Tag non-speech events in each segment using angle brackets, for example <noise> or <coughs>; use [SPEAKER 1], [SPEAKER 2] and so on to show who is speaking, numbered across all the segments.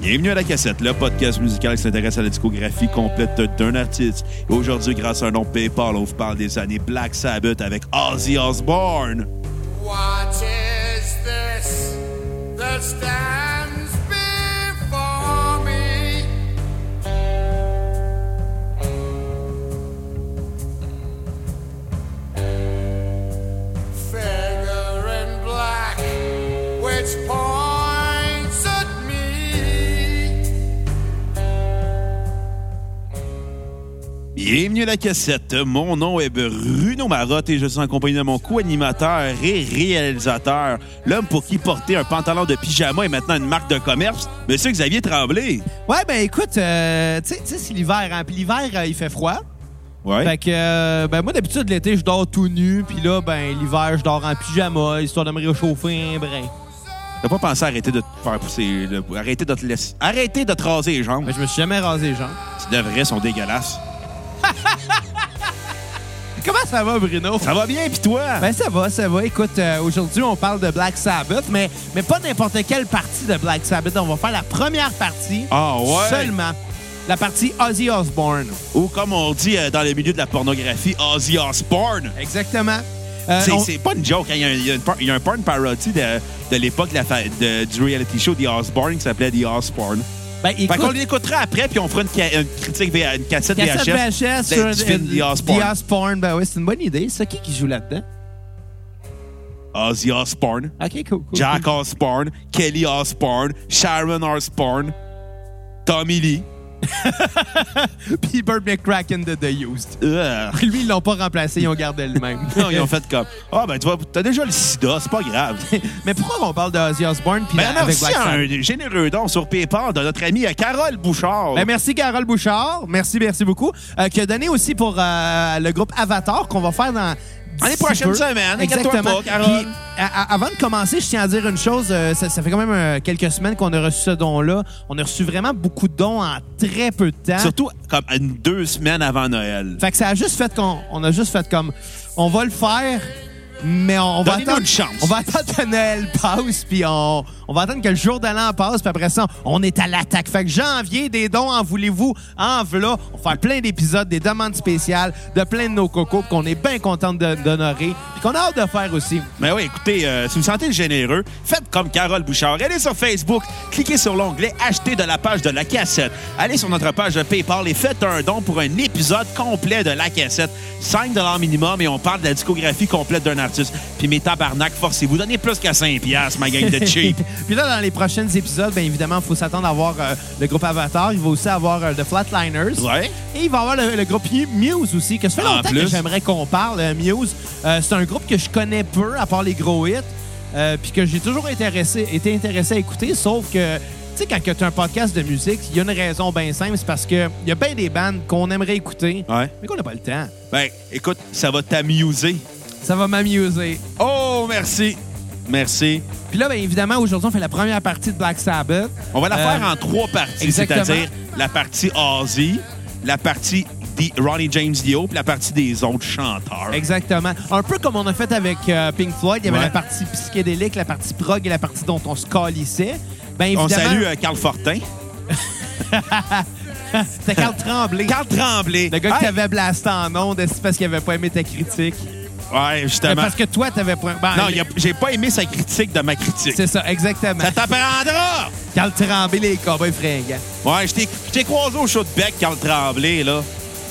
[SPEAKER 1] Bienvenue à La Cassette, le podcast musical qui s'intéresse à la discographie complète d'un artiste. Et aujourd'hui, grâce à un nom PayPal, on vous parle des années Black Sabbath avec Ozzy Osbourne.
[SPEAKER 2] What is this that stands before me? Figure in black, which points at me.
[SPEAKER 1] Bienvenue à La Cassette, mon nom est Bruno Marotte et je suis en compagnie de mon co-animateur et réalisateur, l'homme pour qui porter un pantalon de pyjama est maintenant une marque de commerce, Monsieur Xavier Tremblay.
[SPEAKER 3] Ouais, ben écoute, euh, tu sais, tu sais, c'est l'hiver, hein? Puis l'hiver, euh, il fait froid.
[SPEAKER 1] Ouais.
[SPEAKER 3] Fait que, euh, ben moi, d'habitude, l'été, je dors tout nu. Puis là, ben, l'hiver, je dors en pyjama, histoire de me réchauffer un brin.
[SPEAKER 1] T'as pas pensé à arrêter de te faire pousser, le- arrêter de te laisser, arrêter de te raser les jambes.
[SPEAKER 3] Mais je me suis jamais rasé les jambes.
[SPEAKER 1] Tu devrais, sont dégueulasses.
[SPEAKER 3] Comment ça va, Bruno?
[SPEAKER 1] Ça va bien, pis toi?
[SPEAKER 3] Ben ça va, ça va. Écoute, euh, aujourd'hui, on parle de Black Sabbath, mais, mais pas n'importe quelle partie de Black Sabbath. On va faire la première partie
[SPEAKER 1] Ah ouais?
[SPEAKER 3] seulement. La partie Ozzy Osbourne.
[SPEAKER 1] Ou comme on dit euh, dans le milieu de la pornographie, Ozzy Osbourne.
[SPEAKER 3] Exactement. Euh,
[SPEAKER 1] C'est
[SPEAKER 3] on-
[SPEAKER 1] c'est pas une joke. hein. Il y a un- il y a une por- il y a un porn parody de, de l'époque de la fa- de- du reality show The Osbourne qui s'appelait The Osbourne.
[SPEAKER 3] ben,
[SPEAKER 1] Fait
[SPEAKER 3] écoute,
[SPEAKER 1] qu'on l'écoutera après, puis on fera une, ca- une critique, VH, une cassette, VHS,
[SPEAKER 3] Cassette VHS
[SPEAKER 1] de-
[SPEAKER 3] sur
[SPEAKER 1] du film The Osbourne.
[SPEAKER 3] The Osbourne. Ben oui, c'est une bonne idée. C'est qui qui joue là-dedans?
[SPEAKER 1] Ozzy Osbourne,
[SPEAKER 3] OK, cool. cool.
[SPEAKER 1] Jack Osbourne, Kelly Osbourne, Sharon Osbourne, Tommy Lee.
[SPEAKER 3] <laughs> Puis Burt McCracken de The Used.
[SPEAKER 1] Ugh.
[SPEAKER 3] Lui, ils l'ont pas remplacé, ils ont gardé le même.
[SPEAKER 1] <laughs> Non,
[SPEAKER 3] <laughs>
[SPEAKER 1] ils ont fait comme Ah, ben, tu vois, t'as déjà le sida, c'est pas grave.
[SPEAKER 3] Mais pourquoi on parle de Ozzy Osbourne puis hein?
[SPEAKER 1] Ben,
[SPEAKER 3] la- avec
[SPEAKER 1] merci
[SPEAKER 3] Black
[SPEAKER 1] à
[SPEAKER 3] Sabbath?
[SPEAKER 1] un généreux don sur PayPal de notre ami euh, Carole Bouchard.
[SPEAKER 3] Ben, merci, Carole Bouchard. Merci, merci beaucoup. Euh, qui a donné aussi pour euh, le groupe Avatar qu'on va faire dans.
[SPEAKER 1] Dans les
[SPEAKER 3] d'ici
[SPEAKER 1] prochaines
[SPEAKER 3] peu.
[SPEAKER 1] semaines. Inquiète-toi
[SPEAKER 3] Exactement.
[SPEAKER 1] pas, Carole.
[SPEAKER 3] Puis, à- à- avant de commencer, je tiens à dire une chose. Euh, ça, ça fait quand même euh, quelques semaines qu'on a reçu ce don-là. On a reçu vraiment beaucoup de dons en très peu de temps.
[SPEAKER 1] Surtout comme une- deux semaines avant Noël.
[SPEAKER 3] hein? Fait que ça a juste fait qu'on on a juste fait comme on va le faire, mais on, on va
[SPEAKER 1] Donnez-nous
[SPEAKER 3] attendre
[SPEAKER 1] une chance.
[SPEAKER 3] On va attendre que Noël passe, puis on, on va attendre que le jour de l'an passe, puis après ça, on est à l'attaque. Fait que janvier, des dons, en voulez-vous, en voilà. On va faire plein d'épisodes, des demandes spéciales, de plein de nos cocos puis qu'on est bien content de- d'honorer, puis qu'on a hâte de faire aussi.
[SPEAKER 1] Mais oui, écoutez, euh, si vous sentez généreux, faites comme Carole Bouchard. Allez sur Facebook, cliquez sur l'onglet Acheter de la page de la cassette. Allez sur notre page de PayPal et faites un don pour un épisode complet de la cassette. 5 minimum et on parle de la discographie complète d'un artiste. Puis mes tabarnak, forcez-vous. Donnez plus qu'à 5 piastres, ma gang
[SPEAKER 3] <laughs>
[SPEAKER 1] de cheap.
[SPEAKER 3] Puis là, dans les prochains épisodes, bien évidemment, il faut s'attendre à voir euh, le groupe Avatar. Il va aussi avoir euh, The Flatliners.
[SPEAKER 1] Ouais.
[SPEAKER 3] Et il va y avoir le, le groupe Muse aussi, que ça fait
[SPEAKER 1] En
[SPEAKER 3] longtemps
[SPEAKER 1] plus.
[SPEAKER 3] que j'aimerais qu'on parle. euh, Muse, Euh, c'est un groupe que je connais peu, à part les gros hits, euh, puis que j'ai toujours intéressé, été intéressé à écouter, sauf que, tu sais, quand tu as un podcast de musique, il y a une raison bien simple, c'est parce qu'il y a bien des bandes qu'on aimerait écouter,
[SPEAKER 1] Ouais.
[SPEAKER 3] mais qu'on n'a pas le temps.
[SPEAKER 1] Ben, écoute, ça va t'amuser.
[SPEAKER 3] Ça va m'amuser.
[SPEAKER 1] Oh, merci. Merci.
[SPEAKER 3] Puis là, bien évidemment, aujourd'hui, on fait la première partie de Black Sabbath.
[SPEAKER 1] On va la
[SPEAKER 3] Euh,
[SPEAKER 1] faire en trois parties,
[SPEAKER 3] exactement.
[SPEAKER 1] c'est-à-dire la partie Ozzy, la partie de Ronnie James Dio, puis la partie des autres chanteurs.
[SPEAKER 3] Exactement. Un peu comme on a fait avec euh, Pink Floyd, il y avait
[SPEAKER 1] Ouais.
[SPEAKER 3] la partie psychédélique, la partie prog et la partie dont on se calissait. Ben évidemment,
[SPEAKER 1] On salue euh, Carl Fortin.
[SPEAKER 3] <laughs> c'était Carl Tremblay.
[SPEAKER 1] Carl Tremblay.
[SPEAKER 3] Le gars qui
[SPEAKER 1] Hey!
[SPEAKER 3] t'avait blasté en ondes, est-ce que c'est parce qu'il avait pas aimé ta critique?
[SPEAKER 1] Ouais,
[SPEAKER 3] Mais
[SPEAKER 1] justement.
[SPEAKER 3] Parce que toi, t'avais pas... ben,
[SPEAKER 1] Non, il a- j'ai pas aimé sa critique de ma critique.
[SPEAKER 3] C'est ça, exactement.
[SPEAKER 1] Ça t'apprendra!
[SPEAKER 3] Carl Tremblay, les cowboys fringants.
[SPEAKER 1] Ouais, je t'ai- je t'ai croisé au show de bec, Carl Tremblay, là.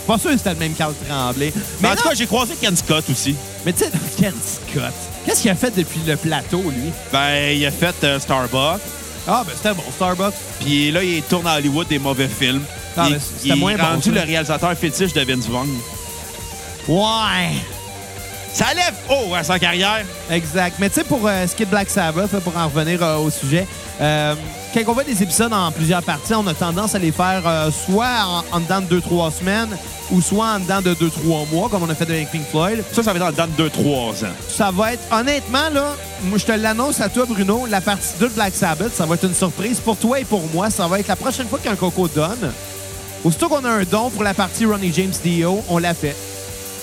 [SPEAKER 3] Pas sûr que c'était le même Carl Tremblay.
[SPEAKER 1] Mais
[SPEAKER 3] Mais,
[SPEAKER 1] Ben, en
[SPEAKER 3] non,
[SPEAKER 1] tout cas, j'ai croisé Ken Scott aussi.
[SPEAKER 3] mais tu sais, Ken Scott, qu'est-ce qu'il a fait depuis le plateau, lui?
[SPEAKER 1] Ben, il a fait euh, Starbucks.
[SPEAKER 3] Ah, ben c'était bon, Starbucks.
[SPEAKER 1] Puis là, il tourne à Hollywood des mauvais films.
[SPEAKER 3] Ah,
[SPEAKER 1] il
[SPEAKER 3] mais c'était
[SPEAKER 1] il est
[SPEAKER 3] moins bon,
[SPEAKER 1] rendu
[SPEAKER 3] ça.
[SPEAKER 1] le réalisateur fétiche de Vince Vaughn.
[SPEAKER 3] Ouais!
[SPEAKER 1] Ça lève haut à sa carrière.
[SPEAKER 3] Exact. Mais tu sais, pour euh, ce qui est de Black Sabbath, là, pour en revenir euh, au sujet, euh, quand on fait des épisodes en plusieurs parties, on a tendance à les faire euh, soit en, en dedans de 2-3 semaines ou soit en dedans de 2-3 mois, comme on a fait avec Pink Floyd.
[SPEAKER 1] Ça, ça va être dans 2-3 ans.
[SPEAKER 3] Ça va être, honnêtement, là, moi, je te l'annonce à toi, Bruno, la partie 2 de Black Sabbath, ça va être une surprise pour toi et pour moi. Ça va être la prochaine fois qu'un coco donne. Aussitôt qu'on a un don pour la partie Ronnie James Dio, on l'a fait.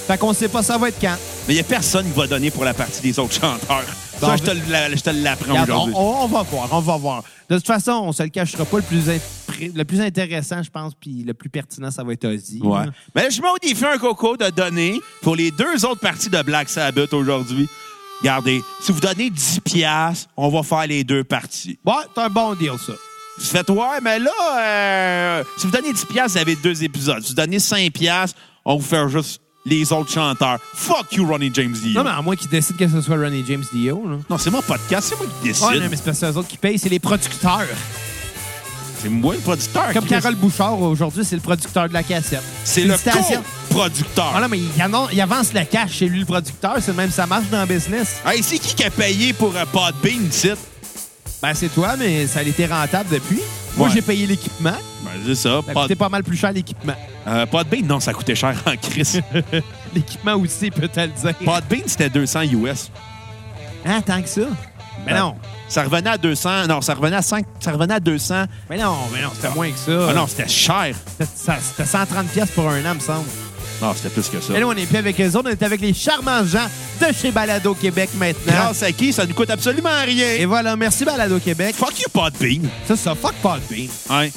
[SPEAKER 3] Fait qu'on sait pas ça va être quand.
[SPEAKER 1] Mais il n'y a personne qui va donner pour la partie des autres chanteurs. Ça,
[SPEAKER 3] Bon,
[SPEAKER 1] je te le- je te l'apprends
[SPEAKER 3] Regarde,
[SPEAKER 1] aujourd'hui.
[SPEAKER 3] on, on- on va voir, on va voir. De toute façon, on se le cachera pas. Le plus, impré- le plus intéressant, je pense, puis le plus pertinent, ça va être Ozzy.
[SPEAKER 1] Ouais.
[SPEAKER 3] là.
[SPEAKER 1] Mais je mets au défi un coco de donner pour les deux autres parties de Black Sabbath aujourd'hui. Regardez, si vous donnez 10 piastres, on va faire les deux parties.
[SPEAKER 3] Bon, c'est un bon deal, ça.
[SPEAKER 1] Vous faites, ouais, mais là, euh, si vous donnez 10 piastres, vous avez deux épisodes. Si vous donnez 5 piastres, on vous fait juste les autres chanteurs. Fuck you, Ronnie James Dio.
[SPEAKER 3] Non, mais à moins qu'ils décident que ce soit Ronnie James Dio. Là.
[SPEAKER 1] Non, c'est mon podcast, c'est moi qui décide.
[SPEAKER 3] Ouais, non, mais c'est parce que c'est eux autres qui payent, c'est les producteurs.
[SPEAKER 1] C'est moi le producteur.
[SPEAKER 3] Comme
[SPEAKER 1] Chris.
[SPEAKER 3] Carole Bouchard, aujourd'hui, c'est le producteur de la cassette.
[SPEAKER 1] C'est le
[SPEAKER 3] Félicitations.
[SPEAKER 1] producteur.
[SPEAKER 3] Ah non, mais il, annon- il avance le cash chez lui, le producteur. C'est le même, ça marche dans le business.
[SPEAKER 1] Hey, c'est qui qui a payé pour euh, un Podbean, titre?
[SPEAKER 3] Ben, c'est toi, mais ça a été rentable depuis. Moi,
[SPEAKER 1] Ouais.
[SPEAKER 3] j'ai payé l'équipement.
[SPEAKER 1] Ben, c'est ça.
[SPEAKER 3] Ça a
[SPEAKER 1] Pod-
[SPEAKER 3] coûté pas mal plus cher, l'équipement. <laughs>
[SPEAKER 1] euh, Podbean, non, ça coûtait cher en <laughs> crise.
[SPEAKER 3] L'équipement aussi, peut-être le dire.
[SPEAKER 1] Podbean, c'était 200 US.
[SPEAKER 3] Ah, tant que ça?
[SPEAKER 1] Ben,
[SPEAKER 3] Mais non.
[SPEAKER 1] Ça revenait à 200. Non, ça revenait à 5. Ça revenait à 200.
[SPEAKER 3] Mais ben non, mais non, c'était moins que ça.
[SPEAKER 1] Ah non, c'était cher.
[SPEAKER 3] C'était- ça- C'était 130 pièces pour un an, me semble.
[SPEAKER 1] Non, c'était plus que ça.
[SPEAKER 3] Mais là, on n'est plus avec eux autres. On est avec les charmants gens de chez Balado Québec maintenant.
[SPEAKER 1] Grâce à qui, ça nous coûte absolument
[SPEAKER 3] Et
[SPEAKER 1] rien.
[SPEAKER 3] voilà, merci Balado Québec.
[SPEAKER 1] Fuck you, Podbean.
[SPEAKER 3] Ça, ça, fuck Paul Bean.
[SPEAKER 1] Hein?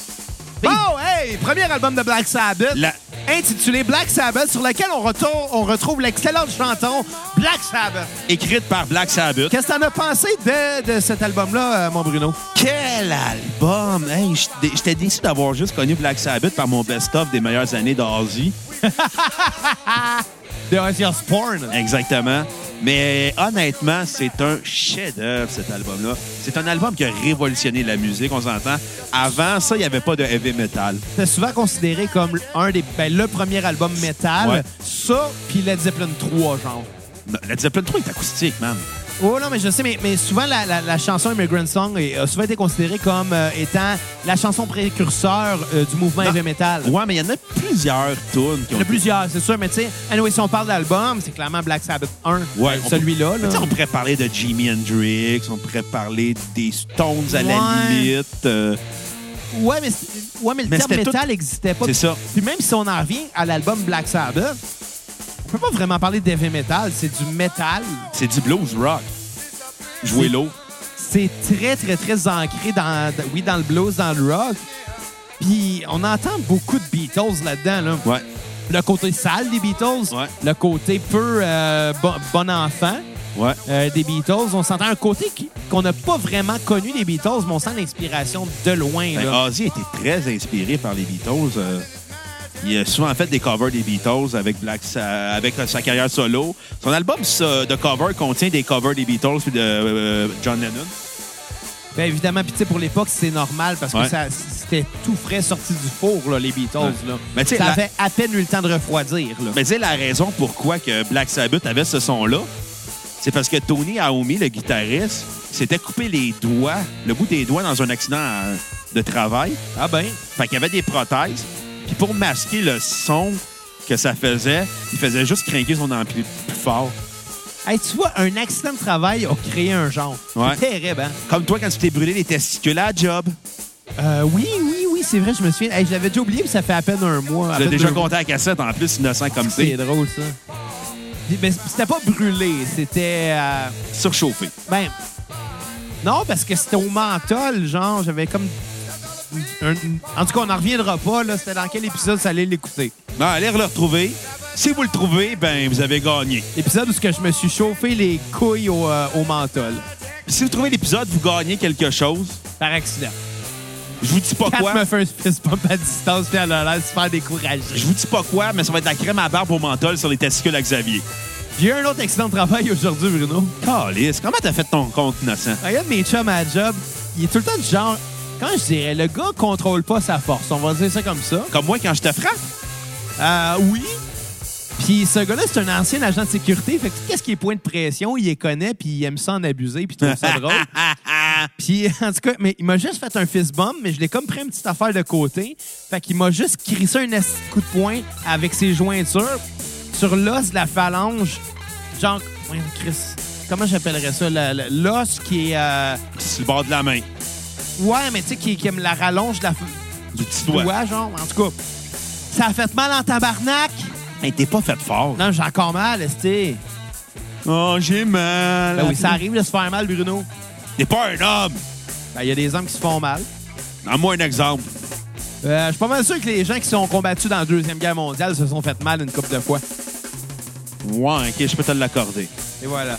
[SPEAKER 3] Bon, hey, premier album de Black Sabbath,
[SPEAKER 1] La-
[SPEAKER 3] intitulé Black Sabbath, sur lequel on, retourne- on retrouve l'excellent chanton Black Sabbath.
[SPEAKER 1] Écrite par Black Sabbath.
[SPEAKER 3] Qu'est-ce que t'en as pensé de, de cet album-là, euh, mon Bruno?
[SPEAKER 1] Quel album! Hey, j'étais- j'étais déçu d'avoir juste connu Black Sabbath par mon best-of des meilleures années d'Asie.
[SPEAKER 3] De Ozzy Osbourne.
[SPEAKER 1] Exactement. Mais honnêtement, c'est un chef-d'œuvre, cet album-là. C'est un album qui a révolutionné la musique, on s'entend. Avant ça, il n'y avait pas de heavy metal.
[SPEAKER 3] C'était souvent considéré comme un des, ben, le premier album métal.
[SPEAKER 1] Ouais.
[SPEAKER 3] Ça, puis Led Zeppelin 3, genre.
[SPEAKER 1] La Zeppelin 3 est acoustique, man.
[SPEAKER 3] Oh non, mais je sais, mais, mais souvent la, la- la chanson Immigrant Song est- a souvent été considérée comme euh, étant la chanson précurseur euh, du mouvement heavy metal.
[SPEAKER 1] Ouais, mais il y en a plusieurs tunes qui
[SPEAKER 3] Il
[SPEAKER 1] ont
[SPEAKER 3] y en a plusieurs, c'est sûr, mais tu sais, anyway, si on parle d'album, c'est clairement Black Sabbath 1,
[SPEAKER 1] Ouais, on-
[SPEAKER 3] celui-là. là.
[SPEAKER 1] Tu sais, on pourrait parler de Jimi Hendrix, on pourrait parler des Stones à la
[SPEAKER 3] Ouais.
[SPEAKER 1] limite. euh,
[SPEAKER 3] Ouais, mais, c'est- ouais, mais le
[SPEAKER 1] Mais
[SPEAKER 3] terme
[SPEAKER 1] c'était
[SPEAKER 3] métal n'existait pas.
[SPEAKER 1] C'est ça.
[SPEAKER 3] Puis même si on en revient à l'album Black Sabbath, on peut pas vraiment parler d'heavy metal, c'est du métal.
[SPEAKER 1] c'est du blues rock. Jouer l'eau.
[SPEAKER 3] c'est très, très, très ancré dans, oui, dans le blues, dans le rock. Puis on entend beaucoup de Beatles là-dedans. Là.
[SPEAKER 1] Ouais.
[SPEAKER 3] Le côté sale des Beatles,
[SPEAKER 1] Ouais.
[SPEAKER 3] le côté peu euh, bon, bon enfant
[SPEAKER 1] Ouais.
[SPEAKER 3] euh, des Beatles. On s'entend un côté qui- qu'on n'a pas vraiment connu des Beatles, mais on sent l'inspiration de loin.
[SPEAKER 1] Ben,
[SPEAKER 3] là.
[SPEAKER 1] Ozzy a été très inspiré par les Beatles. euh, il a souvent fait des covers des Beatles avec, Black Sa- avec euh, sa carrière solo. Son album ça, de cover contient des covers des Beatles puis de euh, John Lennon.
[SPEAKER 3] Ben, évidemment, puis tu sais, pour l'époque, c'est normal parce que
[SPEAKER 1] Ouais.
[SPEAKER 3] ça- c'était tout frais sorti du four, là, les Beatles.
[SPEAKER 1] Ouais.
[SPEAKER 3] Là.
[SPEAKER 1] Mais tu sais,
[SPEAKER 3] ça
[SPEAKER 1] la-
[SPEAKER 3] avait à peine eu le temps de refroidir. Là.
[SPEAKER 1] Mais c'est la raison pourquoi que Black Sabbath avait ce son-là. C'est parce que Tony Iommi, le guitariste, s'était coupé les doigts, le bout des doigts dans un accident euh, de travail.
[SPEAKER 3] Ah ben,
[SPEAKER 1] Fait qu'il y avait des prothèses. Puis pour masquer le son que ça faisait, il faisait juste craquer son ampli plus fort.
[SPEAKER 3] Hey, tu vois, un accident de travail a créé un genre.
[SPEAKER 1] Ouais.
[SPEAKER 3] C'est terrible, hein?
[SPEAKER 1] Comme toi quand tu t'es brûlé les testicules à la job.
[SPEAKER 3] Euh, oui, oui, oui, c'est vrai, je me souviens. Hey, je l'avais déjà oublié, mais ça fait à peine un mois. à
[SPEAKER 1] Tu l'as
[SPEAKER 3] peine
[SPEAKER 1] déjà
[SPEAKER 3] deux mois.
[SPEAKER 1] compté à la cassette en plus, innocent comme c'est.
[SPEAKER 3] C'est drôle, ça. Puis, ben, c'était pas brûlé, c'était... euh,
[SPEAKER 1] Surchauffé.
[SPEAKER 3] ben... Non, parce que c'était au menthol, genre, j'avais comme... un- En tout cas, on n'en reviendra pas, là. C'était dans quel épisode, ça allait l'écouter.
[SPEAKER 1] Non, Ben, allez le retrouver. Si vous le trouvez, ben vous avez gagné.
[SPEAKER 3] L'épisode où ce que je me suis chauffé les couilles au, euh, au menthol,
[SPEAKER 1] Puis si vous trouvez l'épisode, vous gagnez quelque chose.
[SPEAKER 3] par accident.
[SPEAKER 1] Je vous dis pas
[SPEAKER 3] Kat
[SPEAKER 1] quoi.
[SPEAKER 3] me fait un fist pump à distance, puis elle a l'air super découragée.
[SPEAKER 1] Je vous dis pas quoi, mais ça va être de la crème à barbe au menthol sur les testicules à Xavier.
[SPEAKER 3] J'ai eu un autre accident de travail <laughs> aujourd'hui, Bruno.
[SPEAKER 1] Calice, comment t'as fait ton compte innocent?
[SPEAKER 3] Regarde mes chums à la job, il est tout le temps du genre... Quand je dirais, le gars contrôle pas sa force, on va dire ça comme ça.
[SPEAKER 1] Comme moi quand je te frappe?
[SPEAKER 3] Euh, oui. Puis ce gars-là, c'est un ancien agent de sécurité. Fait que qu'est-ce qui est point de pression, il les connaît, puis il aime ça en abuser, puis il trouve ça drôle. Puis <laughs> en tout cas, mais il m'a juste fait un fist bump, mais je l'ai comme pris une petite affaire de côté. Fait qu'il m'a juste crissé un esti de coup de poing avec ses jointures sur l'os de la phalange. Genre, voyons, Chris, comment j'appellerais ça? la- la- L'os qui est... euh,
[SPEAKER 1] Sur le bord de la main.
[SPEAKER 3] Ouais, mais tu sais, qui, qui me la rallonge de la f-
[SPEAKER 1] Du petit
[SPEAKER 3] doigt,
[SPEAKER 1] doigt.
[SPEAKER 3] genre. En tout cas, ça a fait mal en tabarnak.
[SPEAKER 1] Mais t'es pas fait fort.
[SPEAKER 3] Non, j'ai encore mal, esti.
[SPEAKER 1] Oh, j'ai mal.
[SPEAKER 3] Ben oui, ça arrive de se faire mal, Bruno.
[SPEAKER 1] T'es pas un homme.
[SPEAKER 3] Ben, il y a des hommes qui se font mal.
[SPEAKER 1] Donne-moi un exemple.
[SPEAKER 3] Euh, je suis pas mal sûr que les gens qui sont combattus dans la Deuxième Guerre mondiale se sont fait mal une couple de fois.
[SPEAKER 1] Ouais, OK, je peux te l'accorder.
[SPEAKER 3] Et voilà.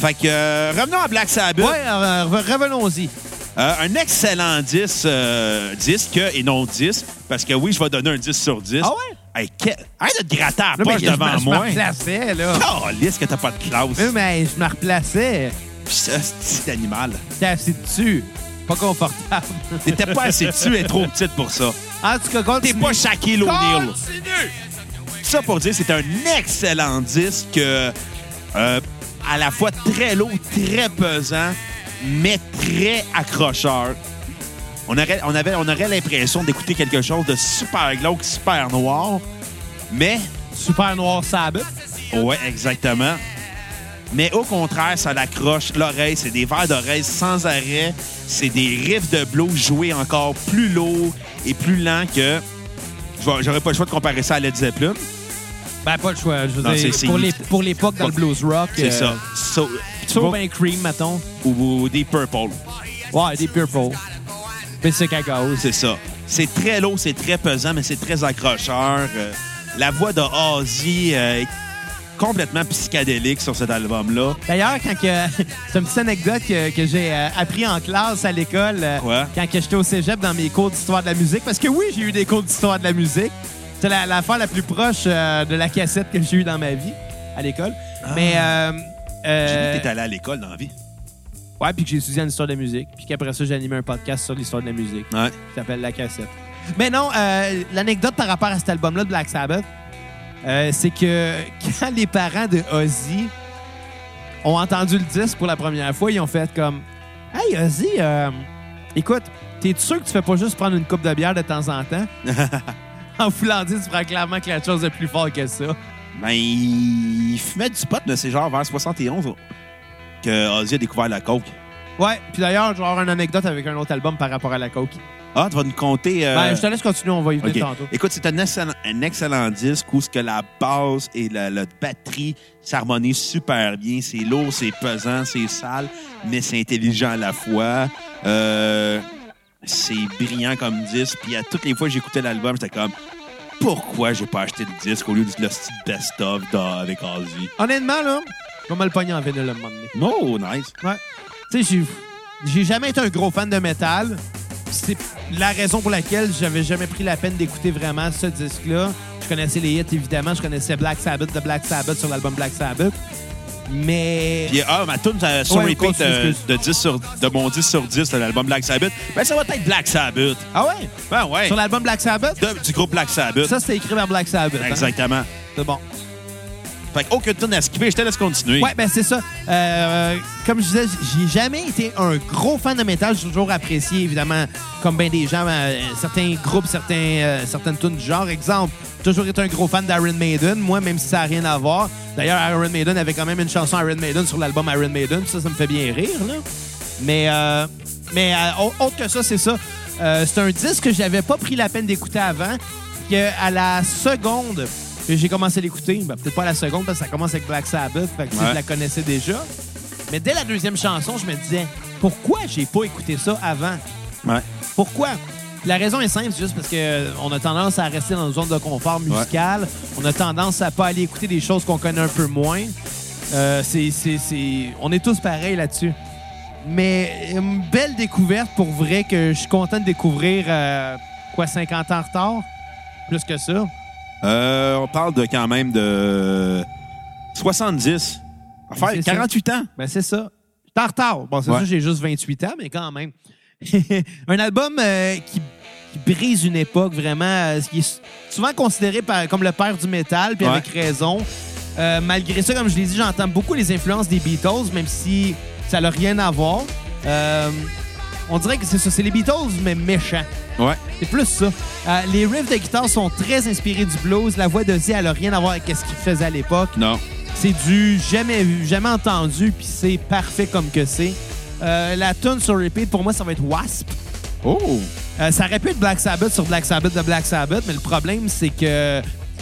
[SPEAKER 1] Fait que, euh, revenons à Black Sabbath.
[SPEAKER 3] Ouais, euh, re- revenons-y.
[SPEAKER 1] Euh, un excellent 10, euh, disque et non 10, parce que oui, je vais donner un 10 sur 10.
[SPEAKER 3] Ah ouais?
[SPEAKER 1] Hey, que... Arrête de te gratter à la
[SPEAKER 3] Là, mais
[SPEAKER 1] poche
[SPEAKER 3] je me-
[SPEAKER 1] devant
[SPEAKER 3] je me
[SPEAKER 1] moi.
[SPEAKER 3] replaçais, là.
[SPEAKER 1] Oh, lisse que t'as pas de classe.
[SPEAKER 3] Oui, mais je me replaçais.
[SPEAKER 1] Pis ça, C'est animal.
[SPEAKER 3] J'étais assis dessus. Pas confortable. <laughs>
[SPEAKER 1] T'étais pas assez dessus et trop petite pour ça.
[SPEAKER 3] En tout cas,
[SPEAKER 1] T'es
[SPEAKER 3] continue.
[SPEAKER 1] pas Shaquille O'Neal.
[SPEAKER 3] Continue!
[SPEAKER 1] Ça pour dire, c'est un excellent disque, euh, euh, à la fois très lourd, très pesant, mais très accrocheur. On aurait, on avait, on aurait l'impression d'écouter quelque chose de super glauque, super noir, mais
[SPEAKER 3] Super Noir Sabbath.
[SPEAKER 1] Ouais, exactement. Mais au contraire, ça l'accroche l'oreille. C'est des verres d'oreille sans arrêt. C'est des riffs de blues joués encore plus lourds et plus lents que. je vais- J'aurais pas le choix de comparer ça à Led Zeppelin.
[SPEAKER 3] Ben, pas le choix. Je veux
[SPEAKER 1] Non,
[SPEAKER 3] dire,
[SPEAKER 1] c'est- c'est-
[SPEAKER 3] pour les- pour l'époque dans le blues rock.
[SPEAKER 1] C'est
[SPEAKER 3] euh,
[SPEAKER 1] ça. So-
[SPEAKER 3] Turbo and Cream, mettons.
[SPEAKER 1] ou, ou des Purple.
[SPEAKER 3] Ouais, des Purple. Basic à gaz.
[SPEAKER 1] C'est ça. C'est très lourd, c'est très pesant, mais c'est très accrocheur. Euh, la voix de Ozzy euh, est complètement psychédélique sur cet album-là.
[SPEAKER 3] D'ailleurs, quand que. <laughs> C'est une petite anecdote que, que j'ai euh, appris en classe à l'école. euh,
[SPEAKER 1] Quoi?
[SPEAKER 3] Quand que j'étais au cégep dans mes cours d'histoire de la musique. Parce que oui, j'ai eu des cours d'histoire de la musique. C'est la, l'affaire la plus proche euh, de la cassette que j'ai eue dans ma vie à l'école. Mais. Euh, euh,
[SPEAKER 1] T'es allé à l'école dans la vie.
[SPEAKER 3] ouais, puis que j'ai étudié en histoire de la musique. Puis qu'après ça, j'ai animé un podcast sur l'histoire de la musique.
[SPEAKER 1] Ouais.
[SPEAKER 3] qui s'appelle La Cassette. Mais non, euh, l'anecdote par rapport à cet album-là de Black Sabbath, euh, c'est que <laughs> quand les parents de Ozzy ont entendu le disque pour la première fois, ils ont fait comme Hey Ozzy, euh, écoute, t'es sûr que tu fais pas juste prendre une coupe de bière de temps en
[SPEAKER 1] <laughs>
[SPEAKER 3] temps? en voulant dire, tu prends clairement que la chose est plus fort que ça.
[SPEAKER 1] Ben, il fumait du pot, là. C'est genre vers 71 que Ozzy a découvert la coke.
[SPEAKER 3] Ouais, puis d'ailleurs, je vais avoir une anecdote avec un autre album par rapport à la coke.
[SPEAKER 1] Ah, tu vas nous compter... euh,
[SPEAKER 3] Ben, je te laisse continuer, on va y venir
[SPEAKER 1] OK.
[SPEAKER 3] tantôt.
[SPEAKER 1] Écoute, c'est un excellent, un excellent disque où ce que la basse et la, la batterie s'harmonisent super bien. C'est lourd, c'est pesant, c'est sale, mais c'est intelligent à la fois. Euh, c'est brillant comme disque. Puis à toutes les fois que j'écoutais l'album, j'étais comme pourquoi j'ai pas acheté le disque au lieu de le style best-of dans- avec Ozzy?
[SPEAKER 3] Honnêtement, là, je vais me le pogner en vinyle un moment
[SPEAKER 1] Oh,
[SPEAKER 3] donné.
[SPEAKER 1] nice.
[SPEAKER 3] Ouais. Tu sais, j'ai- j'ai jamais été un gros fan de métal. C'est la raison pour laquelle j'avais jamais pris la peine d'écouter vraiment ce disque-là. Je connaissais les hits, évidemment. Je connaissais Black Sabbath de Black Sabbath sur l'album Black Sabbath. Mais...
[SPEAKER 1] Puis, ah, ma tune euh, sur
[SPEAKER 3] Ouais,
[SPEAKER 1] repeat
[SPEAKER 3] continue,
[SPEAKER 1] euh,
[SPEAKER 3] excuse.
[SPEAKER 1] de, 10 sur, de mon 10 sur 10 de l'album Black Sabbath, ben ça va être Black Sabbath.
[SPEAKER 3] Ah ouais?
[SPEAKER 1] Ben ouais,
[SPEAKER 3] Sur l'album Black Sabbath?
[SPEAKER 1] de- du groupe Black Sabbath.
[SPEAKER 3] Ça, c'était écrit par Black Sabbath. hein?
[SPEAKER 1] Exactement.
[SPEAKER 3] C'est bon.
[SPEAKER 1] Fait qu'aucune tune à skipper, je te laisse continuer.
[SPEAKER 3] Ouais, ben c'est ça. Euh, comme je disais, j'ai jamais été un gros fan de métal. J'ai toujours apprécié, évidemment, comme bien des gens, euh, certains groupes, certains, euh, certaines tunes du genre. Exemple, toujours été un gros fan d'Iron Maiden, moi, même si ça n'a rien à voir. D'ailleurs, Iron Maiden avait quand même une chanson Iron Maiden sur l'album Iron Maiden. Ça, ça me fait bien rire, là. Mais, euh, mais euh, au- autre que ça, c'est ça. Euh, c'est un disque que j'avais pas pris la peine d'écouter avant. Que à la seconde que j'ai commencé à l'écouter, ben, peut-être pas à la seconde parce que ça commence avec Black Sabbath, fait que tu sais,
[SPEAKER 1] Ouais.
[SPEAKER 3] je la connaissais déjà. Mais dès la deuxième chanson, je me disais pourquoi j'ai pas écouté ça avant
[SPEAKER 1] Ouais.
[SPEAKER 3] pourquoi? La raison est simple, c'est juste parce que euh, on a tendance à rester dans une zone de confort musical. On a tendance à pas aller écouter des choses qu'on connaît un peu moins. Euh, c'est, c'est- c'est- On est tous pareils là-dessus. Mais une belle découverte pour vrai que je suis content de découvrir euh, quoi 50 ans en retard? Plus que ça.
[SPEAKER 1] Euh, on parle de quand même de 70. Enfin,
[SPEAKER 3] C'est ça.
[SPEAKER 1] 48 ans.
[SPEAKER 3] Ben, c'est ça. J'étais en retard. Bon, c'est
[SPEAKER 1] Ouais.
[SPEAKER 3] sûr, j'ai juste 28 ans, mais quand même. <laughs> un album euh, qui, qui brise une époque, vraiment, euh, qui est souvent considéré par- comme le père du métal, puis
[SPEAKER 1] Ouais.
[SPEAKER 3] avec raison. Euh, malgré ça, comme je l'ai dit, j'entends beaucoup les influences des Beatles, même si ça n'a rien à voir. Euh, on dirait que c'est ça, c'est les Beatles, mais méchants.
[SPEAKER 1] Ouais.
[SPEAKER 3] C'est plus ça. Euh, les riffs de guitare sont très inspirés du blues. La voix de Z, elle n'a rien à voir avec ce qu'il faisait à l'époque.
[SPEAKER 1] Non.
[SPEAKER 3] C'est du jamais vu, jamais entendu, puis c'est parfait comme que c'est. Euh, la tune sur repeat, pour moi, ça va être Wasp.
[SPEAKER 1] Oh.
[SPEAKER 3] Euh, ça aurait pu être Black Sabbath sur Black Sabbath de Black Sabbath, mais le problème, c'est que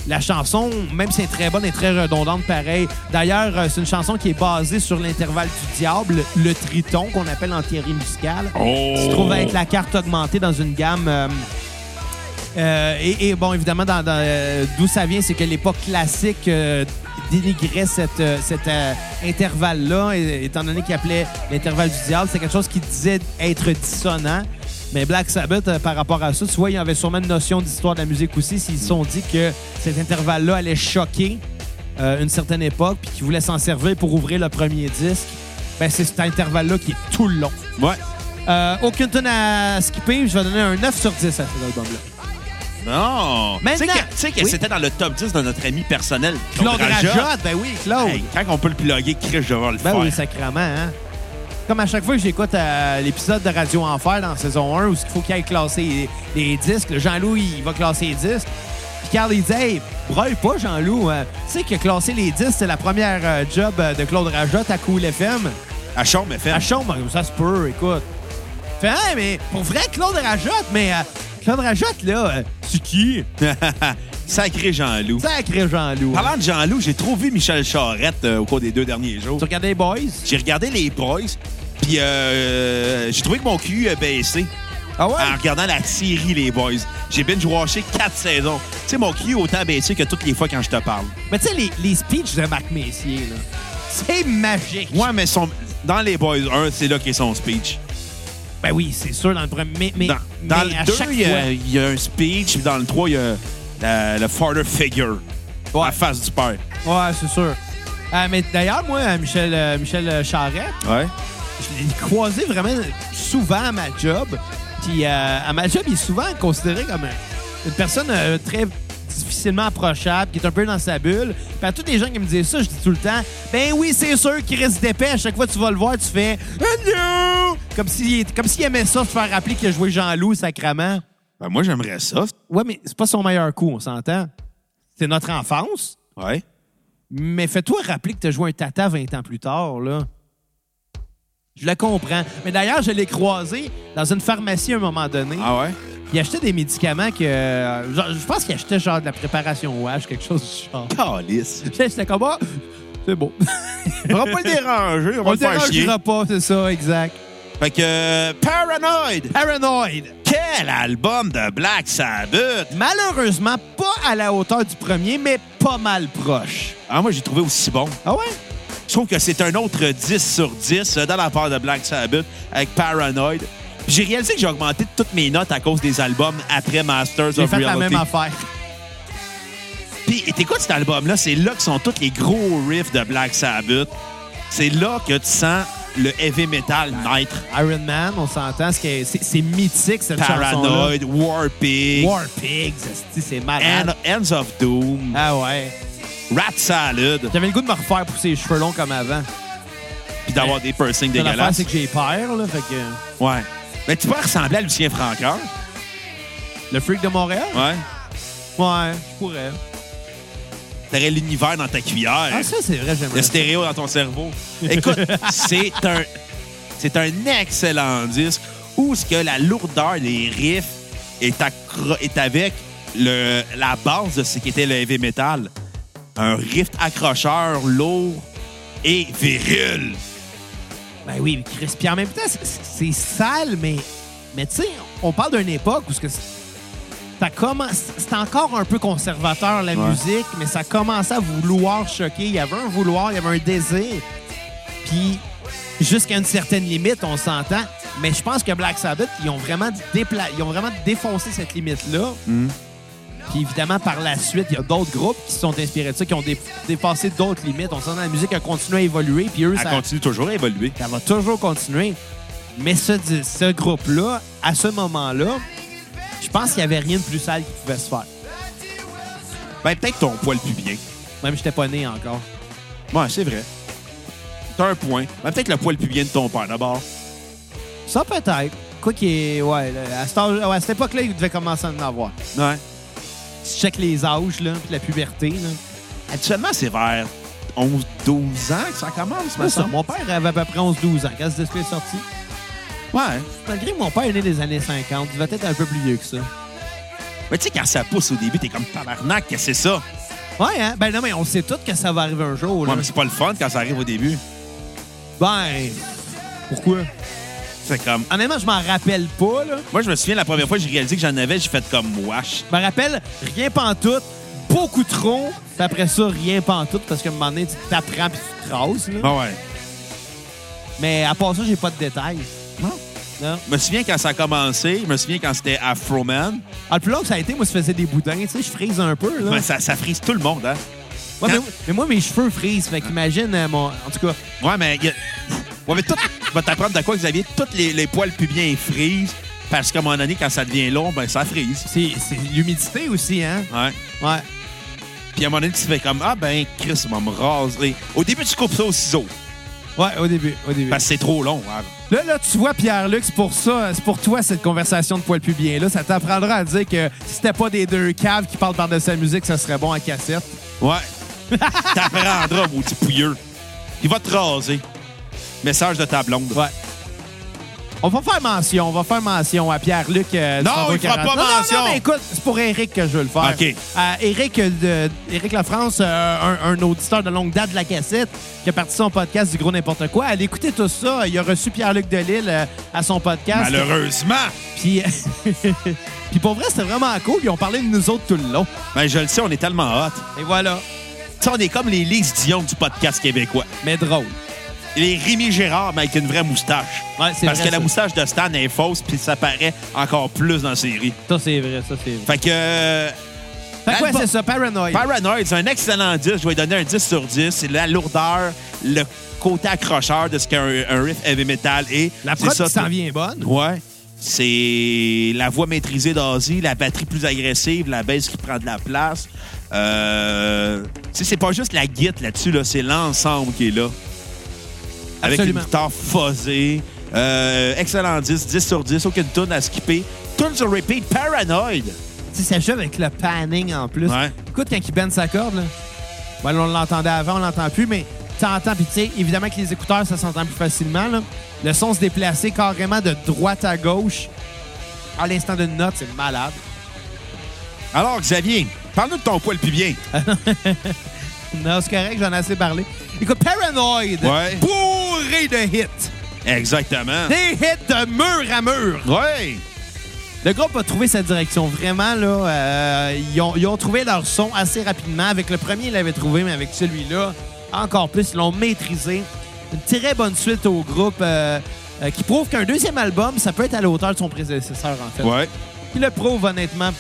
[SPEAKER 3] La chanson, même si elle est très bonne, est très redondante pareil. D'ailleurs, euh, c'est une chanson qui est basée sur l'intervalle du diable, le triton, qu'on appelle en théorie musicale.
[SPEAKER 1] Oh!
[SPEAKER 3] qui se trouve à être la carte augmentée dans une gamme. euh, euh, et, et bon, évidemment, dans- dans, euh, d'où ça vient, c'est que l'époque classique euh, dénigrait cette, euh, cet euh, intervalle-là, et- étant donné qu'il appelait l'intervalle du diable, c'est quelque chose qui disait être dissonant. Mais Black Sabbath, euh, par rapport à ça, tu vois, il y avait sûrement une notion d'histoire de la musique aussi, s'ils se sont dit que cet intervalle-là allait choquer euh, une certaine époque, puis qu'ils voulaient s'en servir pour ouvrir le premier disque. Ben, c'est cet intervalle-là qui est tout le long.
[SPEAKER 1] Ouais.
[SPEAKER 3] Euh, aucune tonne à skipper. Je vais donner un 9 sur 10 à cet album-là.
[SPEAKER 1] Non. Tu sais
[SPEAKER 3] Maintenant-
[SPEAKER 1] que- tu sais que
[SPEAKER 3] Oui.
[SPEAKER 1] c'était dans le top 10 de notre ami personnel, Claude
[SPEAKER 3] Claude
[SPEAKER 1] Rajotte.
[SPEAKER 3] Rajotte, ben oui, Claude.
[SPEAKER 1] Hey, quand on peut le plugger, Chris, je vais le
[SPEAKER 3] ben
[SPEAKER 1] faire.
[SPEAKER 3] oui, sacrement, hein. Comme à chaque fois que j'écoute euh, l'épisode de Radio Enfer dans saison 1, où il faut qu'il aille classer les, les disques, le Jean-Loup, il va classer les disques. Puis Carl, il dit Hey, brûle pas, Jean-Loup. hein. Tu sais que classer les disques, c'est la première euh, job euh, de Claude Rajotte à Cool FM.
[SPEAKER 1] À Chaume FM.
[SPEAKER 3] À Chaume, ben, ça se peut, écoute. Fait, Hey, mais pour vrai, Claude Rajotte, mais euh, Claude Rajotte, là, euh, c'est qui
[SPEAKER 1] <laughs> Sacré Jean-Loup.
[SPEAKER 3] Sacré Jean-Loup. hein.
[SPEAKER 1] Parlant de Jean-Loup, j'ai trop vu Michel Charette euh, au cours des deux derniers jours.
[SPEAKER 3] Tu regardais les Boys?
[SPEAKER 1] J'ai regardé les Boys, puis euh, j'ai trouvé que mon cul a baissé
[SPEAKER 3] Ah ouais?
[SPEAKER 1] en regardant la série Les Boys. J'ai binge-watché quatre saisons. Tu sais, mon cul a autant baissé que toutes les fois quand je te parle.
[SPEAKER 3] Mais tu sais, les, les speeches de Marc Messier, là, c'est magique.
[SPEAKER 1] Ouais, mais son... dans Les Boys 1, c'est là qu'est son speech.
[SPEAKER 3] Ben oui, c'est sûr, dans le premier. Mais, mais,
[SPEAKER 1] dans dans
[SPEAKER 3] mais à
[SPEAKER 1] le 2,
[SPEAKER 3] chaque
[SPEAKER 1] il y,
[SPEAKER 3] fois,
[SPEAKER 1] a- il y a un speech, puis dans le 3, il y a la- le father figure. La face du père.
[SPEAKER 3] Ouais, c'est sûr. Euh, mais d'ailleurs, moi, euh, Michel, euh, Michel euh, Charette,
[SPEAKER 1] Ouais.
[SPEAKER 3] je l'ai croisé vraiment souvent à ma job. Puis euh, à ma job, il est souvent considéré comme un- une personne euh, très difficilement approchable, qui est un peu dans sa bulle. Puis à tous les gens qui me disent ça, je dis tout le temps, ben oui, c'est sûr qu'il reste d'épais. À chaque fois que tu vas le voir, tu fais Hello! Comme s'il est- comme s'il aimait ça, se faire rappeler qu'il a joué Jean-Loup sacrament.
[SPEAKER 1] Ben, moi, j'aimerais ça.
[SPEAKER 3] Ouais, mais c'est pas son meilleur coup, on s'entend. C'est notre enfance.
[SPEAKER 1] Ouais.
[SPEAKER 3] Mais fais-toi rappeler que t'as joué un tata 20 ans plus tard, là. Je le comprends. Mais d'ailleurs, je l'ai croisé dans une pharmacie à un moment donné.
[SPEAKER 1] Ah ouais?
[SPEAKER 3] Il achetait des médicaments que. euh, genre, je pense qu'il achetait genre de la préparation au H, quelque chose du genre. <laughs>
[SPEAKER 1] Calice.
[SPEAKER 3] J'étais comme, ah, c'est beau.
[SPEAKER 1] On va pas le déranger, on va
[SPEAKER 3] On
[SPEAKER 1] le
[SPEAKER 3] ne
[SPEAKER 1] faire chier.
[SPEAKER 3] dérangera pas, c'est ça, exact.
[SPEAKER 1] Fait que euh, Paranoid,
[SPEAKER 3] Paranoid.
[SPEAKER 1] quel album de Black Sabbath!
[SPEAKER 3] Malheureusement, pas à la hauteur du premier, mais pas mal proche.
[SPEAKER 1] Ah, moi, j'ai trouvé aussi bon.
[SPEAKER 3] Ah ouais?
[SPEAKER 1] Je trouve que c'est un autre 10 sur 10 euh, dans la part de Black Sabbath avec Paranoid. Puis J'ai réalisé que j'ai augmenté toutes mes notes à cause des albums après Masters
[SPEAKER 3] J'ai
[SPEAKER 1] of
[SPEAKER 3] fait la
[SPEAKER 1] Reality.
[SPEAKER 3] même affaire.
[SPEAKER 1] Puis t'écoutes cet album-là, c'est là que sont tous les gros riffs de Black Sabbath. C'est là que tu sens le heavy metal naître.
[SPEAKER 3] Iron Man, on s'entend, c'est c'est- c'est mythique cette chanson-là.
[SPEAKER 1] Paranoid, Warpig,
[SPEAKER 3] War Pigs, esti, c'est malade.
[SPEAKER 1] End- Ends of Doom,
[SPEAKER 3] Ah ouais.
[SPEAKER 1] Rat Salad,
[SPEAKER 3] J'avais le goût de me refaire pousser les cheveux longs comme avant.
[SPEAKER 1] puis d'avoir des piercings
[SPEAKER 3] Mais L'affaire,
[SPEAKER 1] dégueulasses.
[SPEAKER 3] c'est que j'ai peur, là. Fait que...
[SPEAKER 1] Ouais. Mais tu peux ressembler à Lucien Francoeur.
[SPEAKER 3] Le freak de Montréal?
[SPEAKER 1] Ouais.
[SPEAKER 3] Ouais, je pourrais.
[SPEAKER 1] T'aurais l'univers dans ta cuillère.
[SPEAKER 3] Ah, ça, c'est vrai,
[SPEAKER 1] le
[SPEAKER 3] j'aimerais. ça.
[SPEAKER 1] stéréo dans ton cerveau. Écoute, c'est un c'est un excellent disque où ce que la lourdeur des riffs est, accro- est avec le, la base de ce qu'était le heavy metal. Un riff accrocheur, lourd et viril.
[SPEAKER 3] Ben oui, mais Chris. Puis en même temps, c'est- c'est sale, mais, mais tu sais, on parle d'une époque où ce que c'est- ça commence- c'est encore un peu conservateur, la
[SPEAKER 1] Ouais.
[SPEAKER 3] musique, mais ça commençait à vouloir choquer. Il y avait un vouloir, il y avait un désir. Puis jusqu'à une certaine limite, on s'entend. Mais je pense que Black Sabbath, ils ont vraiment, dépla- ils ont vraiment défoncé cette limite-là. Puis évidemment, par la suite, il y a d'autres groupes qui se sont inspirés de ça, qui ont dé- dépassé d'autres limites. On s'entend, la musique a continué à évoluer, puis eux,
[SPEAKER 1] Elle
[SPEAKER 3] ça
[SPEAKER 1] continue toujours à évoluer.
[SPEAKER 3] ça va toujours continuer. Mais ce, ce groupe-là, à ce moment-là, je pense qu'il n'y avait rien de plus sale qui pouvait se faire.
[SPEAKER 1] Ben, peut-être ton poil pubien.
[SPEAKER 3] Même j'étais pas né encore.
[SPEAKER 1] Ouais, c'est vrai. T'as un point. Ben, peut-être le poil pubien de ton père d'abord.
[SPEAKER 3] Ça peut-être. Quoi qu'il est. Ouais, là, à, cet âge- ouais, à cette époque-là, il devait commencer à en avoir.
[SPEAKER 1] Ouais.
[SPEAKER 3] Tu check les âges, là, puis la puberté, là.
[SPEAKER 1] Actuellement, c'est vers 11-12 ans que ça commence,
[SPEAKER 3] Moi,
[SPEAKER 1] mais
[SPEAKER 3] ça,
[SPEAKER 1] ça.
[SPEAKER 3] mon père avait à peu près 11-12 ans quand ce disque est sorti.
[SPEAKER 1] Ouais.
[SPEAKER 3] Malgré que mon père est né des années 50, il devait être un peu plus vieux que ça.
[SPEAKER 1] Mais tu sais, quand ça pousse au début, t'es comme tabarnak, que c'est ça.
[SPEAKER 3] Ouais, hein? Ben non, mais on sait tous que ça va arriver un jour.
[SPEAKER 1] Ouais,
[SPEAKER 3] Là.
[SPEAKER 1] mais c'est pas le fun quand ça arrive au début.
[SPEAKER 3] Ben. Pourquoi?
[SPEAKER 1] C'est comme.
[SPEAKER 3] Honnêtement, je m'en rappelle pas, là.
[SPEAKER 1] Moi, je me souviens, la première fois que j'ai réalisé que j'en avais, j'ai fait comme wash.
[SPEAKER 3] Je me rappelle rien pantoute, beaucoup trop. Puis après ça, rien pantoute, parce qu'à un moment donné, tu t'apprends puis tu te traces, là.
[SPEAKER 1] Bon, ouais.
[SPEAKER 3] Mais à part ça, j'ai pas de détails.
[SPEAKER 1] Non.
[SPEAKER 3] Non.
[SPEAKER 1] Je me souviens quand ça a commencé, je me souviens quand c'était Afro Man.
[SPEAKER 3] Ah, le plus long que ça a été, moi, je faisais des boudins. Tu sais, je frise un peu, là.
[SPEAKER 1] Ben, ça, ça frise tout le monde, hein?
[SPEAKER 3] Ouais, mais, mais moi, mes cheveux frisent. Fait qu'imagine, euh, mon... en tout cas,
[SPEAKER 1] Ouais, mais. y a- Ouais, mais tout. Je vais t'apprendre de quoi, Xavier. Toutes les, les poils pubiens ils frisent. Parce qu'à un moment donné, quand ça devient long, ben, ça frise.
[SPEAKER 3] c'est c'est l'humidité aussi, hein?
[SPEAKER 1] Ouais.
[SPEAKER 3] Ouais.
[SPEAKER 1] Puis à un moment donné, tu fais comme Ah, ben, Chris, il va me raser. Au début, tu coupes ça au ciseau.
[SPEAKER 3] Ouais, au début, au début.
[SPEAKER 1] Parce que c'est trop long. hein.
[SPEAKER 3] Là, là, tu vois, Pierre-Luc, c'est pour ça, c'est pour toi, cette conversation de poil pubien. Là, ça t'apprendra à dire que si c'était pas des deux caves qui parlent par-dessus sa musique, ça serait bon à cassette.
[SPEAKER 1] Ouais.
[SPEAKER 3] <laughs>
[SPEAKER 1] T'apprendras, mon petit pouilleux. Il va te raser. Message de ta blonde.
[SPEAKER 3] Ouais. On va faire mention, on va faire mention à Pierre-Luc. euh, du
[SPEAKER 1] Non,
[SPEAKER 3] Bravo
[SPEAKER 1] il fera
[SPEAKER 3] 40.
[SPEAKER 1] pas
[SPEAKER 3] Non, non,
[SPEAKER 1] mention.
[SPEAKER 3] Non, mais écoute, c'est pour Eric que je veux le faire.
[SPEAKER 1] OK.
[SPEAKER 3] Euh, Eric, euh, de, Eric Lafrance, euh, un, un auditeur de longue date de la cassette, qui a parti son podcast du gros n'importe quoi. Allez écouter tout ça. Il a reçu Pierre-Luc Delille euh, à son podcast.
[SPEAKER 1] Malheureusement.
[SPEAKER 3] Puis, <laughs> puis pour vrai, c'était vraiment cool. Ils ont parlé de nous autres tout le long.
[SPEAKER 1] Ben, je le sais, on est tellement hot.
[SPEAKER 3] Et voilà.
[SPEAKER 1] Tu sais, on est comme les Lise Dion du podcast québécois.
[SPEAKER 3] Mais drôle.
[SPEAKER 1] Les Rémi Gérard, mais avec une vraie moustache.
[SPEAKER 3] Ouais, c'est
[SPEAKER 1] Parce
[SPEAKER 3] vrai,
[SPEAKER 1] que la
[SPEAKER 3] ça.
[SPEAKER 1] moustache de Stan est fausse, puis ça paraît encore plus dans la série.
[SPEAKER 3] Ça, c'est vrai. Ça, c'est vrai.
[SPEAKER 1] Fait que. euh,
[SPEAKER 3] Fait que ouais,
[SPEAKER 1] l'album-
[SPEAKER 3] c'est ça, Paranoid.
[SPEAKER 1] Paranoid, c'est un excellent disque. Je vais lui donner un 10 sur 10. C'est la lourdeur, le côté accrocheur de ce qu'un un riff heavy metal est.
[SPEAKER 3] la
[SPEAKER 1] C'est
[SPEAKER 3] prod
[SPEAKER 1] ça,
[SPEAKER 3] qui s'en
[SPEAKER 1] tout.
[SPEAKER 3] vient bonne.
[SPEAKER 1] Ouais. C'est la voix maîtrisée d'Ozzy, la batterie plus agressive, la baisse qui prend de la place. Euh... tu sais, C'est pas juste la guitare là-dessus, là, c'est l'ensemble qui est là. Avec
[SPEAKER 3] Absolument.
[SPEAKER 1] une guitare fuzzée. Euh, excellent 10, 10 sur 10, aucune tune à skipper. Tune sur repeat, Paranoid.
[SPEAKER 3] Tu sais, ça joue avec le panning en plus.
[SPEAKER 1] Ouais.
[SPEAKER 3] Écoute, quand il bend sa corde, là, bon, là, on l'entendait avant, on l'entend plus, mais t'entends, puis tu sais, évidemment que les écouteurs, ça s'entend plus facilement. là. Le son se déplaçait carrément de droite à gauche à l'instant d'une note, c'est malade.
[SPEAKER 1] Alors, Xavier, parle-nous de ton poil pubien.
[SPEAKER 3] Non, c'est correct, j'en ai assez parlé. Écoute, Paranoid,
[SPEAKER 1] Ouais.
[SPEAKER 3] bourré de hits.
[SPEAKER 1] Exactement.
[SPEAKER 3] Des hits de mur à mur.
[SPEAKER 1] Ouais.
[SPEAKER 3] Le groupe a trouvé sa direction vraiment là. euh, ils, ont, ils ont trouvé leur son assez rapidement. Avec le premier, ils l'avaient trouvé, mais avec celui-là, encore plus, ils l'ont maîtrisé. Une très bonne suite au groupe euh, euh, qui prouve qu'un deuxième album, ça peut être à la hauteur de son prédécesseur en fait.
[SPEAKER 1] Ouais.
[SPEAKER 3] Il le prouve honnêtement.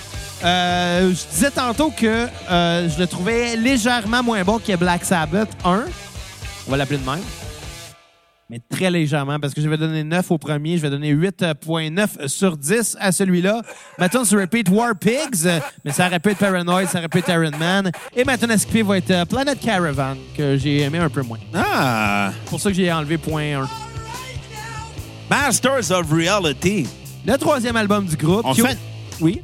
[SPEAKER 3] Euh, je disais tantôt que euh, je le trouvais légèrement moins bon que Black Sabbath 1. On va l'appeler de même. Mais très légèrement, parce que je vais donner 9 au premier, je vais donner 8.9 sur 10 à celui-là. Maintenant, sur Repeat War Pigs, euh, mais ça répète Paranoid, ça répète Iron Man. Et maintenant, à skipper va être euh, Planet Caravan, que j'ai aimé un peu moins.
[SPEAKER 1] Ah.
[SPEAKER 3] C'est pour ça que j'ai enlevé point 1.
[SPEAKER 1] Masters of Reality.
[SPEAKER 3] Le troisième album du groupe.
[SPEAKER 1] On
[SPEAKER 3] qui-
[SPEAKER 1] fait-
[SPEAKER 3] Oui,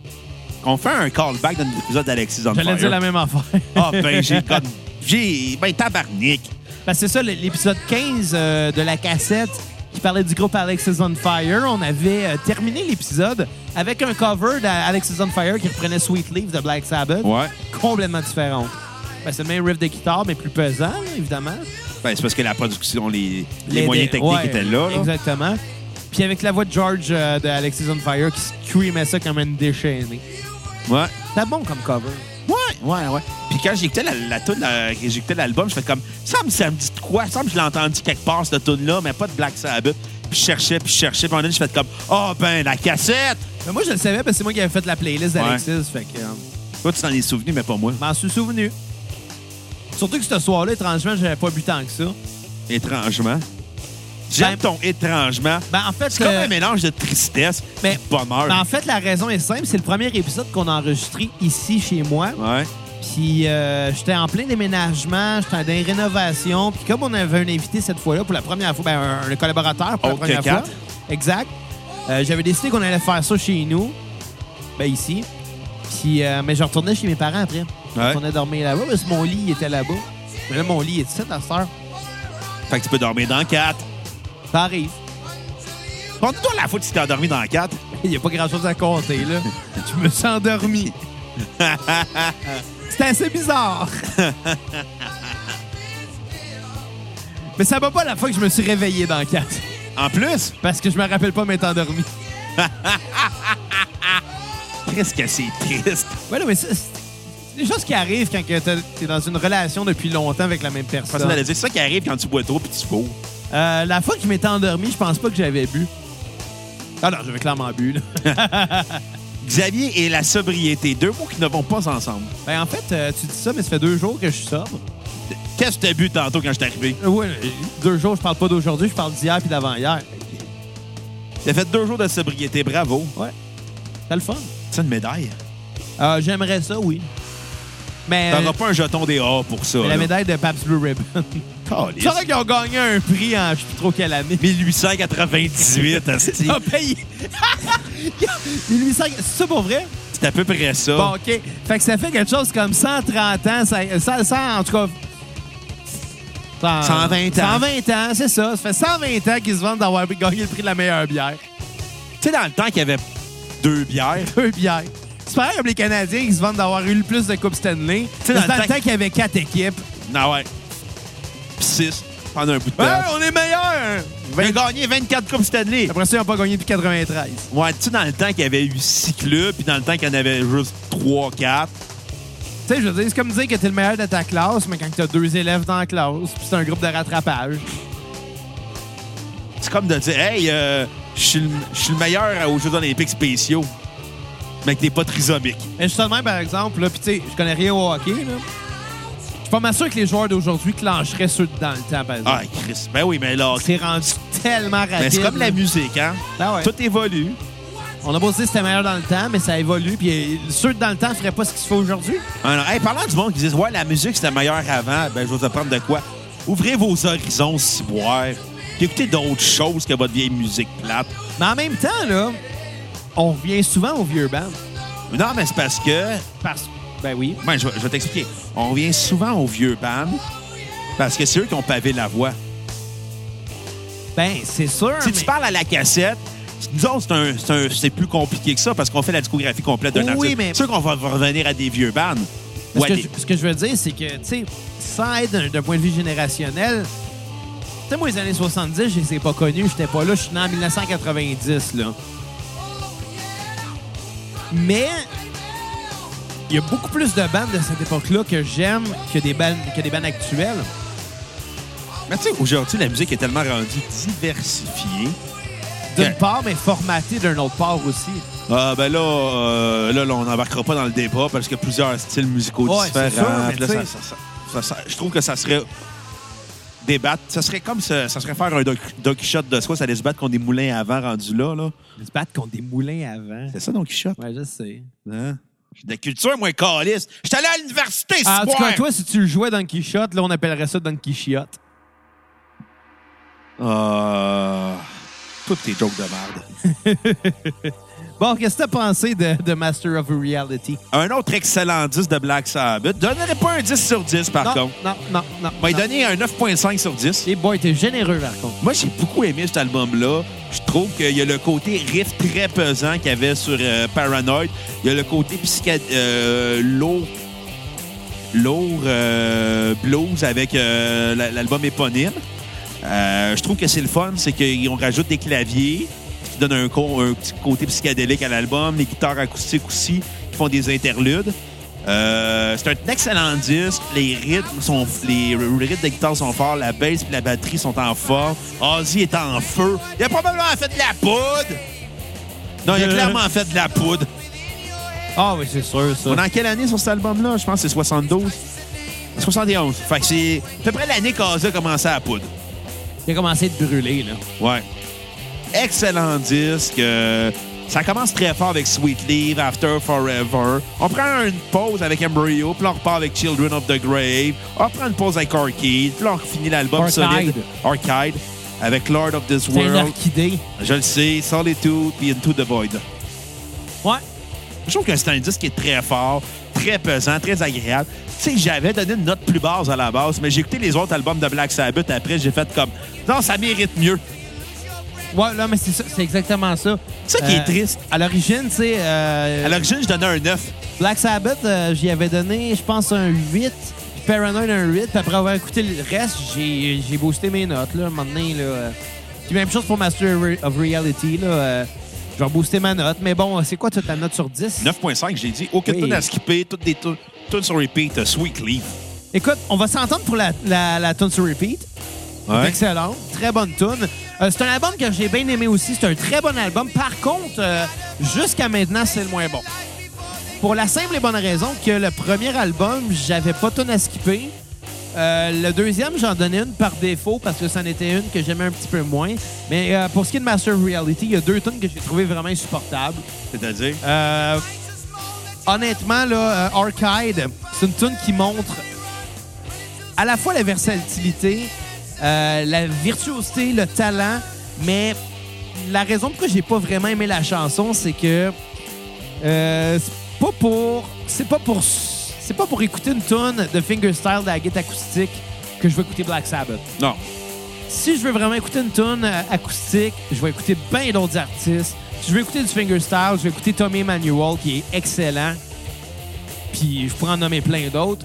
[SPEAKER 1] On fait un callback d'un épisode d'Alexis on
[SPEAKER 3] j'allais
[SPEAKER 1] Fire.
[SPEAKER 3] dire la même affaire.
[SPEAKER 1] Ah ben, j'ai comme... J'ai... Ben, tabarnak.
[SPEAKER 3] Parce que c'est ça, l'épisode 15 euh, de la cassette qui parlait du groupe Alex is on Fire. On avait euh, terminé l'épisode avec un cover d'Alex is on Fire qui reprenait Sweet Leaf de Black Sabbath.
[SPEAKER 1] Ouais.
[SPEAKER 3] Complètement différente. Ben, c'est le même riff de guitare, mais plus pesant, là, évidemment.
[SPEAKER 1] Ben, c'est parce que la production, les, les moyens
[SPEAKER 3] dé-
[SPEAKER 1] techniques
[SPEAKER 3] ouais,
[SPEAKER 1] étaient là. là.
[SPEAKER 3] Exactement. Puis avec la voix de George euh, de Alex is on Fire qui screamait ça comme une déchaînée.
[SPEAKER 1] Ouais.
[SPEAKER 3] C'était bon comme cover.
[SPEAKER 1] Ouais, ouais, ouais. Puis quand j'écoutais la, la toune, la- quand j'écoutais l'album, je fais comme, ça me, ça me dit de quoi? Ça me, je l'ai entendu quelque part, cette tune-là, mais pas de Black Sabbath. Puis je cherchais, puis je cherchais, puis à un moment donné, je fais comme, oh ben, la cassette!
[SPEAKER 3] Mais moi, je le savais parce que c'est moi qui avais fait la playlist d'Alexis. Fait que... euh,
[SPEAKER 1] Toi, tu t'en es souvenu, mais pas moi.
[SPEAKER 3] Je m'en suis souvenu. Surtout que ce soir-là, étrangement, j'avais pas bu tant que ça.
[SPEAKER 1] Étrangement. J'aime
[SPEAKER 3] Ben-
[SPEAKER 1] ton étrangement.
[SPEAKER 3] Ben, en fait,
[SPEAKER 1] C'est comme
[SPEAKER 3] euh,
[SPEAKER 1] un mélange de tristesse
[SPEAKER 3] mais-
[SPEAKER 1] et de bonheur.
[SPEAKER 3] ben, en fait, la raison est simple. C'est le premier épisode qu'on a enregistré ici, chez moi.
[SPEAKER 1] Ouais.
[SPEAKER 3] Puis euh, j'étais en plein déménagement, j'étais dans les rénovations. Puis comme on avait un invité cette fois-là, pour la première fois, ben, un, un collaborateur pour
[SPEAKER 1] Autre
[SPEAKER 3] la première
[SPEAKER 1] que
[SPEAKER 3] fois.
[SPEAKER 1] quatre.
[SPEAKER 3] Exact. Euh, j'avais décidé qu'on allait faire ça chez nous, ben ici. Puis, euh, mais je retournais chez mes parents après.
[SPEAKER 1] Ouais.
[SPEAKER 3] On a dormi là-bas parce que mon lit était là-bas. Mais là, mon lit est ici, ta soeur.
[SPEAKER 1] Fait que tu peux dormir dans 4.
[SPEAKER 3] Ça arrive.
[SPEAKER 1] Compte-toi la fois que tu t'es endormi dans 4.
[SPEAKER 3] Il n'y a pas grand-chose à compter, là. Je me suis endormi. C'était C'est assez bizarre. Mais ça va pas la fois que je me suis réveillé dans le casque.
[SPEAKER 1] En plus,
[SPEAKER 3] Parce que je me rappelle pas m'être endormi.
[SPEAKER 1] presque que c'est triste.
[SPEAKER 3] Ouais, non, mais ça, c'est des choses qui arrivent quand que t'as- t'es dans une relation depuis longtemps avec la même
[SPEAKER 1] Je
[SPEAKER 3] personne.
[SPEAKER 1] pensais d'aller dire, c'est ça qui arrive quand tu bois trop puis tu fous.
[SPEAKER 3] Euh, la fois que je m'étais endormi, je pense pas que j'avais bu. Ah non, j'avais clairement bu. là.
[SPEAKER 1] Xavier et la sobriété, deux mots qui ne vont pas ensemble.
[SPEAKER 3] ben, en fait, euh, tu dis ça, mais ça fait deux jours que je suis sobre.
[SPEAKER 1] Qu'est-ce que t'as bu tantôt quand je suis arrivé?
[SPEAKER 3] Euh, Ouais, euh, deux jours, je parle pas d'aujourd'hui, je parle d'hier puis d'avant-hier.
[SPEAKER 1] T'as fait deux jours de sobriété, bravo.
[SPEAKER 3] Ouais. T'as le fun?
[SPEAKER 1] C'est une médaille.
[SPEAKER 3] Euh, J'aimerais ça, oui. Mais,
[SPEAKER 1] T'auras pas un jeton des A pour ça.
[SPEAKER 3] Euh, mais
[SPEAKER 1] là.
[SPEAKER 3] la médaille de Pabst Blue Ribbon. <laughs>
[SPEAKER 1] Calisse.
[SPEAKER 3] C'est vrai qu'ils ont gagné un prix en je sais plus trop quelle année. <laughs>
[SPEAKER 1] 1898, asti.
[SPEAKER 3] Ils
[SPEAKER 1] <laughs>
[SPEAKER 3] ont payé. 1800, c'est ça pour vrai?
[SPEAKER 1] c'est à peu près ça.
[SPEAKER 3] Bon, OK. Fait que ça fait quelque chose comme 130 ans, ça, ça- ça, en tout cas. cent-
[SPEAKER 1] 120 ans.
[SPEAKER 3] 120 ans, c'est ça. Ça fait 120 ans qu'ils se vendent d'avoir gagné le prix de la meilleure bière.
[SPEAKER 1] Tu sais, dans le temps qu'il y avait deux bières,
[SPEAKER 3] Deux bières. C'est pareil comme les Canadiens qui se vendent d'avoir eu le plus de Coupe Stanley.
[SPEAKER 1] sais,
[SPEAKER 3] C'est
[SPEAKER 1] dans
[SPEAKER 3] dans,
[SPEAKER 1] le
[SPEAKER 3] le
[SPEAKER 1] temps-
[SPEAKER 3] temps qu'il y avait quatre équipes.
[SPEAKER 1] ah ouais, Pis six, pendant un bout de temps.
[SPEAKER 3] Ouais, on est meilleur!
[SPEAKER 1] Il a gagné 24 Coupes Stanley.
[SPEAKER 3] Après ça, ils n'ont pas gagné depuis 93.
[SPEAKER 1] Ouais, tu sais, dans le temps qu'il y avait eu six clubs, puis dans le temps qu'il y en avait juste trois, quatre.
[SPEAKER 3] Tu sais, je veux dire, c'est comme dire que t'es le meilleur de ta classe, mais quand t'as deux élèves dans la classe, puis c'est un groupe de rattrapage.
[SPEAKER 1] C'est comme de dire, hey, euh, je suis le- je suis le meilleur aux Jeux Olympiques spéciaux, mais que t'es pas trisomique.
[SPEAKER 3] Mais justement, par exemple, là, puis tu sais, je connais rien au hockey, là. Je suis pas mal sûr que les joueurs d'aujourd'hui clencheraient ceux de dans le temps, par exemple.
[SPEAKER 1] Ah, Chris. Ben oui, mais là,
[SPEAKER 3] C'est rendu tellement rapide.
[SPEAKER 1] ben, c'est comme la
[SPEAKER 3] là.
[SPEAKER 1] musique, hein?
[SPEAKER 3] Ah ouais.
[SPEAKER 1] Tout évolue.
[SPEAKER 3] On a beau se dire que c'était meilleur dans le temps, mais ça évolue, puis euh, ceux de dans le temps feraient pas ce qui se fait aujourd'hui.
[SPEAKER 1] Alors, hey, parlant du monde qui disent Ouais, la musique, c'était meilleur avant. Ben, je vais vous apprendre de quoi. Ouvrez vos horizons, ciboire. Puis écoutez d'autres choses que votre vieille musique plate.
[SPEAKER 3] Mais en même temps, là, on revient souvent aux vieux bands.
[SPEAKER 1] Mais Non, mais c'est parce que.
[SPEAKER 3] Parce Ben oui.
[SPEAKER 1] Ben, je, vais- je vais t'expliquer. On revient souvent aux vieux bands parce que c'est eux qui ont pavé la voie.
[SPEAKER 3] Ben, c'est sûr.
[SPEAKER 1] Si
[SPEAKER 3] mais-
[SPEAKER 1] tu parles à la cassette, nous autres, c'est un- c'est un- c'est plus compliqué que ça parce qu'on fait la discographie complète d'un
[SPEAKER 3] Oui,
[SPEAKER 1] artiste.
[SPEAKER 3] mais-
[SPEAKER 1] C'est sûr qu'on va va revenir à des vieux bands.
[SPEAKER 3] Ce
[SPEAKER 1] Ouais,
[SPEAKER 3] que,
[SPEAKER 1] des-
[SPEAKER 3] je, ce que je veux dire, c'est que, tu sais, sans être d'un- d'un point de vue générationnel, tu sais, moi, les années 70, je les ai pas connus, j'étais pas là, je suis né en 1990, là. Mais, il y a beaucoup plus de bandes de cette époque-là que j'aime que des bandes, que des bandes actuelles.
[SPEAKER 1] Mais tu sais, aujourd'hui, la musique est tellement rendue diversifiée.
[SPEAKER 3] D'une
[SPEAKER 1] Ok.
[SPEAKER 3] part, mais formatée d'un autre part aussi.
[SPEAKER 1] Ah, ben là, euh, là, là, on n'embarquera pas dans le débat parce qu'il y a plusieurs styles musicaux
[SPEAKER 3] Ouais, c'est sûr,
[SPEAKER 1] différents.
[SPEAKER 3] mais
[SPEAKER 1] Puis là,
[SPEAKER 3] tu
[SPEAKER 1] ça-
[SPEAKER 3] sais-
[SPEAKER 1] ça- ça- ça- ça- je trouve que ça serait débattre. Ça serait comme ça, ça serait faire un doc- Don Quichotte de soi, ça allait se battre contre des moulins avant rendus là. là.
[SPEAKER 3] Ils se battent contre des moulins avant.
[SPEAKER 1] C'est ça, Don Quichotte?
[SPEAKER 3] Ouais, je sais.
[SPEAKER 1] Hein? J'ai de la culture, moi, calice. J'étais allé à l'université, c'est
[SPEAKER 3] Ah, en tout cas,
[SPEAKER 1] soir!
[SPEAKER 3] toi, si tu le jouais dans Quichotte, là, on appellerait ça dans Quichotte.
[SPEAKER 1] Euh, Toutes tes jokes de merde.
[SPEAKER 3] Bon, qu'est-ce que t'as pensé de, de Master of Reality?
[SPEAKER 1] Un autre excellent 10 de Black Sabbath. Donnerait pas un 10 sur 10, par
[SPEAKER 3] non,
[SPEAKER 1] contre.
[SPEAKER 3] non, non, non.
[SPEAKER 1] Va lui
[SPEAKER 3] non.
[SPEAKER 1] donner un 9,5 sur 10.
[SPEAKER 3] Les boys étaient généreux, par contre.
[SPEAKER 1] Moi, j'ai beaucoup aimé cet album-là. Je trouve qu'il y a le côté riff très pesant qu'il y avait sur euh, Paranoid. Il y a le côté psyché... euh, lourd, lourd euh, blues avec euh, la- l'album éponyme. Euh, je trouve que c'est le fun, c'est qu'on rajoute des claviers qui donnent un, co- un petit côté psychédélique à l'album, les guitares acoustiques aussi qui font des interludes. Euh, c'est un excellent disque. Les rythmes sont, les rythmes de guitare sont forts, la bass et la batterie sont en forme. Ozzy est en feu. Il a probablement fait de la poudre. Non, il a
[SPEAKER 3] Euh.
[SPEAKER 1] clairement fait de la poudre.
[SPEAKER 3] Ah oui, c'est sûr, ça.
[SPEAKER 1] On est en quelle année sur cet album-là? Je pense que c'est 72. 71. Fait que c'est à peu près l'année qu'Ozzy a commencé à la poudre.
[SPEAKER 3] Il a commencé de brûler, là.
[SPEAKER 1] Ouais. Excellent disque. euh, ça commence très fort avec Sweet Leave, After Forever. On prend une pause avec Embryo, puis on repart avec Children of the Grave. On prend une pause avec Arcade, puis on finit l'album
[SPEAKER 3] Arcade.
[SPEAKER 1] solide Arcade avec Lord of this
[SPEAKER 3] C'est un
[SPEAKER 1] World.
[SPEAKER 3] orchidée.
[SPEAKER 1] Je le sais, Solitude, puis Into the Void.
[SPEAKER 3] Ouais.
[SPEAKER 1] Je trouve que c'est un disque qui est très fort, très pesant, très agréable. Tu sais, j'avais donné une note plus basse à la base, mais j'ai écouté les autres albums de Black Sabbath après, j'ai fait comme non, ça mérite mieux.
[SPEAKER 3] Ouais, là, mais c'est ça, c'est exactement ça.
[SPEAKER 1] Ça qui est triste.
[SPEAKER 3] À l'origine, tu sais, euh,
[SPEAKER 1] À l'origine, je donnais un 9.
[SPEAKER 3] Black Sabbath, euh, j'y avais donné, je pense, un 8. Puis Paranoid, un 8. Puis après avoir écouté le reste, j'ai j'ai boosté mes notes, là, maintenant, là. euh. Puis même chose pour Master of Reality, là. euh, je vais booster ma note. Mais bon, c'est quoi toi, ta note sur 10?
[SPEAKER 1] 9.5, j'ai dit. Aucune
[SPEAKER 3] Oui.
[SPEAKER 1] tune à skipper, toutes des tou- tunes sur repeat, euh, Sweet Leaf.
[SPEAKER 3] Écoute, on va s'entendre pour la, la, la tune sur repeat. Excellent. Très bonne tune. Euh, c'est un album que j'ai bien aimé aussi. C'est un très bon album. Par contre, euh, jusqu'à maintenant, c'est le moins bon. Pour la simple et bonne raison que le premier album, j'avais pas tonne à skipper. Euh, le deuxième, j'en donnais une par défaut parce que c'en était une que j'aimais un petit peu moins. Mais euh, pour ce qui est de Master of Reality, il y a deux tunes que j'ai trouvées vraiment insupportables.
[SPEAKER 1] C'est-à-dire.
[SPEAKER 3] Euh, honnêtement, là, euh, Arcade, c'est une tune qui montre à la fois la versatilité, euh, la virtuosité, le talent, mais la raison pourquoi j'ai pas vraiment aimé la chanson, c'est que euh, c'est pas pour c'est pas pour c'est pas pour écouter une tune de fingerstyle de la guitare acoustique que je veux écouter Black Sabbath.
[SPEAKER 1] Non.
[SPEAKER 3] Si je veux vraiment écouter une tune euh, acoustique, je vais écouter bien d'autres artistes. Si je veux écouter du fingerstyle, je vais écouter Tommy Emmanuel, qui est excellent. Puis je pourrais en nommer plein d'autres.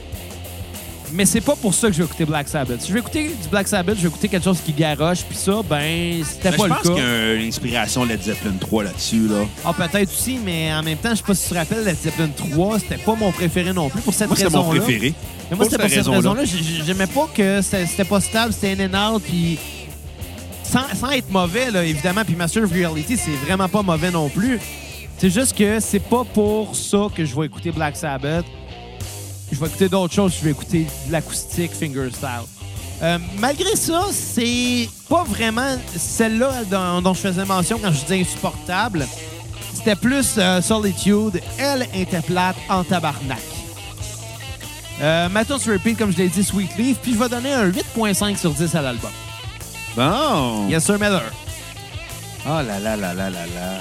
[SPEAKER 3] Mais c'est pas pour ça que je vais écouter Black Sabbath. Si je veux écouter du Black Sabbath, je vais écouter quelque chose qui garoche. Puis ça, ben, c'était
[SPEAKER 1] Ben,
[SPEAKER 3] pas
[SPEAKER 1] je
[SPEAKER 3] le
[SPEAKER 1] pense qu'il y
[SPEAKER 3] cas.
[SPEAKER 1] a une inspiration Led Zeppelin 3 là-dessus, là.
[SPEAKER 3] Ah, peut-être aussi, mais en même temps, je sais pas si tu te rappelles, la Zeppelin 3, c'était pas mon préféré non plus pour cette
[SPEAKER 1] Moi, c'était
[SPEAKER 3] raison-là.
[SPEAKER 1] mon préféré.
[SPEAKER 3] Mais moi,
[SPEAKER 1] Pour
[SPEAKER 3] c'était pour cette
[SPEAKER 1] raison-là.
[SPEAKER 3] raison-là. J- j- J'aimais pas que c'était c'était pas stable, c'était in and out, puis sans, sans être mauvais, là, évidemment. Puis Master of Reality, c'est vraiment pas mauvais non plus. C'est juste que c'est pas pour ça que je vais écouter Black Sabbath. Je vais écouter d'autres choses. Je vais écouter de l'acoustique, fingerstyle. Euh, malgré ça, c'est pas vraiment celle-là dont, dont je faisais mention quand je disais insupportable. C'était plus euh, Solitude. Elle était plate en tabarnak. Euh, ma tune sur repeat, comme je l'ai dit, Sweet Leaf. Puis je vais donner un 8.5 sur 10 à l'album.
[SPEAKER 1] Bon.
[SPEAKER 3] Yes, sir, Miller. Ah,
[SPEAKER 1] Oh là là là là là là.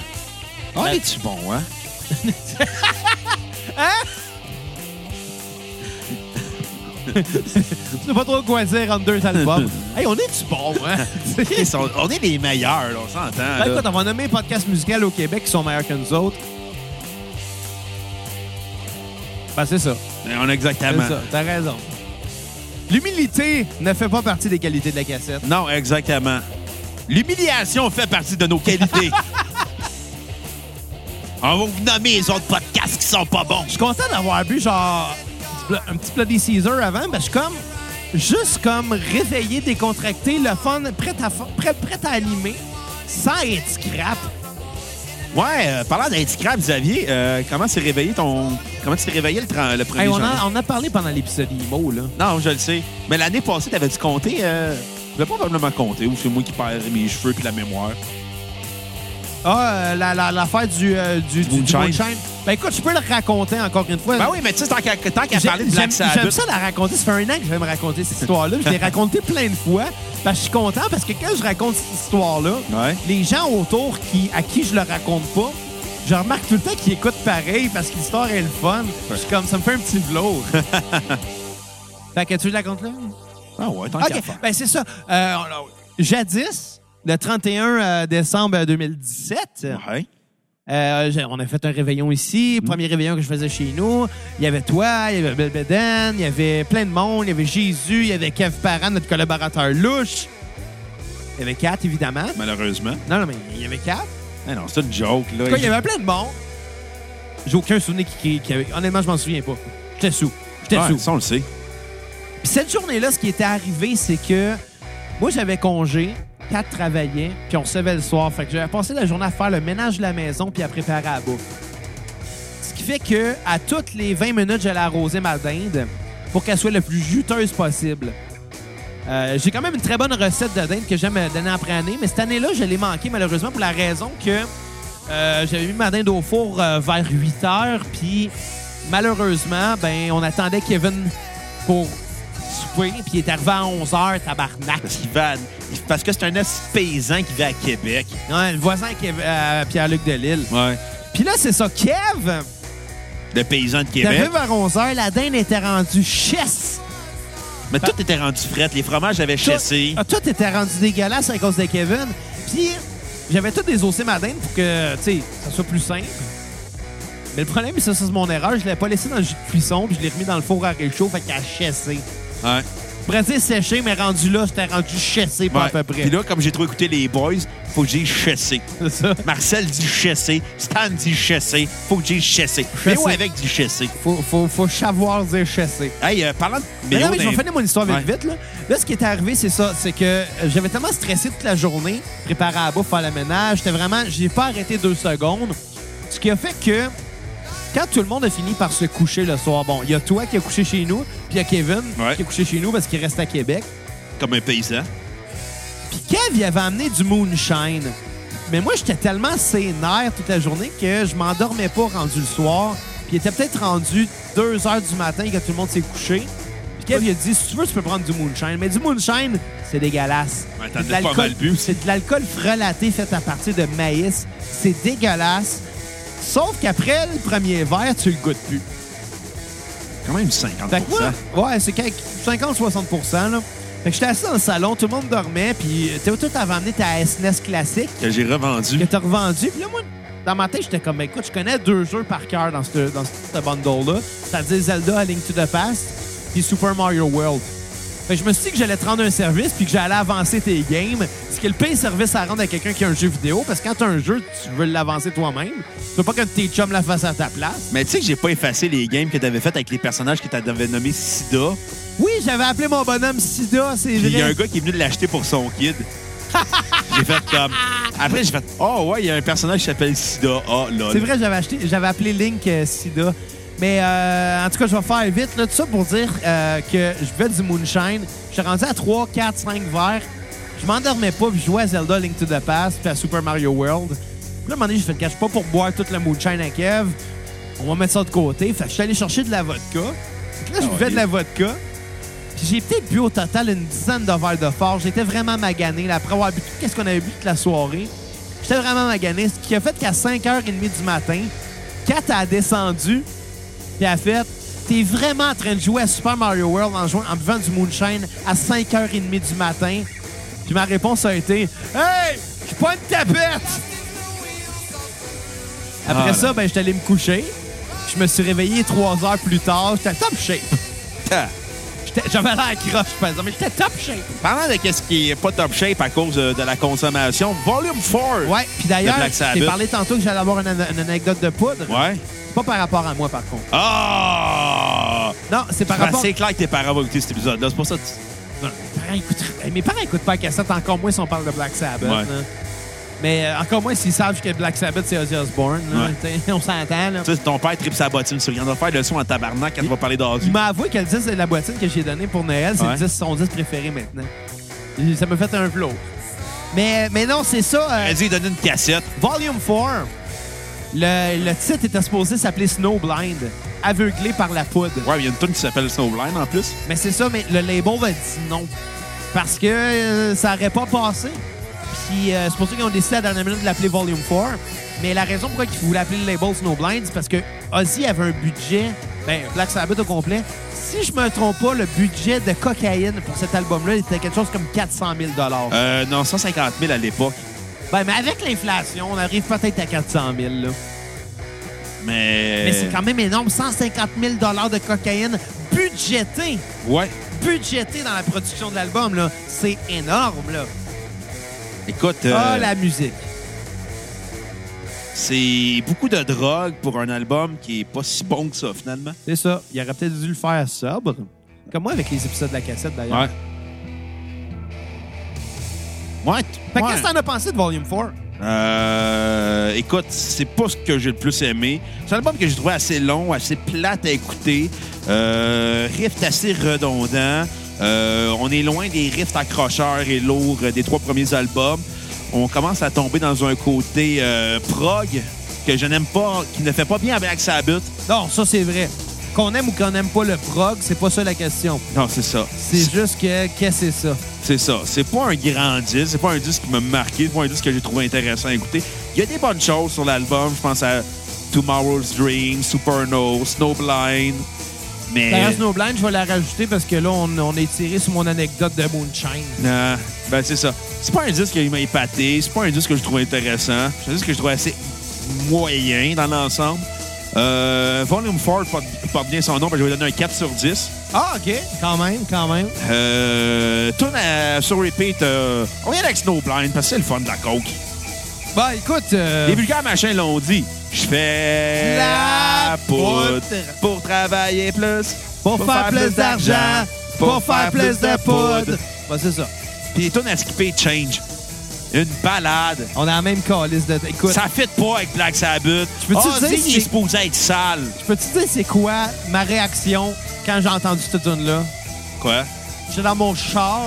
[SPEAKER 1] Oh,
[SPEAKER 3] Ben-
[SPEAKER 1] es-tu bon, hein?
[SPEAKER 3] Tu sais pas trop quoi dire entre deux <laughs> albums. hey, on est du bon, hein?
[SPEAKER 1] <laughs> Ils sont- on est les meilleurs, là, on s'entend.
[SPEAKER 3] Ben,
[SPEAKER 1] là.
[SPEAKER 3] écoute, on va nommer les podcasts musicaux au Québec qui sont meilleurs que nous autres. Ben, c'est ça.
[SPEAKER 1] Ben, on a
[SPEAKER 3] C'est
[SPEAKER 1] exactement.
[SPEAKER 3] ça. T'as raison. L'humilité ne fait pas partie des qualités de la cassette.
[SPEAKER 1] Non, exactement. L'humiliation fait partie de nos <laughs> qualités. on va vous nommer les autres podcasts qui sont pas bons.
[SPEAKER 3] Je suis content d'avoir bu, genre, du blo- un petit Bloody Caesar avant, parce que je suis comme, juste comme réveillé, décontracté, le fun, prêt à, fa- prêt, prêt à animer, sans être scrap.
[SPEAKER 1] Ouais, euh, parlant d'être scrap, Xavier, euh, comment s'est réveillé ton. Comment tu t'es réveillé le, tren- le premier
[SPEAKER 3] Hey, on,
[SPEAKER 1] janvier?
[SPEAKER 3] a, on a parlé pendant l'épisode IMO, là.
[SPEAKER 1] Non, je le sais. Mais l'année passée, t'avais-tu compté? Euh... Je l'ai probablement compté, ou c'est moi qui perds mes cheveux puis la mémoire.
[SPEAKER 3] Ah, euh, la- la- l'affaire du, euh, du, du- du
[SPEAKER 1] Moonshine.
[SPEAKER 3] Ben écoute, je peux le raconter encore une fois.
[SPEAKER 1] Ben oui, mais tu sais, tant qu'à tant qu'à
[SPEAKER 3] J'ai-
[SPEAKER 1] parler de
[SPEAKER 3] J'aime
[SPEAKER 1] Black Sabbath.
[SPEAKER 3] j'aime ça la raconter. Ça fait un an que je vais me raconter cette histoire-là. Je l'ai racontée plein de fois. Parce que je suis content parce que quand je raconte cette histoire-là,
[SPEAKER 1] Ouais.
[SPEAKER 3] les gens autour qui, à qui je le raconte pas, je remarque tout le temps qu'ils écoutent pareil parce que l'histoire est le fun. Je suis comme, ça me fait un petit
[SPEAKER 1] <laughs>
[SPEAKER 3] vlog. fait que tu la comptes là?
[SPEAKER 1] Ah ouais, tant qu'à
[SPEAKER 3] OK,
[SPEAKER 1] faire.
[SPEAKER 3] ben c'est ça. Euh, on- jadis, le 31 euh, décembre 2017,
[SPEAKER 1] Ouais.
[SPEAKER 3] euh, j'ai- on a fait un réveillon ici, premier réveillon que je faisais chez nous. Il y avait toi, il y avait Belbeden, il y avait plein de monde, il y avait Jésus, il y avait Kev Parent, notre collaborateur louche. Il y avait Kat, évidemment.
[SPEAKER 1] Malheureusement.
[SPEAKER 3] Non, non, mais il y avait Kat.
[SPEAKER 1] Eh non, c'est une joke, là.
[SPEAKER 3] En tout cas, il y avait plein de monde. J'ai aucun souvenir qui, qui- qui avait- Honnêtement, je m'en souviens pas. J'étais sous. J'étais
[SPEAKER 1] Ouais,
[SPEAKER 3] sous.
[SPEAKER 1] ça, on le sait.
[SPEAKER 3] Puis cette journée-là, ce qui était arrivé, c'est que moi, j'avais congé, quatre travaillait, puis on se levait le soir. Fait que j'avais passé la journée à faire le ménage de la maison puis à préparer à la bouffe. Ce qui fait que à toutes les 20 minutes, j'allais arroser ma dinde pour qu'elle soit le plus juteuse possible. Euh, J'ai quand même une très bonne recette de dinde que j'aime euh, d'année après année, mais cette année-là, je l'ai manquée malheureusement pour la raison que euh, j'avais mis ma dinde au four euh, vers 8 heures, puis malheureusement, ben on attendait Kevin pour souper, puis il est arrivé à 11 heures, tabarnak.
[SPEAKER 1] Parce qu'il va. à- Parce que c'est un esti de paysan qui va à Québec.
[SPEAKER 3] Ouais, le voisin qui est euh, Pierre-Luc Delisle.
[SPEAKER 1] Ouais.
[SPEAKER 3] Puis là, c'est ça, Kev,
[SPEAKER 1] Le paysan de
[SPEAKER 3] t'arrives
[SPEAKER 1] Québec.
[SPEAKER 3] vers 11h, la dinde était rendue chesse.
[SPEAKER 1] Mais tout était rendu fret. Les fromages avaient
[SPEAKER 3] Tout- <laughs>
[SPEAKER 1] chassé.
[SPEAKER 3] Ah, Tout était rendu dégueulasse à cause de Kevin. Puis j'avais tout désossé ma dinde pour que, tu sais, ça soit plus simple. Mais le problème, c'est que ça, c'est mon erreur. Je l'ai pas laissé dans le jus de cuisson, puis je l'ai remis dans le four à réchaud, fait qu'elle a chassé.
[SPEAKER 1] Ouais.
[SPEAKER 3] Après, c'est séché, mais rendu là, j'étais rendu chassé, pas
[SPEAKER 1] Ouais.
[SPEAKER 3] à peu près.
[SPEAKER 1] Puis là, comme j'ai trop écouté les boys, faut que j'aie chassé.
[SPEAKER 3] C'est ça.
[SPEAKER 1] Marcel dit chassé, Stan dit chassé, faut que j'aie chassé.
[SPEAKER 3] Chassé.
[SPEAKER 1] Léo avec dit chassé.
[SPEAKER 3] Faut, faut, faut savoir dire chassé.
[SPEAKER 1] Hey, euh, parlant de
[SPEAKER 3] Mais non,
[SPEAKER 1] Léo
[SPEAKER 3] mais je vais
[SPEAKER 1] dans-
[SPEAKER 3] finir mon histoire vite,
[SPEAKER 1] Ouais.
[SPEAKER 3] vite. Là. là, ce qui est arrivé, c'est ça. C'est que euh, j'avais tellement stressé toute la journée, préparé à la bouffe, faire le ménage. J'étais vraiment... J'ai pas arrêté deux secondes. Ce qui a fait que quand tout le monde a fini par se coucher le soir, bon, il y a toi qui a couché chez nous, puis il y a Kevin
[SPEAKER 1] Ouais.
[SPEAKER 3] qui a couché chez nous parce qu'il reste à Québec.
[SPEAKER 1] comme un paysan.
[SPEAKER 3] Puis Kev, il avait amené du moonshine. Mais moi, j'étais tellement sénère toute la journée que je m'endormais pas rendu le soir. Puis il était peut-être rendu 2 heures du matin quand tout le monde s'est couché. Puis Kev, il a dit si tu veux, tu peux prendre du moonshine. Mais du moonshine, c'est dégueulasse.
[SPEAKER 1] Ouais, t'en
[SPEAKER 3] C'est de
[SPEAKER 1] as pas
[SPEAKER 3] l'alcool-
[SPEAKER 1] mal bu aussi.
[SPEAKER 3] C'est de l'alcool frelaté fait à partir de maïs. C'est dégueulasse. Sauf qu'après le premier verre, tu le goûtes plus.
[SPEAKER 1] Quand même 50
[SPEAKER 3] Fait que moi, ouais, c'est quelque- 50-60 là. Fait que j'étais assis dans le salon, tout le monde dormait, puis euh, toi, t'avais amené ta SNES classique
[SPEAKER 1] que j'ai revendu.
[SPEAKER 3] que t'as revendue. Puis là, moi, dans ma tête, j'étais comme, écoute, je connais deux jeux par cœur dans ce, dans ce bundle-là. C'est-à-dire Zelda, A Link to the Past, puis Super Mario World. Fait que je me suis dit que j'allais te rendre un service puis que j'allais avancer tes games. Ce qui est le pire service à rendre à quelqu'un qui a un jeu vidéo, parce que quand t'as un jeu, tu veux l'avancer toi-même. Tu veux pas que tes chums la fassent à ta place.
[SPEAKER 1] Mais tu sais que j'ai pas effacé les games que t'avais faites avec les personnages que t'avais nommés Sida.
[SPEAKER 3] Oui, j'avais appelé mon bonhomme Sida, c'est
[SPEAKER 1] Puis
[SPEAKER 3] vrai.
[SPEAKER 1] il y a un gars qui est venu de l'acheter pour son kid. <laughs> j'ai fait comme. Après, j'ai fait Oh, ouais, il y a un personnage qui s'appelle Sida. Oh, là.
[SPEAKER 3] C'est vrai, j'avais acheté, j'avais appelé Link euh, Sida. Mais euh, en tout cas, je vais faire vite. Là, tout ça pour dire euh, que je veux du moonshine. Je suis rendu à 3, 4, 5 verres. Je m'endormais pas, puis je jouais à Zelda Link to the Past, puis à Super Mario World. Puis là, à un moment donné, j'ai fait le cache pas pour boire toute la moonshine à Kev. On va mettre ça de côté. Fait que je suis allé chercher de la vodka. Fait que là, je
[SPEAKER 1] Ah,
[SPEAKER 3] buvais
[SPEAKER 1] oui.
[SPEAKER 3] de la vodka. Puis j'ai peut-être bu au total une dizaine de verres de fort. J'étais vraiment magané. Là, après avoir bu tout qu'est-ce qu'on avait bu toute la soirée, j'étais vraiment magané. Ce qui a fait qu'à 5h30 du matin, Kat a descendu. Puis elle a fait T'es vraiment en train de jouer à Super Mario World en, jouant, en buvant du moonshine à 5h30 du matin. Puis ma réponse a été Hey, je suis pas une tapette! Après
[SPEAKER 1] Ah,
[SPEAKER 3] ça, ben, j'étais allé me coucher. Je me suis réveillé trois heures plus tard. J'étais top shape.
[SPEAKER 1] Ah.
[SPEAKER 3] J'étais- J'avais l'air croche, par exemple, mais j'étais top shape.
[SPEAKER 1] Parlant de qu'est-ce qui est pas top shape à cause euh, de la consommation, Volume 4.
[SPEAKER 3] Ouais, puis d'ailleurs,
[SPEAKER 1] Le Black
[SPEAKER 3] j'ai
[SPEAKER 1] Sabbath.
[SPEAKER 3] parlé tantôt que j'allais avoir une, an- une anecdote de poudre.
[SPEAKER 1] Ouais.
[SPEAKER 3] Pas par rapport à moi, par contre.
[SPEAKER 1] Ah!
[SPEAKER 3] Non, c'est par
[SPEAKER 1] Ben,
[SPEAKER 3] rapport...
[SPEAKER 1] C'est clair que tes parents vont écouter cet épisode-là. C'est pour ça que tu-
[SPEAKER 3] Non, mes parents écoutent- Hey, Mes parents écoutent pas la cassette, encore moins si on parle de Black Sabbath.
[SPEAKER 1] Ouais.
[SPEAKER 3] là. Mais euh, encore moins s'ils savent que Black Sabbath, c'est Ozzy Osbourne. là.
[SPEAKER 1] Ouais.
[SPEAKER 3] T'sais, <laughs> On s'entend, là.
[SPEAKER 1] tu sais, ton père tripe sa bottine sur. Il en a faire le son en tabarnak quand il va parler
[SPEAKER 3] Il
[SPEAKER 1] d'Ozzy.
[SPEAKER 3] m'a avoué que le disque de la boîtine que j'ai donné pour Noël, c'est
[SPEAKER 1] Ouais.
[SPEAKER 3] le disque- son disque préféré maintenant. Et Ça me fait un flow. Mais, mais non, c'est ça. euh,
[SPEAKER 1] Vas-y, donne une cassette.
[SPEAKER 3] Volume 4. Le, le titre était supposé s'appeler Snowblind, aveuglé par la poudre.
[SPEAKER 1] Ouais, il y a une tune qui s'appelle Snowblind en plus.
[SPEAKER 3] Mais c'est ça, mais le label a dit non. Parce que euh, ça n'aurait pas passé. Puis euh, c'est pour ça qu'ils ont décidé à la dernière minute de l'appeler Volume 4. Mais la raison pourquoi ils voulaient appeler le label Snowblind, c'est parce que Ozzy avait un budget, ben Black Sabbath au complet. Si je me trompe pas, le budget de cocaïne pour cet album-là était quelque chose comme 400 000
[SPEAKER 1] Euh, non, 150 000 à l'époque.
[SPEAKER 3] Ben, mais avec l'inflation, on arrive peut-être à 400 000 là.
[SPEAKER 1] Mais.
[SPEAKER 3] Mais c'est quand même énorme, 150 000 de cocaïne budgété,
[SPEAKER 1] Ouais.
[SPEAKER 3] budgété dans la production de l'album, là. C'est énorme, là.
[SPEAKER 1] Écoute, euh,
[SPEAKER 3] Ah, la musique.
[SPEAKER 1] c'est beaucoup de drogue pour un album qui est pas si bon que ça, finalement.
[SPEAKER 3] C'est ça. Il aurait peut-être dû le faire sobre. Comme moi avec les épisodes de la cassette, d'ailleurs.
[SPEAKER 1] Ouais.
[SPEAKER 3] Fait que
[SPEAKER 1] ouais.
[SPEAKER 3] qu'est-ce que t'en as pensé de Volume 4?
[SPEAKER 1] Euh, écoute, c'est pas ce que j'ai le plus aimé. C'est un album que j'ai trouvé assez long, assez plate à écouter. Euh, rift assez redondant. Euh, on est loin des riffs accrocheurs et lourds des trois premiers albums. On commence à tomber dans un côté euh, prog que je n'aime pas, qui ne fait pas bien avec Sabbath.
[SPEAKER 3] Non, ça, c'est vrai. Qu'on aime ou qu'on n'aime pas le prog, c'est pas ça la question.
[SPEAKER 1] Non, c'est ça.
[SPEAKER 3] C'est juste que, qu'est-ce que c'est ça?
[SPEAKER 1] C'est ça. C'est pas un grand disque. C'est pas un disque qui m'a marqué. C'est pas un disque que j'ai trouvé intéressant à écouter. Il y a des bonnes choses sur l'album. Je pense à Tomorrow's Dream, Superno, Snowblind. Mais.
[SPEAKER 3] D'ailleurs, Snowblind, je vais la rajouter parce que là, on, on est tiré sur mon anecdote de Moonshine.
[SPEAKER 1] Non. Ben, c'est ça. C'est pas un disque qui m'a épaté. C'est pas un disque que je trouve intéressant. C'est un disque que je trouve assez moyen dans l'ensemble. Euh, Volume 4 porte, porte bien son nom, ben, je vais donner un 4 sur 10.
[SPEAKER 3] Ah, OK. Quand même, quand même.
[SPEAKER 1] Euh, tune à- sur repeat, euh, on vient avec Snowblind parce que c'est le fun de la coke.
[SPEAKER 3] Bah, écoute. euh,
[SPEAKER 1] Les vulgaires machins l'ont dit. Je fais
[SPEAKER 3] La
[SPEAKER 1] poudre
[SPEAKER 3] poudre.
[SPEAKER 1] pour travailler plus,
[SPEAKER 3] Pour faire plus d'argent, pour faire plus de poudre. Bah, c'est ça.
[SPEAKER 1] Puis les tunes à skipper change. Une balade.
[SPEAKER 3] On a la même calice de. Écoute,
[SPEAKER 1] Ça fit pas avec Black Sabbath. Je
[SPEAKER 3] peux-tu dire si
[SPEAKER 1] il
[SPEAKER 3] c'est-
[SPEAKER 1] se posait être sale.
[SPEAKER 3] je peux-tu dire c'est quoi ma réaction quand j'ai entendu cette tune-là?
[SPEAKER 1] Quoi?
[SPEAKER 3] J'étais dans mon char.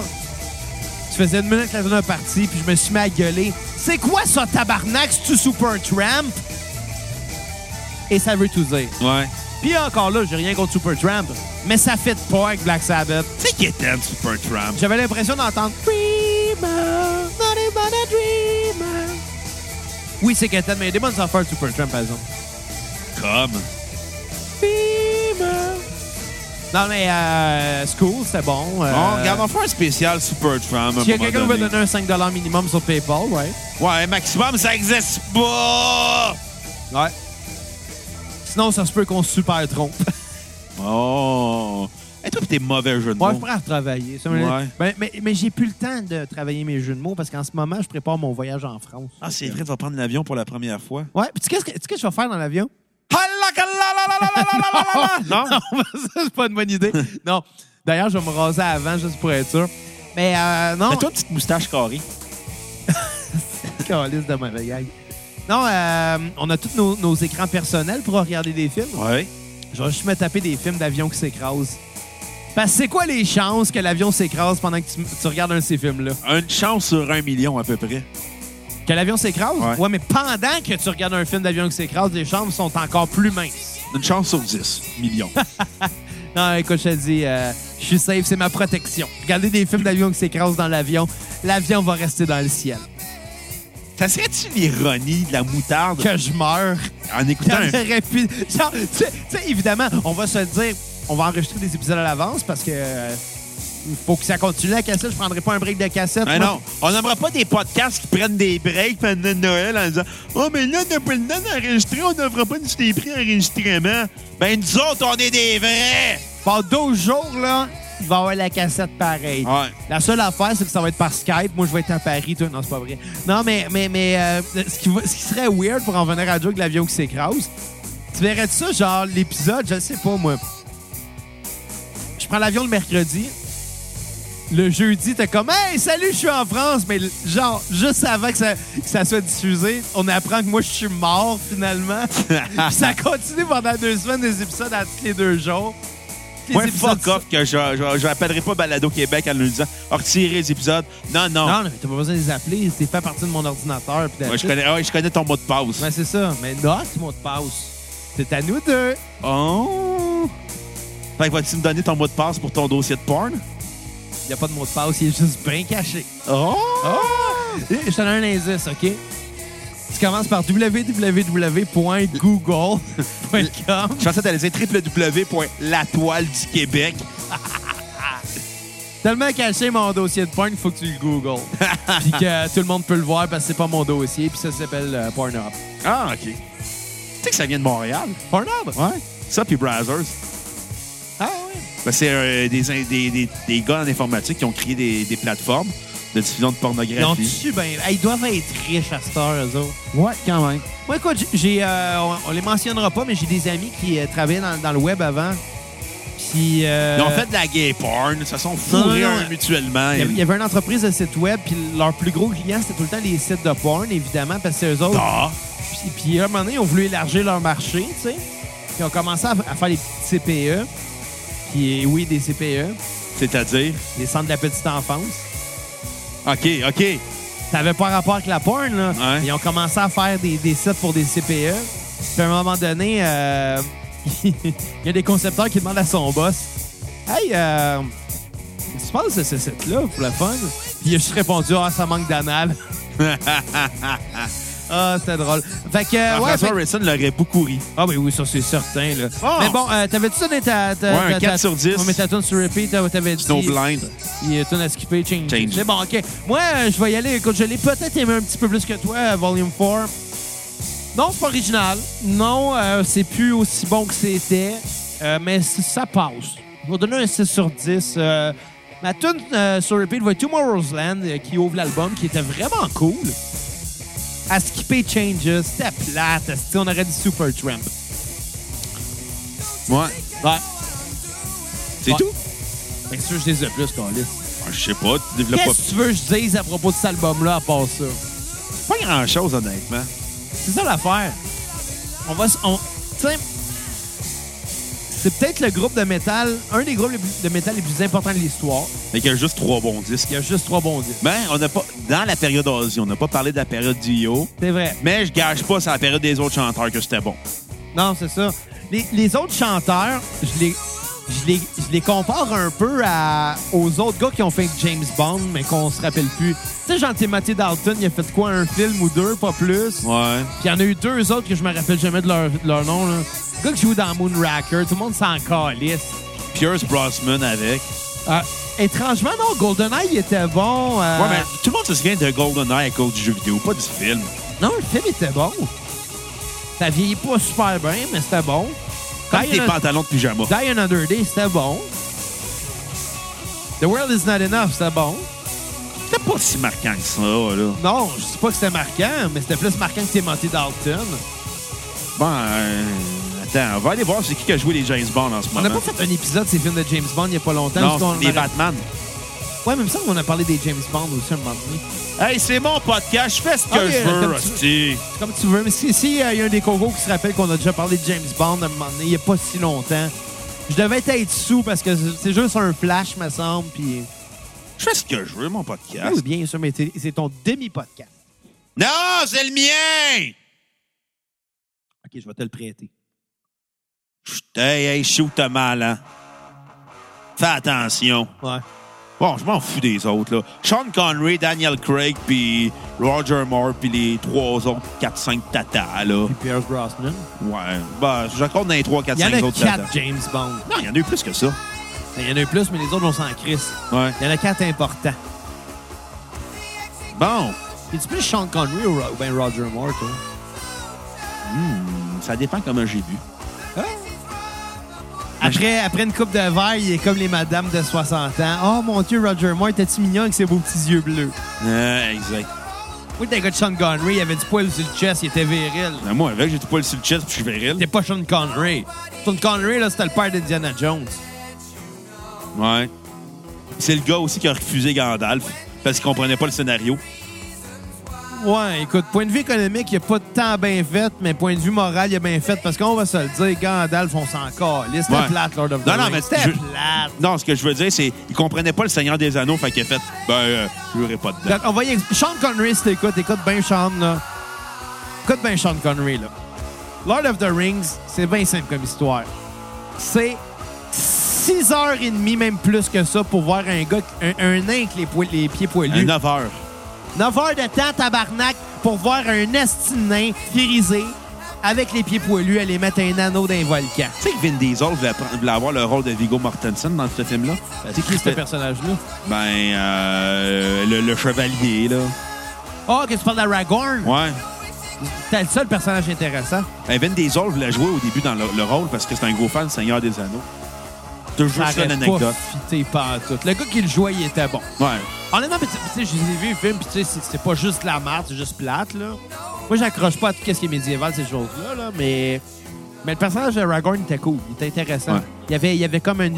[SPEAKER 3] Tu faisais une minute que la tune est partie, puis je me suis mis à gueuler. C'est quoi ça, tabarnak? C'est-tu Super Tramp? Et ça veut tout dire.
[SPEAKER 1] Ouais.
[SPEAKER 3] Puis encore là, j'ai rien contre Super Tramp, mais ça fit pas avec Black Sabbath.
[SPEAKER 1] Tu sais qui était un super tramp?
[SPEAKER 3] J'avais l'impression d'entendre Dreamer, nothing but a dreamer. Oui, c'est qu'elle mais il y a des bonnes affaires de Super Tramp, par exemple.
[SPEAKER 1] Comme.
[SPEAKER 3] Euh, Dreamer. Non, mais euh, School, c'était bon. euh,
[SPEAKER 1] Bon, regarde, on fait un spécial super tramp.
[SPEAKER 3] S'il y a quelqu'un qui veut donner un 5 minimum sur PayPal, ouais.
[SPEAKER 1] Ouais, maximum, ça existe pas!
[SPEAKER 3] Ouais. Sinon, ça se peut qu'on se super trompe. <laughs>
[SPEAKER 1] Oh! Et toi, pis t'es mauvais jeu de
[SPEAKER 3] Moi, je
[SPEAKER 1] mots.
[SPEAKER 3] prends à travailler. ça.
[SPEAKER 1] Ouais.
[SPEAKER 3] Ben, mais mais j'ai plus le temps de travailler mes jeux de mots parce qu'en ce moment, je prépare mon voyage en France.
[SPEAKER 1] Ah, c'est vrai, tu vas prendre l'avion pour la première fois.
[SPEAKER 3] Ouais, puis tu sais qu'est-ce que, tu sais qu'est-ce que je vais faire dans l'avion? <laughs>
[SPEAKER 1] Non?
[SPEAKER 3] ça, c'est pas une
[SPEAKER 1] <laughs>
[SPEAKER 3] bonne idée. non. D'ailleurs, je vais me raser avant, juste pour être sûr. Mais euh, non,
[SPEAKER 1] Mais toi, petite moustache carrée.
[SPEAKER 3] Câlisse de mauvais gag. Non, euh, on a tous nos, nos écrans personnels pour regarder des films.
[SPEAKER 1] Ouais.
[SPEAKER 3] Je vais juste me taper des films d'avions qui s'écrasent. Parce que c'est quoi les chances que l'avion s'écrase pendant que tu, tu regardes un de ces films-là?
[SPEAKER 1] Une chance sur un million, à peu près.
[SPEAKER 3] Que l'avion s'écrase?
[SPEAKER 1] Ouais.
[SPEAKER 3] ouais, mais pendant que tu regardes un film d'avion qui s'écrase, les chambres sont encore plus minces.
[SPEAKER 1] Une chance sur 10 <laughs> millions.
[SPEAKER 3] Non, écoute, je te dis, euh, je suis safe, c'est ma protection. Regardez des films d'avion qui s'écrasent dans l'avion, l'avion va rester dans le ciel.
[SPEAKER 1] ça serait-tu l'ironie de la moutarde
[SPEAKER 3] Que je meure,
[SPEAKER 1] en écoutant
[SPEAKER 3] t'en
[SPEAKER 1] un...
[SPEAKER 3] aurais pu... Genre, tu sais- tu sais, évidemment, on va se le dire, on va enregistrer des épisodes à l'avance parce que... euh, il faut que ça continue la cassette. Je prendrai pas un break de cassette.
[SPEAKER 1] Ben
[SPEAKER 3] Moi,
[SPEAKER 1] non, on n'aimera pas des podcasts qui prennent des breaks pendant Noël en disant « Oh, mais là, on n'a pas le temps d'enregistrer, on n'offre pas du des prix enregistrement. » Ben, nous autres, on est des vrais!
[SPEAKER 3] Pendant 12 jours, là, il va y avoir la cassette pareille.
[SPEAKER 1] Ouais.
[SPEAKER 3] La seule affaire, c'est que ça va être par Skype. Moi, je vais être à Paris. Toi, non, c'est pas vrai. Non, mais, mais, mais euh, ce, qui va- ce qui serait weird pour en venir à la joke de l'avion qui s'écrase, tu verrais de ça, genre l'épisode, je sais pas, moi. Je prends l'avion le mercredi. Le jeudi, t'es comme Hey, salut, je suis en France. Mais genre, juste avant que ça, que ça soit diffusé, on apprend que moi, je suis mort
[SPEAKER 1] <laughs>
[SPEAKER 3] finalement. Puis ça continue pendant deux semaines, des épisodes à tous les deux jours. Les
[SPEAKER 1] Moi,
[SPEAKER 3] épisodes
[SPEAKER 1] fuck off que je n'appellerai pas Balado Québec en nous disant « Retirez les épisodes. » Non, non.
[SPEAKER 3] Non, non, mais t'as pas besoin de les appeler. C'est fait partie de mon ordinateur. Puis
[SPEAKER 1] Ah. Ouais, je, connais, ah ouais, je connais ton mot de passe.
[SPEAKER 3] Ouais, c'est ça. Mais note mon mot de passe. C'est à nous deux.
[SPEAKER 1] Oh! Fait que vas-tu me donner ton mot de passe pour ton dossier de porn?
[SPEAKER 3] Il a pas de mot de passe, il est juste bien caché.
[SPEAKER 1] Oh!
[SPEAKER 3] Eh, Je te donne un indice, OK? Tu commences par www.google.com.
[SPEAKER 1] Je pensais que t'allais dire www.latoile-du-québec.
[SPEAKER 3] Tellement caché mon dossier de porn qu'il faut que tu le
[SPEAKER 1] <laughs>
[SPEAKER 3] googles. puis que tout le monde peut le voir parce que c'est pas mon dossier. Puis ça s'appelle euh, Pornhub.
[SPEAKER 1] Ah, OK. Tu sais que ça vient de Montréal?
[SPEAKER 3] Pornhub?
[SPEAKER 1] Ouais. Ça, puis Brazzers.
[SPEAKER 3] Ah ouais.
[SPEAKER 1] Ben, c'est euh, des, in- des, des, des gars en informatique qui ont créé des, des plateformes de diffusion de
[SPEAKER 3] Ils ont
[SPEAKER 1] pornographie.
[SPEAKER 3] dessus, ben, hey, ils doivent être riches à cette heure, eux autres.
[SPEAKER 1] Ouais, quand même.
[SPEAKER 3] Moi, écoute, j'ai- j'ai, euh, on, on les mentionnera pas, mais j'ai des amis qui euh, travaillaient dans, dans le web avant. Puis. euh,
[SPEAKER 1] Ils ont fait de la gay porn. Ça sont
[SPEAKER 3] non,
[SPEAKER 1] fourrés
[SPEAKER 3] non,
[SPEAKER 1] un
[SPEAKER 3] non.
[SPEAKER 1] mutuellement.
[SPEAKER 3] il y avait- il y avait une entreprise de sites web, puis leur plus gros client, c'était tout le temps les sites de porn, évidemment, parce que c'est eux autres.
[SPEAKER 1] Ah!
[SPEAKER 3] Puis, puis à un moment donné, ils ont voulu élargir leur marché, tu sais. Puis Ils ont commencé à, à faire les petits CPE. Puis oui, des CPE,
[SPEAKER 1] C'est-à-dire?
[SPEAKER 3] des centres de la petite enfance.
[SPEAKER 1] OK, OK.
[SPEAKER 3] Ça n'avait pas rapport avec la porn, là.
[SPEAKER 1] Ouais.
[SPEAKER 3] Ils ont commencé à faire des, des sites pour des CPE. Puis à un moment donné, euh, <laughs> il y a des concepteurs qui demandent à son boss Hey, euh, qu'est-ce que tu penses de ce site-là pour le fun Puis il a juste répondu Ah, ça manque <laughs> d'anal. Ah, c'était drôle. Fait que, euh, ouais.
[SPEAKER 1] François
[SPEAKER 3] fait-
[SPEAKER 1] Harrison l'aurait beaucoup ri.
[SPEAKER 3] Ah, oui, oui, ça, c'est certain, là.
[SPEAKER 1] Oh!
[SPEAKER 3] Mais bon, euh, t'avais-tu donné ta.
[SPEAKER 1] Ouais,
[SPEAKER 3] ta- ta-
[SPEAKER 1] un
[SPEAKER 3] ta-
[SPEAKER 1] 4 sur 10.
[SPEAKER 3] Ouais, mais ta tune sur repeat, t'avais- t'avais dit.
[SPEAKER 1] Snowblind.
[SPEAKER 3] Il est à skipper, change.
[SPEAKER 1] Change.
[SPEAKER 3] C'est bon, OK. Moi, euh, je vais y aller. Écoute, je l'ai peut-être aimé un petit peu plus que toi, euh, Volume 4. Non, c'est pas original. Non, euh, c'est plus aussi bon que c'était. Euh, mais c- ça passe. Je vais donner un 6 sur 10. Euh, ma tune euh, sur repeat va être Tomorrow's Land, euh, qui ouvre l'album, qui était vraiment cool. À skipper Changes, c'était plate. asti, On aurait du Super Tramp.
[SPEAKER 1] Ouais.
[SPEAKER 3] Ouais.
[SPEAKER 1] C'est
[SPEAKER 3] Ouais.
[SPEAKER 1] tout?
[SPEAKER 3] Bien sûr, je les ai plus, Carlis.
[SPEAKER 1] Ouais, Ah, Je sais pas, tu développes pas.
[SPEAKER 3] Qu'est-ce que tu veux que je dise à propos de cet album-là, à part ça?
[SPEAKER 1] Pas grand chose, honnêtement.
[SPEAKER 3] C'est ça l'affaire. On va. s- On, tu sais, c'est peut-être le groupe de métal, un des groupes les plus- de métal les plus importants de l'histoire.
[SPEAKER 1] Mais qu'il y a juste trois bons disques.
[SPEAKER 3] Il y a juste trois bons disques.
[SPEAKER 1] Ben, on n'a pas. Dans la période Ozzy, on n'a pas parlé de la période d'Io.
[SPEAKER 3] C'est vrai.
[SPEAKER 1] Mais je gage pas sur la période des autres chanteurs que c'était bon.
[SPEAKER 3] Non, c'est ça. Les, les autres chanteurs, je les, je, les, je les compare un peu à, aux autres gars qui ont fait James Bond, mais qu'on se rappelle plus. Tu sais, Jean-Timothée Dalton, il a fait quoi, un film ou deux, pas plus?
[SPEAKER 1] Ouais.
[SPEAKER 3] Puis il y en a eu deux autres que je me rappelle jamais de leur, de leur nom. Là. Le gars qui joue dans Moonraker, tout le monde s'en calisse.
[SPEAKER 1] Pierce Brosnan avec.
[SPEAKER 3] Euh, étrangement, non, GoldenEye il était bon. euh,
[SPEAKER 1] Ouais, mais tout le monde se souvient de GoldenEye à cause du jeu vidéo, pas du film.
[SPEAKER 3] Non, le film était bon. Ça vieillit pas super bien, mais c'était bon.
[SPEAKER 1] Comme
[SPEAKER 3] Die
[SPEAKER 1] tes
[SPEAKER 3] Ano-
[SPEAKER 1] pantalons de pyjama.
[SPEAKER 3] Die Another Day, c'était bon. The World Is Not Enough, c'était bon.
[SPEAKER 1] C'était pas si marquant que ça, là.
[SPEAKER 3] Non, je dis pas que c'était marquant, mais c'était plus marquant que Timothy Dalton.
[SPEAKER 1] Bon, euh, attends, on va aller voir c'est qui qui a joué les James Bond en ce
[SPEAKER 3] On
[SPEAKER 1] moment.
[SPEAKER 3] n'a pas fait un épisode de ces films de James Bond il y a pas longtemps. parce qu'on
[SPEAKER 1] Non, les
[SPEAKER 3] en a-
[SPEAKER 1] Batman.
[SPEAKER 3] Ouais, même ça, on a parlé des James Bond aussi un moment donné.
[SPEAKER 1] Hey, c'est mon podcast, je fais ce que
[SPEAKER 3] Ok,
[SPEAKER 1] je veux,
[SPEAKER 3] comme tu-
[SPEAKER 1] hostie.
[SPEAKER 3] Comme tu veux. Mais si, si, euh, il y a un des cogos qui se rappelle qu'on a déjà parlé de James Bond à un moment donné, il n'y a pas si longtemps. Je devais être sous parce que c'est juste un flash, me semble. Puis...
[SPEAKER 1] Je fais ce que je veux, mon podcast.
[SPEAKER 3] Oui, bien sûr, mais t'es- Ah, c'est ton demi-podcast.
[SPEAKER 1] Non, c'est le mien!
[SPEAKER 3] OK, je vais te le prêter.
[SPEAKER 1] Chut, Hey, hey, shoot t'as mal, hein. Fais attention.
[SPEAKER 3] Ouais.
[SPEAKER 1] Bon, je m'en fous des autres, là. Sean Connery, Daniel Craig, puis Roger Moore, puis les trois autres 4-5 tatas,
[SPEAKER 3] <laughs>
[SPEAKER 1] là.
[SPEAKER 3] Puis Pierce Brosnan.
[SPEAKER 1] Ouais. Ben, je compte dans les 3, 4,
[SPEAKER 3] Il y
[SPEAKER 1] 5
[SPEAKER 3] en a
[SPEAKER 1] autres tatas.
[SPEAKER 3] quatre James Bond.
[SPEAKER 1] Non, il y en a eu plus que ça.
[SPEAKER 3] Il y en a eu plus, mais les autres, on s'en crisse.
[SPEAKER 1] Ouais.
[SPEAKER 3] Il y en a quatre importants.
[SPEAKER 1] Bon,
[SPEAKER 3] Es-tu plus Sean Connery ou Ro- ben Roger Moore, toi?
[SPEAKER 1] ça dépend comment j'ai bu.
[SPEAKER 3] Après, après une coupe de verre, il est comme les madames de 60 ans. Oh mon Dieu, Roger Moore, t'es-tu mignon avec ses beaux petits yeux bleus?
[SPEAKER 1] Euh, exact.
[SPEAKER 3] Oui, t'as gars de Sean Connery, il avait du poil sur le chest, il était viril.
[SPEAKER 1] Ben, moi, avec, j'étais pas le sur le chest, puis je suis viril.
[SPEAKER 3] T'es pas Sean Connery. Sean Connery, là, c'était le père d'Indiana Jones.
[SPEAKER 1] Ouais. C'est le gars aussi qui a refusé Gandalf parce qu'il comprenait pas le scénario.
[SPEAKER 3] Ouais, écoute, point de vue économique, il a pas de temps bien fait, mais point de vue moral, il a bien fait. Parce qu'on va se le dire, Gandalf, on s'en calisse. C'était
[SPEAKER 1] Ouais.
[SPEAKER 3] plate, Lord of the
[SPEAKER 1] Non, non,
[SPEAKER 3] Rings.
[SPEAKER 1] mais
[SPEAKER 3] c'était
[SPEAKER 1] je-
[SPEAKER 3] plate.
[SPEAKER 1] Non, ce que je veux dire, c'est qu'il comprenait pas le Seigneur des Anneaux, fait qu'il a fait Ben, euh, je verrai pas dedans.
[SPEAKER 3] Donc, on va y ex- Sean Connery, si t'écoutes, écoute bien Sean, là. Écoute bien Sean Connery, là. Lord of the Rings, c'est bien simple comme histoire. C'est 6 heures et demie, même plus que ça, pour voir un gars, un, un nain avec les, poil- les pieds
[SPEAKER 1] Un
[SPEAKER 3] poilus.
[SPEAKER 1] 9 heures.
[SPEAKER 3] 9 heures de temps, tabarnak, pour voir un esti de nain irisé avec les pieds poilus aller mettre un anneau d'un volcan.
[SPEAKER 1] Tu sais que Vin Diesel voulait, prendre- voulait avoir le rôle de Viggo Mortensen dans ce film-là?
[SPEAKER 3] C'est qui ce personnage-là?
[SPEAKER 1] Ben, euh, le, le chevalier, là.
[SPEAKER 3] Oh, que tu parles d'Aragorn?
[SPEAKER 1] Ouais.
[SPEAKER 3] T'as le seul personnage intéressant.
[SPEAKER 1] Ben, Vin Diesel voulait jouer au début dans le, le rôle parce que c'est un gros fan du Seigneur des Anneaux. Toujours
[SPEAKER 3] Ça
[SPEAKER 1] ça
[SPEAKER 3] aurait
[SPEAKER 1] l'anecdote.
[SPEAKER 3] pas fité pantoute. Le gars qui le jouait, il était bon.
[SPEAKER 1] Ouais.
[SPEAKER 3] Honnêtement, pis tu tu sais, je les ai vus, les films, pis tu sais, c'est- c'est pas juste de la merde, c'est juste plate, là. Moi, j'accroche pas à tout ce qui est médiéval, ces choses-là, là, mais... Mais le personnage de Aragorn était cool, il était intéressant.
[SPEAKER 1] Ouais.
[SPEAKER 3] Il, y avait, il y avait comme un,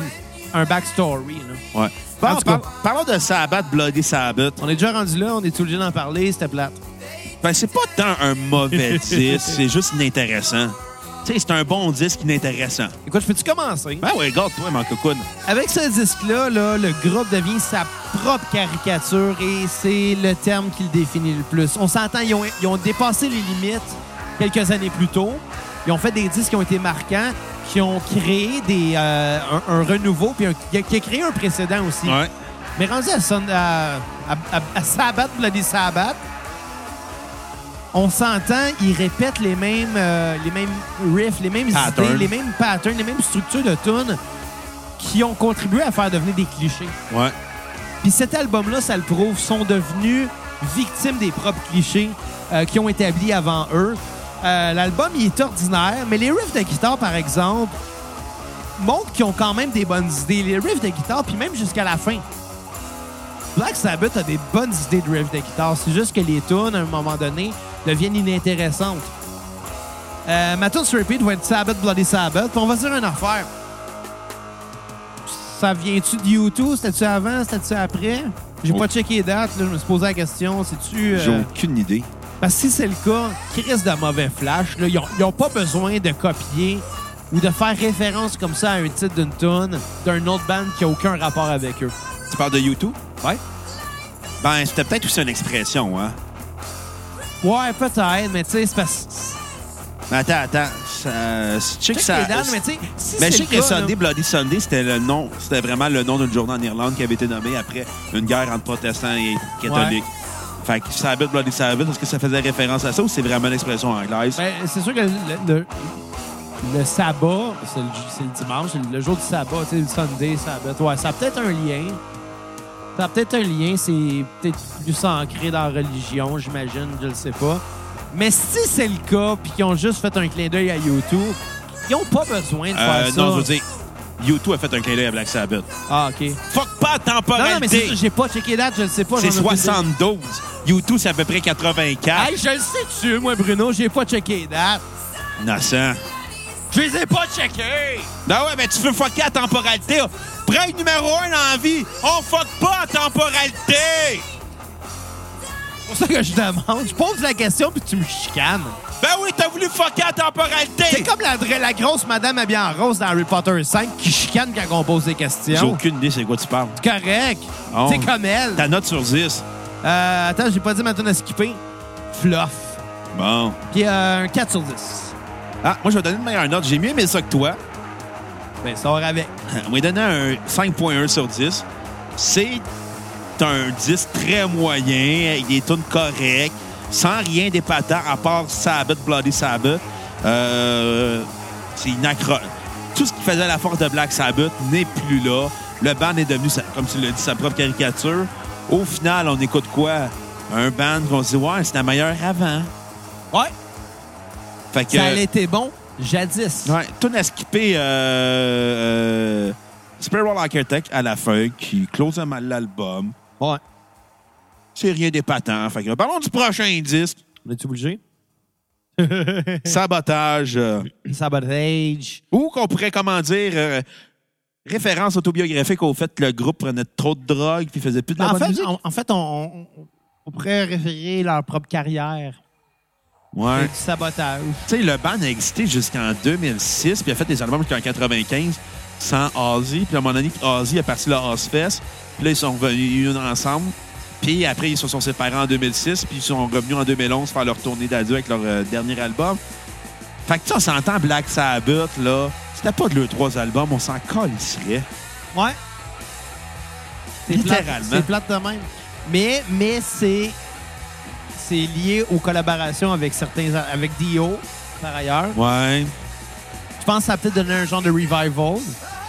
[SPEAKER 3] un backstory, là.
[SPEAKER 1] Ouais.
[SPEAKER 3] En
[SPEAKER 1] Par-
[SPEAKER 3] tout cas.
[SPEAKER 1] par- parlons de Sabbath, Bloody Sabbath.
[SPEAKER 3] On est déjà rendu là, on est obligé d'en parler, c'était plate.
[SPEAKER 1] Ben, c'est pas tant un <laughs> mauvais disque, c'est juste inintéressant. Tu sais, c'est un bon disque inintéressant.
[SPEAKER 3] Écoute, peux-tu commencer?
[SPEAKER 1] Ben ouais, regarde-toi, mon cocoon.
[SPEAKER 3] Avec ce disque-là, là, le groupe devient sa propre caricature et c'est le terme qui le définit le plus. On s'entend, ils ont, ils ont dépassé les limites quelques années plus tôt. Ils ont fait des disques qui ont été marquants, qui ont créé des, euh, un, un renouveau, puis un- qui a qui a créé un précédent aussi.
[SPEAKER 1] Ouais.
[SPEAKER 3] Mais rendu à, Sun- à, à, à- à Sabbath, Bloody Sabbath, on s'entend, ils répètent les mêmes, euh, les mêmes riffs, les mêmes
[SPEAKER 1] Patterns.
[SPEAKER 3] idées, les mêmes patterns, les mêmes structures de tunes qui ont contribué à faire devenir des clichés.
[SPEAKER 1] Ouais.
[SPEAKER 3] Puis cet album-là, ça le prouve, sont devenus victimes des propres clichés euh, qui ont établis avant eux. Euh, L'album, il est ordinaire, mais les riffs de guitare, par exemple, montrent qu'ils ont quand même des bonnes idées. Les riffs de guitare, puis même jusqu'à la fin. Black Sabbath a des bonnes idées de riffs de guitare. C'est juste que les tunes, à un moment donné, deviennent inintéressantes. Euh, ma tune sur repeat va être Sabbath, Bloody Sabbath. Puis on va se dire une affaire. Ça vient-tu de YouTube? C'était-tu avant? C'était-tu après? J'ai
[SPEAKER 1] Oh.
[SPEAKER 3] pas checké les dates. là. Je me suis posé la question. C'est-tu...
[SPEAKER 1] J'ai
[SPEAKER 3] euh,
[SPEAKER 1] aucune idée.
[SPEAKER 3] parce que si c'est le cas, crise de mauvais flash. là, ils n'ont pas besoin de copier ou de faire référence comme ça à un titre d'une tune d'un autre band qui a aucun rapport avec eux.
[SPEAKER 1] Tu parles de YouTube?
[SPEAKER 3] Ouais?
[SPEAKER 1] Ben, c'était peut-être aussi une expression, hein?
[SPEAKER 3] Ouais, peut-être, mais tu sais, c'est parce
[SPEAKER 1] Mais attends, attends. Ça- je sais que
[SPEAKER 3] Check
[SPEAKER 1] ça.
[SPEAKER 3] les dates, mais tu sais, si
[SPEAKER 1] Mais je sais
[SPEAKER 3] c'est le
[SPEAKER 1] que
[SPEAKER 3] cas, là-
[SPEAKER 1] Sunday, Bloody Sunday, c'était le nom, c'était vraiment le nom d'une journée en Irlande qui avait été nommée après une guerre entre protestants et catholiques. Fait que Sabbath, Bloody Sabbath, est-ce que ça faisait référence à ça ou c'est vraiment une expression anglaise?
[SPEAKER 3] Ben, c'est sûr que le, le- le sabbat, c'est le, c'est le dimanche, c'est le jour du sabbat, tu sais, le Sunday, sabbat. Ouais, ça a peut-être un lien. Ça a peut-être un lien, c'est peut-être plus ancré dans la religion, j'imagine, je le sais pas. Mais si c'est le cas, puis qu'ils ont juste fait un clin d'œil à YouTube, ils ont pas besoin de faire
[SPEAKER 1] Euh,
[SPEAKER 3] ça.
[SPEAKER 1] non, je veux dire, YouTube a fait un clin d'œil à Black Sabbath.
[SPEAKER 3] Ah, OK.
[SPEAKER 1] Fuck pas la
[SPEAKER 3] Non, non, mais c'est
[SPEAKER 1] temporalité!
[SPEAKER 3] ça, j'ai pas checké date, je le sais pas.
[SPEAKER 1] C'est
[SPEAKER 3] j'en ai aucune idée.
[SPEAKER 1] 72. YouTube, c'est à peu près 84.
[SPEAKER 3] Hey, je le sais-tu, moi, Bruno, j'ai pas checké date.
[SPEAKER 1] Innocent.
[SPEAKER 3] Je les ai pas checkés!
[SPEAKER 1] Ben ouais, mais tu veux fucker la temporalité. Break numéro un dans la vie. On fuck pas la temporalité.
[SPEAKER 3] C'est pour ça que je demande. Je pose la question puis tu me chicanes.
[SPEAKER 1] Ben oui, t'as voulu fucker la
[SPEAKER 3] C'est
[SPEAKER 1] temporalité.
[SPEAKER 3] comme la, la grosse madame habillée en rose dans Harry Potter 5 qui chicane quand on pose des
[SPEAKER 1] J'ai
[SPEAKER 3] questions.
[SPEAKER 1] aucune idée c'est quoi tu parles.
[SPEAKER 3] C'est correct.
[SPEAKER 1] Oh.
[SPEAKER 3] C'est comme elle.
[SPEAKER 1] Ta note sur 10.
[SPEAKER 3] Euh, attends, j'ai pas dit ma tune à skipper. Fluff.
[SPEAKER 1] Bon.
[SPEAKER 3] Puis euh, un 4 sur 10.
[SPEAKER 1] Ah, moi, je vais donner une meilleure note. J'ai mieux aimé ça que toi.
[SPEAKER 3] Ben, sort avec.
[SPEAKER 1] On m'a donné un 5.1 sur 10. C'est un 10 très moyen, avec des tunes correctes, sans rien d'épatant, à part Sabbath, Bloody Sabbath. Euh, c'est inacro... Tout ce qui faisait la force de Black Sabbath n'est plus là. Le band est devenu, sa- comme tu l'as dit, sa propre caricature. Au final, on écoute quoi? Un band qu'on se dit « Ouais, c'était meilleur avant.
[SPEAKER 3] Ouais. »
[SPEAKER 1] Fait que...
[SPEAKER 3] Ça allait été bon jadis.
[SPEAKER 1] Ouais, tune à skipper euh, euh, Spiral Architect à la fin qui close un mal l'album.
[SPEAKER 3] Ouais.
[SPEAKER 1] C'est rien d'épatant. Fait que parlons du prochain
[SPEAKER 3] <laughs>
[SPEAKER 1] disque.
[SPEAKER 3] On est-tu obligé?
[SPEAKER 1] Sabotage. euh,
[SPEAKER 3] Sabotage.
[SPEAKER 1] ou qu'on pourrait, comment dire, euh, référence autobiographique au fait que le groupe prenait trop de drogue puis faisait plus de la
[SPEAKER 3] En
[SPEAKER 1] bonne
[SPEAKER 3] fait,
[SPEAKER 1] musique.
[SPEAKER 3] on, en fait on, on- on- on pourrait référer leur propre carrière.
[SPEAKER 1] Ouais.
[SPEAKER 3] C'est du sabotage.
[SPEAKER 1] Tu sais, le band a existé jusqu'en 2006, puis a fait des albums jusqu'en 95 sans Ozzy. Puis à un moment donné, Ozzy est parti le Ozfest. Puis là, ils sont revenus une ensemble. Puis après, ils se sont séparés en 2006, puis ils sont revenus en 2011 faire leur tournée d'adieu avec leur euh, dernier album. Fait que tu sais, on s'entend Black Sabbath, là. C'était pas de leurs trois albums, on s'en calisserait.
[SPEAKER 3] Ouais. C'est
[SPEAKER 1] Littéralement.
[SPEAKER 3] plate- C'est plate de même. Mais, mais c'est c'est lié aux collaborations avec certains avec Dio par ailleurs.
[SPEAKER 1] Ouais,
[SPEAKER 3] Je pense que ça a peut-être donné un genre de revival.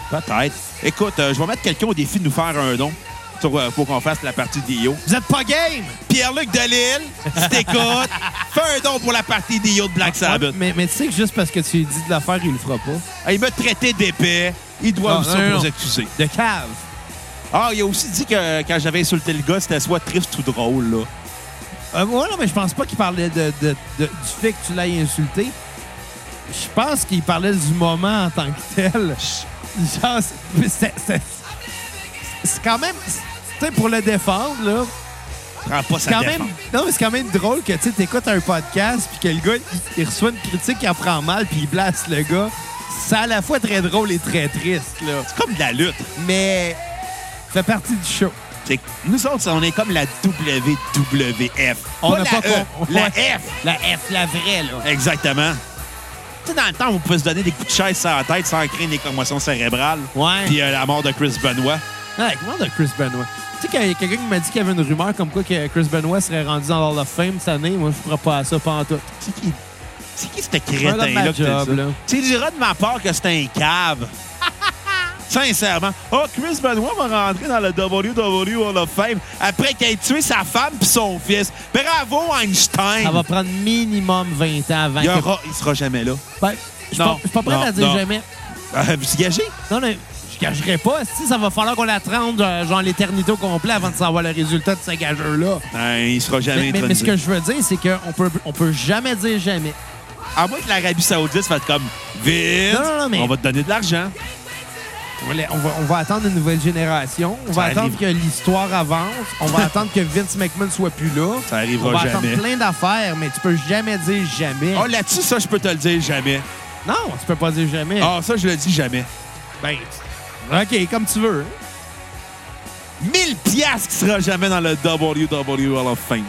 [SPEAKER 1] peut-être. Écoute, euh, je vais mettre quelqu'un au défi de nous faire un don sur, euh, pour qu'on fasse la partie d'Io.
[SPEAKER 3] Vous êtes pas game!
[SPEAKER 1] Pierre-Luc Delisle, si
[SPEAKER 3] <laughs>
[SPEAKER 1] t'écoutes, fais un don pour la partie des yachts de Black Sabbath. Ah,
[SPEAKER 3] Mais, mais tu sais que juste parce que tu lui dis de le faire, il le fera pas.
[SPEAKER 1] Il m'a traité d'épais. Il doit
[SPEAKER 3] Non,
[SPEAKER 1] vous
[SPEAKER 3] non, non.
[SPEAKER 1] vous accuser.
[SPEAKER 3] De cave.
[SPEAKER 1] Ah, il a aussi dit que quand j'avais insulté le gars, c'était soit triste ou drôle, là.
[SPEAKER 3] Euh, ouais, non, mais je pense pas qu'il parlait de, de- de- du fait que tu l'aies insulté. Je pense qu'il parlait du moment en tant que tel. Genre, c'est- c'est- c'est c'est quand même. Tu sais, pour le défendre, là.
[SPEAKER 1] Prends pas
[SPEAKER 3] C'est
[SPEAKER 1] sa
[SPEAKER 3] quand
[SPEAKER 1] défense.
[SPEAKER 3] même, non, mais c'est quand même drôle que tu sais, t'écoutes un podcast puis que le gars, il, il reçoit une critique, il en prend mal puis il blasse le gars. C'est à la fois très drôle et très triste, là.
[SPEAKER 1] C'est comme de la lutte.
[SPEAKER 3] Mais ça fait partie du show.
[SPEAKER 1] C'est que nous autres, on est comme la WWF.
[SPEAKER 3] On n'a
[SPEAKER 1] la
[SPEAKER 3] pas
[SPEAKER 1] E,
[SPEAKER 3] con-
[SPEAKER 1] La
[SPEAKER 3] Ouais.
[SPEAKER 1] F.
[SPEAKER 3] La F, la vraie, là.
[SPEAKER 1] Exactement. Tu sais, dans le temps, on pouvait se donner des coups de chaise sur la tête sans craindre les commotions cérébrales.
[SPEAKER 3] Ouais.
[SPEAKER 1] Puis euh, la mort de Chris Benoit.
[SPEAKER 3] Ah, comment de Chris Benoit? Tu sais, qu'il y a quelqu'un qui m'a dit qu'il y avait une rumeur comme quoi que Chris Benoit serait rendu dans Hall of Fame cette année. Moi, je ne pas à ça pendant tout.
[SPEAKER 1] C'est qui, c'est qui ce
[SPEAKER 3] Un gars de ma
[SPEAKER 1] crétin-là que t'as
[SPEAKER 3] job,
[SPEAKER 1] dit ça?
[SPEAKER 3] là.
[SPEAKER 1] Tu diras de ma part que c'est un cave. <laughs> Sincèrement. Oh, Chris Benoit va rentrer dans le WWE Hall of Fame après qu'il ait tué sa femme et son fils. Bravo, Einstein!
[SPEAKER 3] Ça va prendre minimum 20 ans avant
[SPEAKER 1] Il, y
[SPEAKER 3] que...
[SPEAKER 1] aura- il sera jamais là.
[SPEAKER 3] Ben, je suis pas-
[SPEAKER 1] Non,
[SPEAKER 3] je suis pas prêt
[SPEAKER 1] non,
[SPEAKER 3] à dire
[SPEAKER 1] non.
[SPEAKER 3] jamais.
[SPEAKER 1] Euh, vous gagez?
[SPEAKER 3] Non, non, je gagerai pas. Si ça va falloir qu'on attende euh, genre l'éternité au complet avant de savoir le résultat de ce gageur-là.
[SPEAKER 1] Non, Ben, il sera jamais
[SPEAKER 3] Mais, mais- mais ce
[SPEAKER 1] intronisé.
[SPEAKER 3] que je veux dire, c'est qu'on peut, on peut jamais dire jamais.
[SPEAKER 1] À moins que l'Arabie Saoudite fasse comme vite,
[SPEAKER 3] Non, non, non, mais- Eh.
[SPEAKER 1] on va te donner de l'argent.
[SPEAKER 3] On va, on va- on va attendre une nouvelle génération. On va
[SPEAKER 1] Ça
[SPEAKER 3] attendre
[SPEAKER 1] arrive.
[SPEAKER 3] que l'histoire avance.
[SPEAKER 1] <laughs>
[SPEAKER 3] On va attendre que Vince McMahon soit plus là.
[SPEAKER 1] Ça
[SPEAKER 3] On va
[SPEAKER 1] arrivera jamais.
[SPEAKER 3] attendre plein d'affaires, mais tu peux jamais dire jamais.
[SPEAKER 1] Oh, là-dessus, ça, je peux te le dire jamais.
[SPEAKER 3] Non, tu peux pas dire jamais.
[SPEAKER 1] Ah, ça, je le dis jamais.
[SPEAKER 3] Ben, OK, comme tu veux.
[SPEAKER 1] 1000 piastres qui sera jamais dans le WWE Hall of Fame.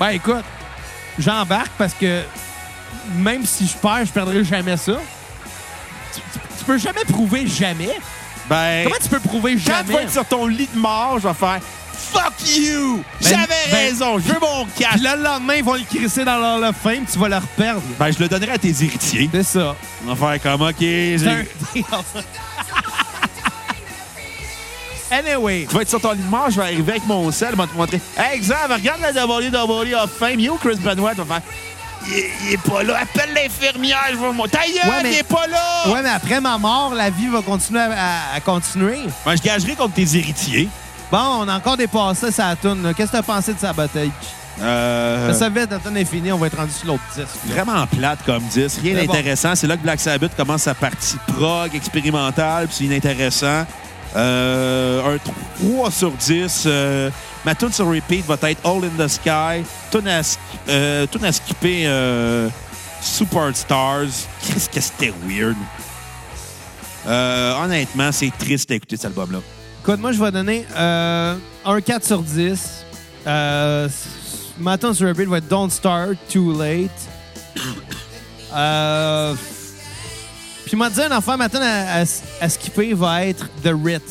[SPEAKER 3] Ben, écoute, j'embarque parce que même si je perds, je perdrai jamais ça. Tu, tu- tu peux jamais prouver jamais.
[SPEAKER 1] Ben,
[SPEAKER 3] Comment tu peux prouver
[SPEAKER 1] quand tu vas
[SPEAKER 3] jamais?
[SPEAKER 1] être sur ton lit de mort, je vais faire Fuck you!
[SPEAKER 3] Ben,
[SPEAKER 1] J'avais
[SPEAKER 3] ben-
[SPEAKER 1] raison, je veux mon cash.
[SPEAKER 3] Puis le lendemain, ils vont le crisser dans leur Hall of Fame, tu vas le reperdre.
[SPEAKER 1] Ben, je le donnerai à tes héritiers.
[SPEAKER 3] C'est ça.
[SPEAKER 1] On va faire comme OK. j'ai- <laughs>
[SPEAKER 3] anyway,
[SPEAKER 1] Tu vas être sur ton lit de mort, je vais arriver avec mon sel, je vais te montrer. Hey, Xav, regarde la WWE of Fame. Yo, Chris Benoit, tu vas faire. Il, il est pas là. Appelle l'infirmière, je vais montrer. Ta gueule,
[SPEAKER 3] Ouais, mais-
[SPEAKER 1] il est pas là!
[SPEAKER 3] ouais, mais après ma mort, la vie va continuer à, à- à continuer.
[SPEAKER 1] Ben, je gagerai contre tes héritiers.
[SPEAKER 3] Bon, on a encore dépassé sa toune. là. Qu'est-ce que t'as pensé de sa bataille?
[SPEAKER 1] Euh.
[SPEAKER 3] Ça vite, la toune est finie, on va être rendu sur l'autre disque. là.
[SPEAKER 1] Vraiment plate comme disque. Rien
[SPEAKER 3] Mais bon.
[SPEAKER 1] d'intéressant. C'est là que Black Sabbath commence sa partie prog, expérimentale, puis c'est inintéressant. Euh, un 3 sur 10. euh, ma tune sur repeat va être All in the Sky. Tune à, sk- euh, tune à skipper euh, Superstars. Qu'est-ce que c'était weird. Euh, honnêtement, c'est triste d'écouter cet album-là.
[SPEAKER 3] Écoute, moi, je vais donner euh, un 4 sur 10. Euh, ma toune sur repeat va être Don't Start, Too Late. <coughs> euh, puis m'a dit un enfant, ma toune à, à, à skipper va être The Rit.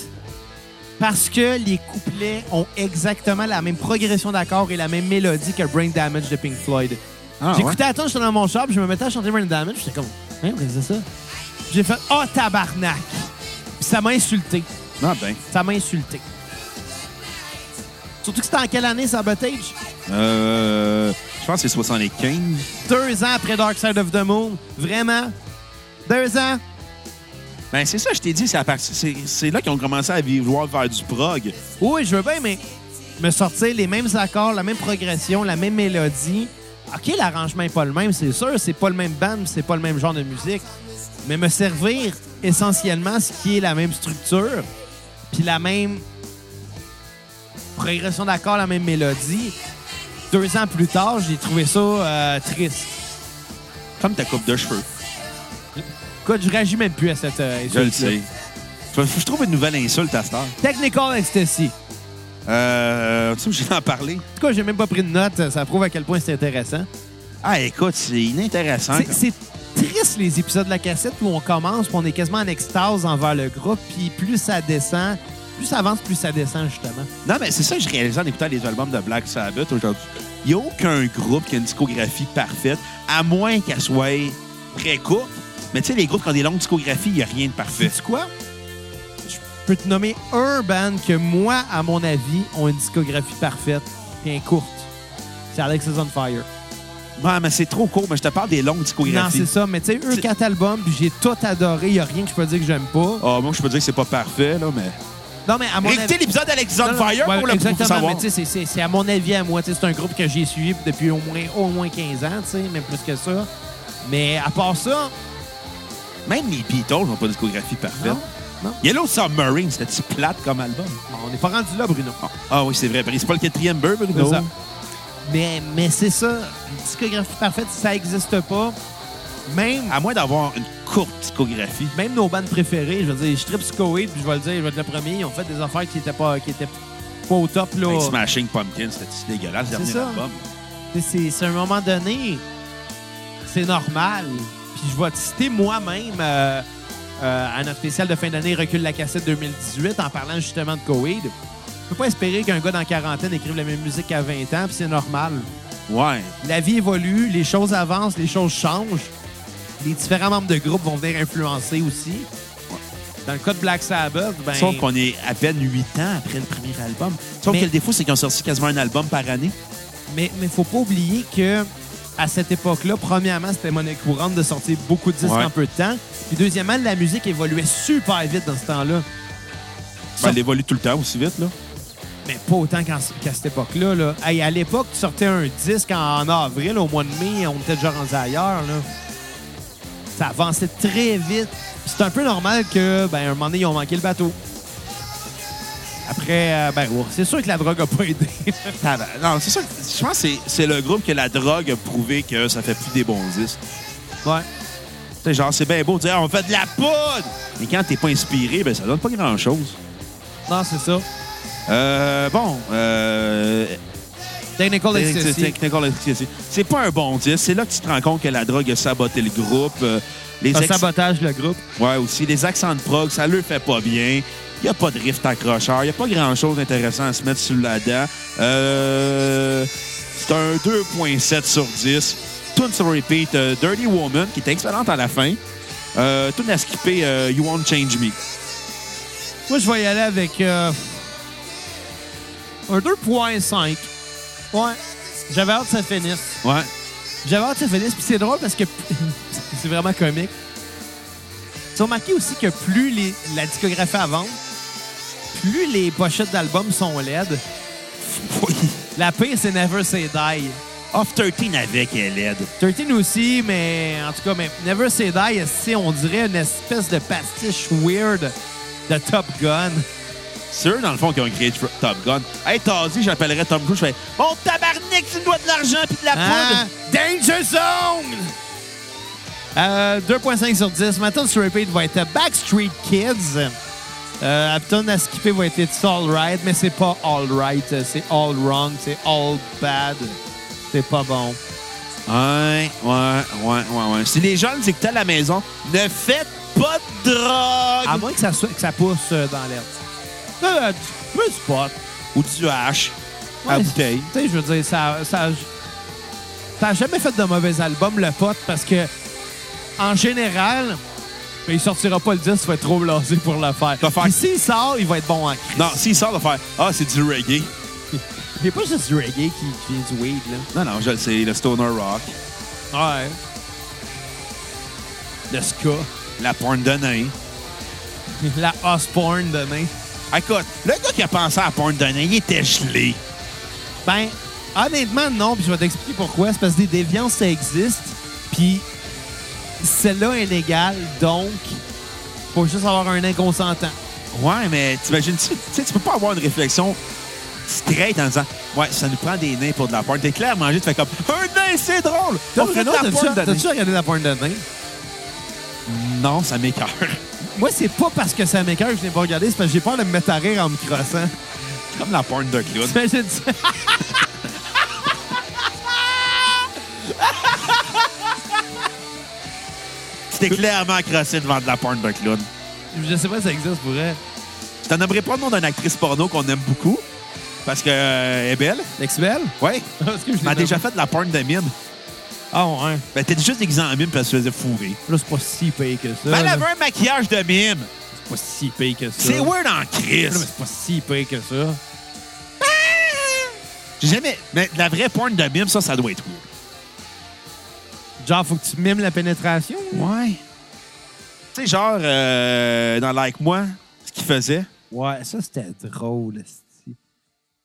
[SPEAKER 3] Parce que les couplets ont exactement la même progression d'accords et la même mélodie que Brain Damage de Pink Floyd. J'écoutais la tune, j'étais dans mon shop, je me mettais à chanter Brain Damage, j'étais comme, hein, mais c'est ça? J'ai fait, oh tabarnak! Puis ça m'a insulté.
[SPEAKER 1] Ah ben.
[SPEAKER 3] Ça m'a insulté. Surtout que c'était en quelle année, Sabotage?
[SPEAKER 1] Euh, je pense que c'est 75.
[SPEAKER 3] Deux ans après Dark Side of the Moon. Vraiment? Deux ans?
[SPEAKER 1] Ben, c'est ça, je t'ai dit, c'est à partir- c'est- c'est là qu'ils ont commencé à vouloir faire du prog.
[SPEAKER 3] Oui, je veux bien, mais me sortir les mêmes accords, la même progression, la même mélodie. OK, l'arrangement n'est pas le même, c'est sûr. C'est pas le même band, c'est pas le même genre de musique. Mais me servir essentiellement ce qui est la même structure, puis la même progression d'accords, la même mélodie. Deux ans plus tard, j'ai trouvé ça euh, triste.
[SPEAKER 1] Comme ta coupe de cheveux.
[SPEAKER 3] Écoute, je réagis même plus à cette euh,
[SPEAKER 1] Je le
[SPEAKER 3] insulte-là.
[SPEAKER 1] sais. Faut faut que je trouve une nouvelle insulte à cette heure.
[SPEAKER 3] Technical Ecstasy.
[SPEAKER 1] Euh, tu sais, j'ai en parler.
[SPEAKER 3] En tout cas, j'ai même pas pris de notes. Ça prouve à quel point c'est intéressant.
[SPEAKER 1] Ah, écoute, c'est inintéressant.
[SPEAKER 3] C'est- C'est triste, les épisodes de la cassette où on commence, puis on est quasiment en extase envers le groupe, puis plus ça descend, plus ça avance, plus ça descend, justement.
[SPEAKER 1] Non, mais c'est ça que je réalisais en écoutant les albums de Black Sabbath aujourd'hui. Il n'y a aucun groupe qui a une discographie parfaite, à moins qu'elle soit très courte. Mais tu sais, les groupes qui ont des longues discographies, il n'y a rien de parfait.
[SPEAKER 3] Sais-tu quoi? Je peux te nommer un band que moi, à mon avis, ont une discographie parfaite, bien courte. C'est Alexis on Fire.
[SPEAKER 1] Non, mais c'est trop court. Mais je te parle des longues
[SPEAKER 3] Non,
[SPEAKER 1] discographies.
[SPEAKER 3] c'est ça, mais tu sais, eux,
[SPEAKER 1] C'est-
[SPEAKER 3] quatre albums, puis j'ai tout adoré. Il n'y a rien que je peux dire que j'aime pas.
[SPEAKER 1] Ah, moi, je peux dire que c'est pas parfait, là, mais.
[SPEAKER 3] Non, mais à mon avis.
[SPEAKER 1] Écoutez l'épisode d'Alex
[SPEAKER 3] Non,
[SPEAKER 1] on
[SPEAKER 3] non,
[SPEAKER 1] Fire
[SPEAKER 3] ouais,
[SPEAKER 1] pour le pour
[SPEAKER 3] Exactement,
[SPEAKER 1] savoir.
[SPEAKER 3] mais tu sais, c'est- c'est- c'est à mon avis à moi. Tu sais, C'est un groupe que j'ai suivi depuis au moins, au moins 15 ans, tu sais, même plus que ça. Mais à part ça,
[SPEAKER 1] Même les Beatles n'ont pas de discographie parfaite.
[SPEAKER 3] non, non.
[SPEAKER 1] Yellow Submarine, c'était-tu plate comme album?
[SPEAKER 3] Bon, on n'est pas rendu là, Bruno.
[SPEAKER 1] Ah oui, c'est vrai. C'est pas le quatrième beurre, Bruno.
[SPEAKER 3] C'est ça. Mais, mais c'est ça, une discographie parfaite, ça n'existe pas. Même,
[SPEAKER 1] À moins d'avoir une courte discographie.
[SPEAKER 3] même nos bandes préférées, je veux dire, je tripe sur Coheed, puis je vais le dire, je vais être le premier, ils ont fait des affaires qui n'étaient pas, qui étaient pas au top. là.
[SPEAKER 1] Avec Smashing Pumpkins, c'était dégueulasse, le dernier
[SPEAKER 3] C'est ça.
[SPEAKER 1] album.
[SPEAKER 3] C'est- C'est c'est à un moment donné, c'est normal. Puis je vais te citer moi-même euh, euh, à notre spécial de fin d'année Recule la cassette 2018 en parlant justement de Coheed. Je peux pas espérer qu'un gars dans la quarantaine écrive la même musique qu'à 20 ans, puis c'est normal.
[SPEAKER 1] Ouais.
[SPEAKER 3] La vie évolue, les choses avancent, les choses changent. Les différents membres de groupe vont venir influencer aussi. Dans le cas de Black Sabbath, ben.
[SPEAKER 1] Sauf qu'on est à peine 8 ans après le premier album. Sauf
[SPEAKER 3] Mais-
[SPEAKER 1] que le défaut, c'est qu'ils ont sorti quasiment un album par année. Ben,
[SPEAKER 3] Mais il faut pas oublier que à cette époque-là, premièrement, c'était monnaie courante de sortir beaucoup de disques
[SPEAKER 1] Ouais.
[SPEAKER 3] en peu de temps. Puis deuxièmement, la musique évoluait super vite dans ce temps-là.
[SPEAKER 1] Ben,
[SPEAKER 3] Sauf-
[SPEAKER 1] elle évolue tout le temps aussi vite. là.
[SPEAKER 3] Mais pas autant qu'en- qu'à cette époque-là. Là. Hey, à l'époque, tu sortais un disque en, en avril, au mois de mai, on était déjà rendus ailleurs. Là. Ça avançait très vite. Puis C'est un peu normal que, ben, un moment donné, ils ont manqué le bateau. Après, euh, ben, ouais, c'est sûr que la drogue a pas aidé.
[SPEAKER 1] Tabarnak. Non, c'est ça. que- Je pense que c'est- c'est le groupe que la drogue a prouvé que ça fait plus des bons disques.
[SPEAKER 3] ouais.
[SPEAKER 1] Tu sais, genre, c'est bien beau de dire, on fait de la poudre! Mais quand t'es pas inspiré, ben, ça donne pas grand-chose.
[SPEAKER 3] Non, c'est ça.
[SPEAKER 1] Euh, bon, euh,
[SPEAKER 3] Technical Ecstasy.
[SPEAKER 1] Technical Ecstasy. C'est pas un bon disque. C'est là que tu te rends compte que la drogue a saboté le groupe. Euh, les
[SPEAKER 3] Un
[SPEAKER 1] ex-
[SPEAKER 3] sabotage, le groupe.
[SPEAKER 1] Ouais, aussi. Les accents de prog, ça le fait pas bien. Il a pas de riff accrocheur. Il a pas grand-chose d'intéressant à se mettre sur la dent. Euh, c'est un 2.7 sur 10. Tune sur repeat, euh, Dirty Woman, qui était excellente à la fin. Euh, Tune à skipper, euh, You Won't Change Me.
[SPEAKER 3] Moi, je vais y aller avec euh, un 2.5. Ouais. J'avais hâte que ça finisse.
[SPEAKER 1] Ouais.
[SPEAKER 3] J'avais hâte que ça finisse. Puis c'est drôle parce que <laughs> c'est vraiment comique. Tu as remarqué aussi que plus les- la discographie avance, plus les pochettes d'albums sont laides.
[SPEAKER 1] Oui.
[SPEAKER 3] La pire, c'est Never Say Die.
[SPEAKER 1] Off 13 avec, elle est laide.
[SPEAKER 3] 13 aussi, mais en tout cas, mais Never Say Die, c'est, on dirait, une espèce de pastiche weird de Top Gun.
[SPEAKER 1] C'est eux, dans le fond, qui ont créé Top Gun. Hey, t'as dit, j'appellerais Tom Cruise, je fais « Mon tabarnak, tu me dois de l'argent puis de la
[SPEAKER 3] Ah.
[SPEAKER 1] poudre! Danger Zone!
[SPEAKER 3] Euh, 2.5 sur 10. Ma tune sur repeat va être Backstreet Kids. Euh, la tune à skipper va être It's All Right, mais c'est pas All Right, euh, c'est All Wrong, c'est All Bad. C'est pas bon. »
[SPEAKER 1] Ouais, ouais, ouais, ouais, ouais. Si les jeunes écoutaient à la maison, ne faites pas de drogue!
[SPEAKER 3] À moins que ça, soit- que ça pousse euh, dans l'air. Euh, tu peux du pot.
[SPEAKER 1] Ou du hache à
[SPEAKER 3] Ouais,
[SPEAKER 1] bouteille.
[SPEAKER 3] Tu sais, je veux dire, ça, ça, ça a jamais fait de mauvais album, le pot, parce que, en général, ben, il sortira pas le disque, il va être trop blasé pour le faire.
[SPEAKER 1] Va faire-
[SPEAKER 3] Puis s'il sort, il va être bon en crise.
[SPEAKER 1] Non, s'ils sortent de faire « Ah, c'est du reggae!
[SPEAKER 3] C'est pas juste du reggae qui, qui vient du weed, là. »
[SPEAKER 1] Non, non, je le sais, le stoner rock,
[SPEAKER 3] Ouais. Le ska. <laughs>
[SPEAKER 1] la porn de nain.
[SPEAKER 3] La house porn demain.
[SPEAKER 1] Écoute, le gars qui a pensé à la porn de nain, il était gelé.
[SPEAKER 3] Ben, honnêtement, non. Puis je vais t'expliquer pourquoi. C'est parce que des déviances, ça existe. Puis celle-là est légale. Donc, faut juste avoir un inconsentant.
[SPEAKER 1] Ouais, mais t'imagines-tu, tu sais, tu peux pas avoir une réflexion straight en disant Ouais, ça nous prend des nains pour de la porn. T'es clair, manger, tu fais comme Un nain, c'est drôle! On fait de la porn de nain.
[SPEAKER 3] T'as-tu regardé la porn demain?
[SPEAKER 1] Non, ça m'écœure.
[SPEAKER 3] Moi, c'est pas parce que ça m'écoeure que je l'ai pas regardé. C'est parce que j'ai peur de me mettre à rire en me <laughs> crossant.
[SPEAKER 1] <laughs> Comme la porn de
[SPEAKER 3] <laughs>
[SPEAKER 1] Claude.
[SPEAKER 3] T'imagines ça?
[SPEAKER 1] Tu t'es clairement crossé devant de la porn de Claude.
[SPEAKER 3] Je sais pas si ça existe pour elle.
[SPEAKER 1] Je t'en nommerai pas le nom d'une actrice porno qu'on aime beaucoup parce que euh, elle est belle.
[SPEAKER 3] <laughs> L'ex-belle?
[SPEAKER 1] Ouais.
[SPEAKER 3] Parce que je l'ai
[SPEAKER 1] M'a déjà
[SPEAKER 3] nommé.
[SPEAKER 1] fait de la porn de mime.
[SPEAKER 3] Ah, ouais.
[SPEAKER 1] Ben, t'étais juste déguisé en mime parce que tu faisais fourrer.
[SPEAKER 3] Là, c'est pas si payé que ça.
[SPEAKER 1] Ben, elle
[SPEAKER 3] là.
[SPEAKER 1] avait un maquillage de mime.
[SPEAKER 3] C'est pas si payé que ça.
[SPEAKER 1] C'est
[SPEAKER 3] Non,
[SPEAKER 1] weird en
[SPEAKER 3] mais
[SPEAKER 1] crise.
[SPEAKER 3] c'est pas si payé que ça.
[SPEAKER 1] J'ai jamais. Mais de la vraie porn de mime, ça, ça doit être weird.
[SPEAKER 3] Genre, faut que tu mimes la pénétration.
[SPEAKER 1] Ouais. Tu sais, genre, euh, dans Like Moi, ce qu'il faisait.
[SPEAKER 3] Ouais, ça, c'était drôle. esti.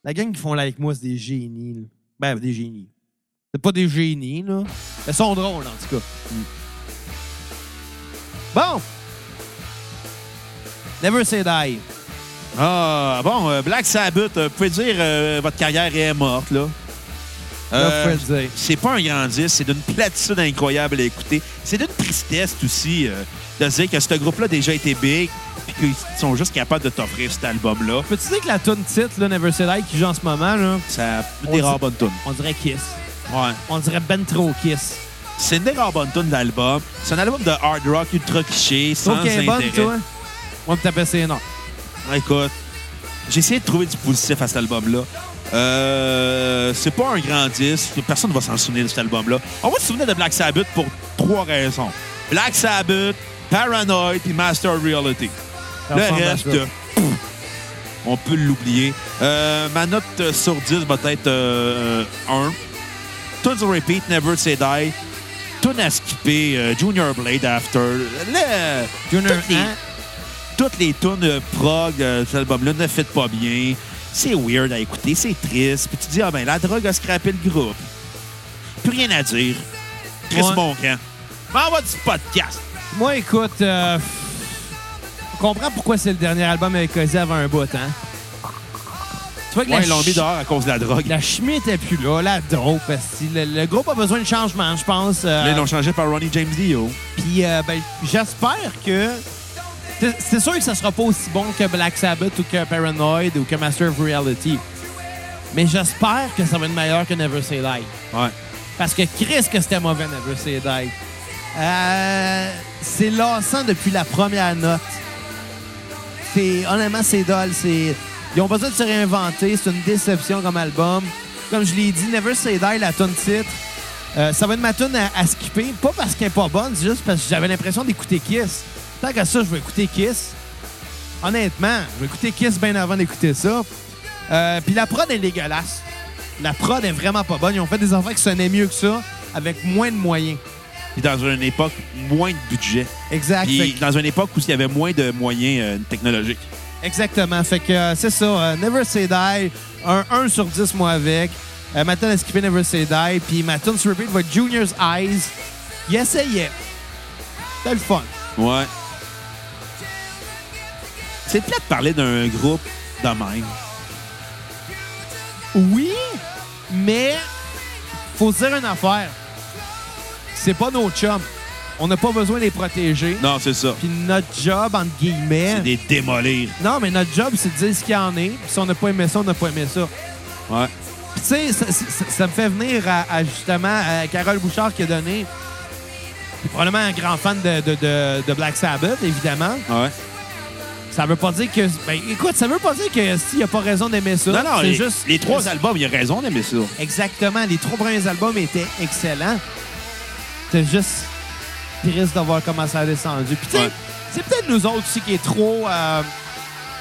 [SPEAKER 3] La gang qui font là avec moi, c'est des génies. là. Ben, des génies. C'est pas des génies, là. Elles sont drôles, en tout cas. Mm. Bon! Never say
[SPEAKER 1] Euh,
[SPEAKER 3] die.
[SPEAKER 1] Ah, bon, euh, Black Sabbath, euh, vous pouvez dire euh, votre carrière est morte, là. Euh,
[SPEAKER 3] Là, faut le dire.
[SPEAKER 1] c'est pas un grand disque, c'est d'une platitude incroyable à écouter. C'est d'une tristesse aussi euh, de se dire que ce groupe-là a déjà été big puis qu'ils sont juste capables de t'offrir cet album-là.
[SPEAKER 3] Peux-tu dire que la tune titre, là, Never say die, qui joue en ce moment, là,
[SPEAKER 1] Ça a
[SPEAKER 3] On
[SPEAKER 1] des
[SPEAKER 3] dit-
[SPEAKER 1] rares bonnes tunes.
[SPEAKER 3] on dirait Kiss.
[SPEAKER 1] Ouais.
[SPEAKER 3] On dirait ben trop Kiss.
[SPEAKER 1] C'est une des rares bonnes tunes de l'album. C'est un album de hard rock ultra cliché, sans
[SPEAKER 3] Ok, bonne,
[SPEAKER 1] intérêt.
[SPEAKER 3] toi. On t'appelle c'est non.
[SPEAKER 1] Ah, Écoute, j'ai essayé de trouver du positif à cet album-là. Euh, c'est pas un grand disque. Personne ne va s'en souvenir de cet album-là. On va se souvenir de Black Sabbath pour trois raisons. Black Sabbath, Paranoid puis Master of Reality.
[SPEAKER 3] Ça
[SPEAKER 1] Le
[SPEAKER 3] ressemble à
[SPEAKER 1] reste,
[SPEAKER 3] ça.
[SPEAKER 1] euh, pff, on peut l'oublier. Euh, ma note euh, sur 10 va être 1. Tunes on repeat, Never Say Die. Tunes à skipper, euh, Junior Blade After. Le-
[SPEAKER 3] Junior hein?
[SPEAKER 1] toutes les-
[SPEAKER 3] Ant.
[SPEAKER 1] toutes les tunes euh, prog euh, de cet album-là ne fit pas bien. C'est weird à écouter, c'est triste. Puis tu dis, ah ben, la drogue a scrappé le groupe. Plus rien à dire. Chris
[SPEAKER 3] Ouais.
[SPEAKER 1] mon camp. on va du podcast.
[SPEAKER 3] Moi, écoute, euh, on comprend pourquoi c'est le dernier album avec Ozzy avant un bout, hein? Tu vois que
[SPEAKER 1] Ouais,
[SPEAKER 3] la,
[SPEAKER 1] ils l'ont mis
[SPEAKER 3] chi-
[SPEAKER 1] dehors à cause de la drogue.
[SPEAKER 3] la chimie était plus là, la dope. esti. Le, le groupe a besoin de changement, je pense. euh,
[SPEAKER 1] Là, ils l'ont changé par Ronnie James Dio.
[SPEAKER 3] Puis euh, ben, j'espère que. c'est- C'est sûr que ça sera pas aussi bon que Black Sabbath ou que Paranoid ou que Master of Reality. Mais j'espère que ça va être meilleur que Never Say Die.
[SPEAKER 1] Ouais.
[SPEAKER 3] Parce que Chris, que c'était mauvais, Never Say Die. Euh, c'est lassant depuis la première note. C'est, honnêtement, c'est dole. C'est, ils ont besoin de se réinventer. C'est une déception comme album. Comme je l'ai dit, Never Say Die, la tonne titre, euh, ça va être ma tune à, à skipper. Pas parce qu'elle est pas bonne, c'est juste parce que j'avais l'impression d'écouter Kiss. Tant qu'à ça, je vais écouter Kiss. Honnêtement, je vais écouter Kiss bien avant d'écouter ça. Euh, Puis la prod est dégueulasse. La prod est vraiment pas bonne. Ils ont fait des enfants qui sonnaient mieux que ça avec moins de moyens.
[SPEAKER 1] Puis dans une époque, moins de budget.
[SPEAKER 3] Exact. Fait
[SPEAKER 1] Puis
[SPEAKER 3] que-
[SPEAKER 1] dans une époque où il y avait moins de moyens euh, technologiques.
[SPEAKER 3] Exactement. Fait que euh, c'est ça. euh, Never Say Die, un 1 sur 10, moi, avec. Euh, ma tune à skipper Never Say Die. Puis ma tune sur repeat va être Junior's Eyes. Il essayait. C'était le fun.
[SPEAKER 1] Ouais. C'est peut-être parler d'un groupe de même.
[SPEAKER 3] Oui, mais faut se dire une affaire. C'est pas nos chums. On n'a pas besoin de les protéger.
[SPEAKER 1] Non, c'est ça.
[SPEAKER 3] Puis notre job, entre guillemets...
[SPEAKER 1] C'est des démolir.
[SPEAKER 3] Non, mais notre job, c'est de dire ce qu'il y en est. Puis si on n'a pas aimé ça, on n'a pas aimé ça.
[SPEAKER 1] Ouais.
[SPEAKER 3] Puis tu sais, ça, ça- ça me fait venir à, à, justement à Carole Bouchard qui a donné... qui est probablement un grand fan de, de- de- de Black Sabbath, évidemment.
[SPEAKER 1] Ah Ouais.
[SPEAKER 3] Ça veut pas dire que... Ben, écoute, ça veut pas dire que s'il a pas raison d'aimer ça...
[SPEAKER 1] Non, non,
[SPEAKER 3] c'est
[SPEAKER 1] les,
[SPEAKER 3] juste
[SPEAKER 1] les trois albums, il a raison d'aimer ça.
[SPEAKER 3] Exactement. Les trois premiers albums étaient excellents. C'était juste triste de voir comment ça a descendu. Puis tu sais,
[SPEAKER 1] Ouais.
[SPEAKER 3] c'est peut-être nous autres aussi qui est trop... euh,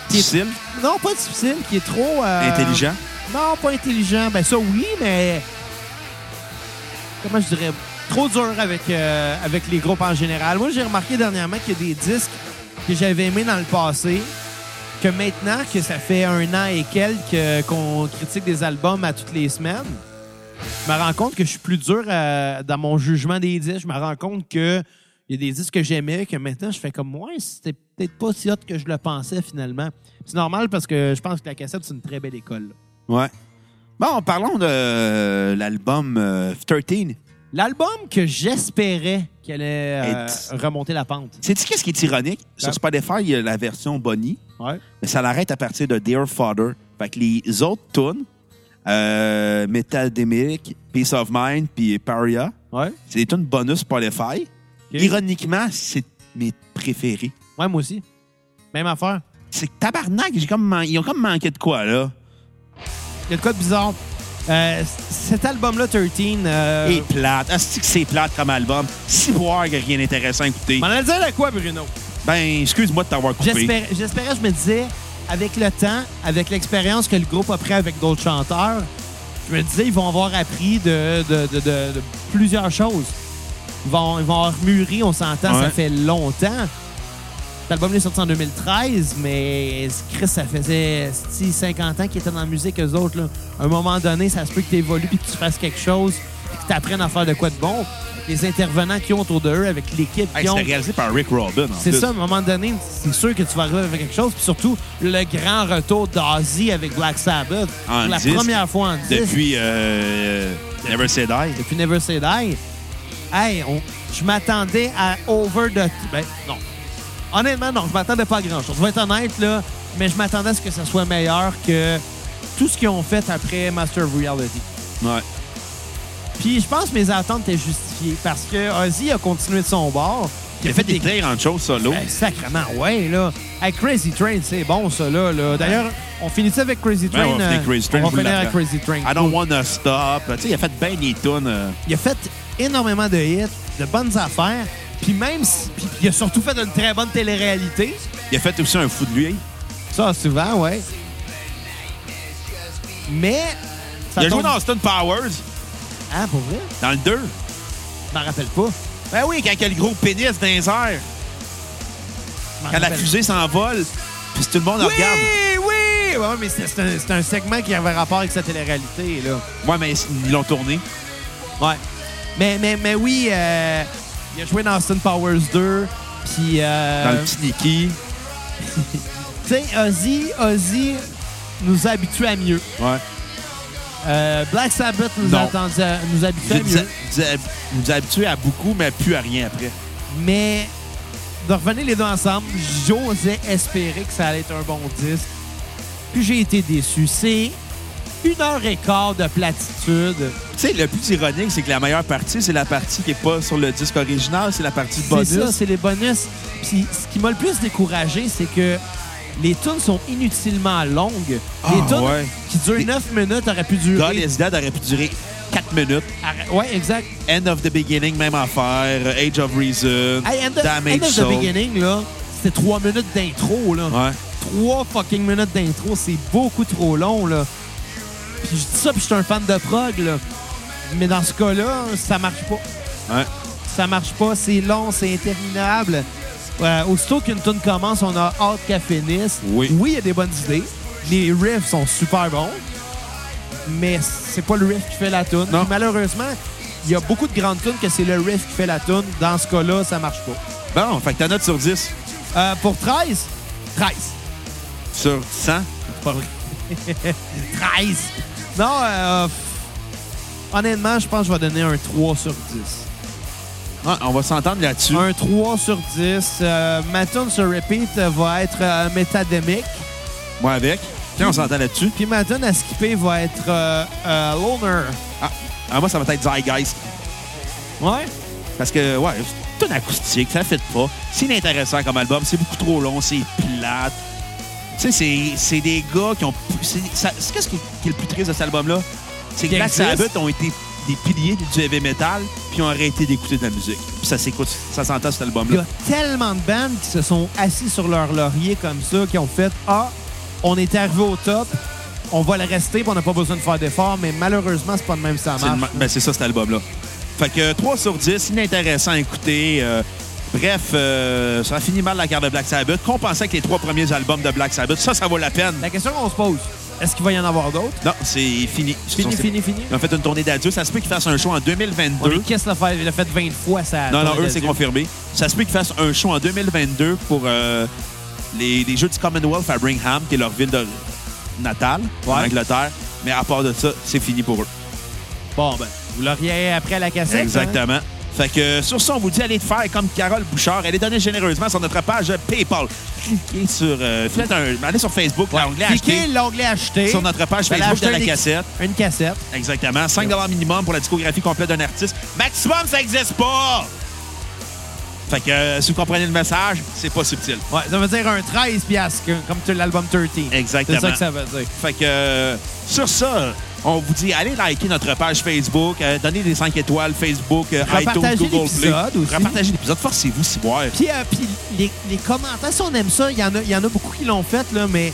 [SPEAKER 3] qui est-
[SPEAKER 1] Difficile,
[SPEAKER 3] non, pas difficile, qui est trop... euh,
[SPEAKER 1] intelligent.
[SPEAKER 3] Non, pas intelligent. Ben ça, oui, mais... Comment je dirais? Trop dur avec, euh, avec les groupes en général. Moi, j'ai remarqué dernièrement qu'il y a des disques que j'avais aimés dans le passé, que maintenant, que ça fait un an et quelques euh, qu'on critique des albums à toutes les semaines, je me rends compte que je suis plus dur euh, dans mon jugement des disques. Je me rends compte que il y a des disques que j'aimais que maintenant je fais comme ouais, c'était peut-être pas si hot que je le pensais finalement. C'est normal parce que je pense que la cassette c'est une très belle école. là.
[SPEAKER 1] Ouais. Bon, parlons de euh, l'album euh, 13.
[SPEAKER 3] L'album que j'espérais qu'elle allait euh,
[SPEAKER 1] Et-
[SPEAKER 3] remonter la pente.
[SPEAKER 1] Sais-tu qu'est-ce qui est ironique? Sur
[SPEAKER 3] Ouais.
[SPEAKER 1] Spotify, il y a la version Bonnie,
[SPEAKER 3] Ouais.
[SPEAKER 1] mais ça l'arrête à partir de Dear Father. Fait que les autres tunes, euh, Metal Demic, Peace of Mind, puis Paria,
[SPEAKER 3] Ouais.
[SPEAKER 1] c'est des tunes bonus Spotify. Ironiquement, c'est mes préférés.
[SPEAKER 3] Ouais, moi aussi. Même affaire.
[SPEAKER 1] C'est que tabarnak, j'ai comme man- ils ont comme manqué de quoi, là.
[SPEAKER 3] Il y a de quoi de bizarre. Euh, c- cet album-là, 13, euh,
[SPEAKER 1] Et plate. Est-ce que c'est plate comme album? Si voir que rien d'intéressant à écouter.
[SPEAKER 3] M'en allais dire de quoi, Bruno?
[SPEAKER 1] Ben, excuse-moi de t'avoir coupé.
[SPEAKER 3] J'espérais, j'espérais, je me disais, avec le temps, avec l'expérience que le groupe a pris avec d'autres chanteurs, je me disais, ils vont avoir appris de, de- de- de- de plusieurs choses. Ils vont, ils vont avoir mûri, on s'entend,
[SPEAKER 1] Ouais.
[SPEAKER 3] ça fait longtemps. Cet album est sorti en 2013, mais Chris, ça faisait sti, 50 ans qu'ils étaient dans la musique, eux autres. Là. À un moment donné, ça se peut que tu évolues puis que tu fasses quelque chose, puis que tu apprennes à faire de quoi de bon. Les intervenants qui ont autour de eux, avec l'équipe
[SPEAKER 1] Hey,
[SPEAKER 3] qui ont.
[SPEAKER 1] C'était réalisé par Rick Robin. en
[SPEAKER 3] C'est
[SPEAKER 1] plus.
[SPEAKER 3] ça, à un moment donné, c'est sûr que tu vas arriver avec quelque chose. Puis surtout, le grand retour d'Ozzy avec Black Sabbath.
[SPEAKER 1] En
[SPEAKER 3] pour la
[SPEAKER 1] disque.
[SPEAKER 3] première fois en 10.
[SPEAKER 1] Depuis euh, Never Say Die.
[SPEAKER 3] depuis Never Say Die. Hey, on- je m'attendais à over the... Ben, non. Honnêtement, non, je m'attendais pas à grand-chose. Je vais être honnête, là, mais je m'attendais à ce que ça soit meilleur que tout ce qu'ils ont fait après Master of Reality.
[SPEAKER 1] Ouais.
[SPEAKER 3] Puis je pense que mes attentes étaient justifiées parce que Ozzy a continué de son bord.
[SPEAKER 1] Il a fait des en choses solo.
[SPEAKER 3] Ben, sacrement, ouais, là. Hey, Crazy Train, c'est bon, ça, là. là. D'ailleurs, on finit ça avec Crazy
[SPEAKER 1] Ben,
[SPEAKER 3] Train.
[SPEAKER 1] on va finir
[SPEAKER 3] euh,
[SPEAKER 1] Crazy Train,
[SPEAKER 3] on va
[SPEAKER 1] je vous
[SPEAKER 3] finir avec
[SPEAKER 1] l'apprends.
[SPEAKER 3] Crazy Train.
[SPEAKER 1] I don't wanna stop. Tu sais, il a fait bien des tunes. euh.
[SPEAKER 3] Il a fait énormément de hits, de bonnes affaires, puis même si, puis il a surtout fait une très bonne télé-réalité.
[SPEAKER 1] Il a fait aussi un fou de lui.
[SPEAKER 3] Ça, souvent, ouais. Mais. ça
[SPEAKER 1] il a joué
[SPEAKER 3] tombe-
[SPEAKER 1] dans Austin Powers,
[SPEAKER 3] Ah, pour vrai?
[SPEAKER 1] dans le 2.
[SPEAKER 3] Je m'en rappelle pas.
[SPEAKER 1] Ben oui, quand il y a le gros pénis dans les airs,
[SPEAKER 3] Ah, Je m'en
[SPEAKER 1] quand la
[SPEAKER 3] rappelle-
[SPEAKER 1] fusée s'envole, puis tout le monde
[SPEAKER 3] ben. Oui,
[SPEAKER 1] regarde.
[SPEAKER 3] oui! Ouais, mais c'est c'est un, c'est un segment qui avait rapport avec sa télé-réalité, là.
[SPEAKER 1] Ouais, mais ils l'ont tourné.
[SPEAKER 3] Ouais. Mais, mais, mais oui, euh, il a joué dans Austin Powers 2, puis... euh,
[SPEAKER 1] Dans le petit Nicky.
[SPEAKER 3] Tu sais, Ozzy, Ozzy nous habitue à mieux.
[SPEAKER 1] Ouais.
[SPEAKER 3] Euh, Black Sabbath nous,
[SPEAKER 1] Non.
[SPEAKER 3] attendait à- nous habitue
[SPEAKER 1] Vous
[SPEAKER 3] à mieux.
[SPEAKER 1] nous habitué à beaucoup, mais plus à rien après.
[SPEAKER 3] Mais de revenir les deux ensemble, j'osais espérer que ça allait être un bon disque. Puis j'ai été déçu. C'est une heure et quart de platitude.
[SPEAKER 1] Tu sais, le plus ironique, c'est que la meilleure partie, c'est la partie qui n'est pas sur le disque original, c'est la partie bonus.
[SPEAKER 3] C'est ça, c'est les bonus. Puis ce qui m'a le plus découragé, c'est que les tunes sont inutilement longues. les
[SPEAKER 1] Ah,
[SPEAKER 3] tunes
[SPEAKER 1] ouais.
[SPEAKER 3] qui durent
[SPEAKER 1] Les-
[SPEAKER 3] 9 minutes auraient pu
[SPEAKER 1] God
[SPEAKER 3] durer.
[SPEAKER 1] is Dead aurait pu durer 4 minutes.
[SPEAKER 3] Arrête- Ouais, exact.
[SPEAKER 1] End of the Beginning, même affaire. Age of Reason.
[SPEAKER 3] Hey, end of,
[SPEAKER 1] Damage
[SPEAKER 3] end of the
[SPEAKER 1] Soul.
[SPEAKER 3] beginning, là, c'était 3 minutes d'intro, là.
[SPEAKER 1] Ouais.
[SPEAKER 3] 3 fucking minutes d'intro, c'est beaucoup trop long, là. Puis je dis ça, puis je suis un fan de prog, là. Mais dans ce cas-là, ça marche pas.
[SPEAKER 1] ouais.
[SPEAKER 3] ça marche pas, c'est long, c'est interminable. Euh, aussitôt qu'une tune commence, on a hâte qu'elle finisse.
[SPEAKER 1] Oui.
[SPEAKER 3] il y a des bonnes idées. Les riffs sont super bons, mais c'est pas le riff qui fait la tune.
[SPEAKER 1] Non.
[SPEAKER 3] Puis Malheureusement, il y a beaucoup de grandes tunes que c'est le riff qui fait la tune. Dans ce cas-là, ça marche pas.
[SPEAKER 1] Bon, fait que ta note sur 10,
[SPEAKER 3] Euh, pour 13, 13.
[SPEAKER 1] sur 100.
[SPEAKER 3] Pas vrai. <laughs> 13. Non, euh, pff, honnêtement, je pense que je vais donner un 3 sur 10.
[SPEAKER 1] Ouais, on va s'entendre là-dessus.
[SPEAKER 3] Un 3 sur 10. Euh, ma tune sur repeat euh, va être euh, Metademic.
[SPEAKER 1] Moi avec. Tiens, on s'entend là-dessus.
[SPEAKER 3] Puis ma tune à skipper va être euh, euh, Loner.
[SPEAKER 1] Ah, ah, moi, ça va être Zeitgeist.
[SPEAKER 3] Ouais.
[SPEAKER 1] Parce que, ouais, c'est une acoustique, ça fait pas. C'est inintéressant comme album, c'est beaucoup trop long, c'est plate. Tu sais, c'est- c'est des gars qui ont. c'est- ça- c'est- Qu'est-ce qui, qui est le plus triste de cet album-là? C'est que
[SPEAKER 3] Qui
[SPEAKER 1] Black
[SPEAKER 3] existe.
[SPEAKER 1] Sabbath ont été des piliers du heavy metal, puis ont arrêté d'écouter de la musique. Puis ça s'écoute, ça s'entend cet
[SPEAKER 3] Il y a
[SPEAKER 1] album-là.
[SPEAKER 3] tellement de bandes qui se sont assis sur leur laurier comme ça, qui ont fait Ah, on est arrivé au top, on va le rester, puis on n'a pas besoin de faire d'efforts, mais malheureusement, c'est pas de même ça
[SPEAKER 1] C'est le
[SPEAKER 3] marche.
[SPEAKER 1] ma- ben, c'est ça, cet album-là. Fait que 3 sur 10, inintéressant à écouter. euh, bref, euh, ça a fini mal la carte de Black Sabbath. Qu'on pensait que les trois premiers albums de Black Sabbath, ça, ça vaut la peine.
[SPEAKER 3] La question qu'on se pose, est-ce qu'il va y en avoir d'autres?
[SPEAKER 1] Non, c'est fini.
[SPEAKER 3] Fini,
[SPEAKER 1] C'est-
[SPEAKER 3] fini, fini.
[SPEAKER 1] Ils ont fait une tournée d'adieu. Ça se peut qu'ils fassent un show en
[SPEAKER 3] On est
[SPEAKER 1] 2022.
[SPEAKER 3] qu'est-ce qu'il a fait? Il l'a fait 20 fois, ça.
[SPEAKER 1] Non, non, eux, c'est confirmé. Ça se peut qu'ils fassent un show en 2022 pour euh, les, les Jeux du Commonwealth à Birmingham, qui est leur ville de natale, en
[SPEAKER 3] Ouais.
[SPEAKER 1] Angleterre. Mais à part de ça, c'est fini pour eux.
[SPEAKER 3] Bon, ben, vous l'auriez après la cassette. hein?
[SPEAKER 1] Exactement. Fait que sur ça, on vous dit allez te faire comme Carole Bouchard. Elle est donnée généreusement sur notre page PayPal. Cliquez sur. euh, faites un- allez sur Facebook, l'onglet
[SPEAKER 3] Cliquez
[SPEAKER 1] acheter.
[SPEAKER 3] l'onglet acheter.
[SPEAKER 1] Sur notre page
[SPEAKER 3] Fallait
[SPEAKER 1] Facebook de
[SPEAKER 3] acheter
[SPEAKER 1] la
[SPEAKER 3] un-
[SPEAKER 1] cassette.
[SPEAKER 3] Une cassette.
[SPEAKER 1] Exactement. 5 minimum pour la discographie complète d'un artiste. Maximum, ça n'existe pas! Fait que euh, si vous comprenez le message, c'est pas subtil.
[SPEAKER 3] Ouais, ça veut dire un 13 piastres, que- comme tu- l'album 13.
[SPEAKER 1] Exactement.
[SPEAKER 3] C'est ça que ça veut dire.
[SPEAKER 1] Fait que euh, sur ça, on vous dit allez liker notre page Facebook, euh, donnez des 5 étoiles Facebook, euh, iTunes,
[SPEAKER 3] Repartagez
[SPEAKER 1] Google Play.
[SPEAKER 3] l'épisode aussi.
[SPEAKER 1] Repartagez l'épisode, forcez-vous si voir.
[SPEAKER 3] Puis, euh, puis les, les commentaires, si on aime ça, il y, en a- il y en a beaucoup qui l'ont fait, là, mais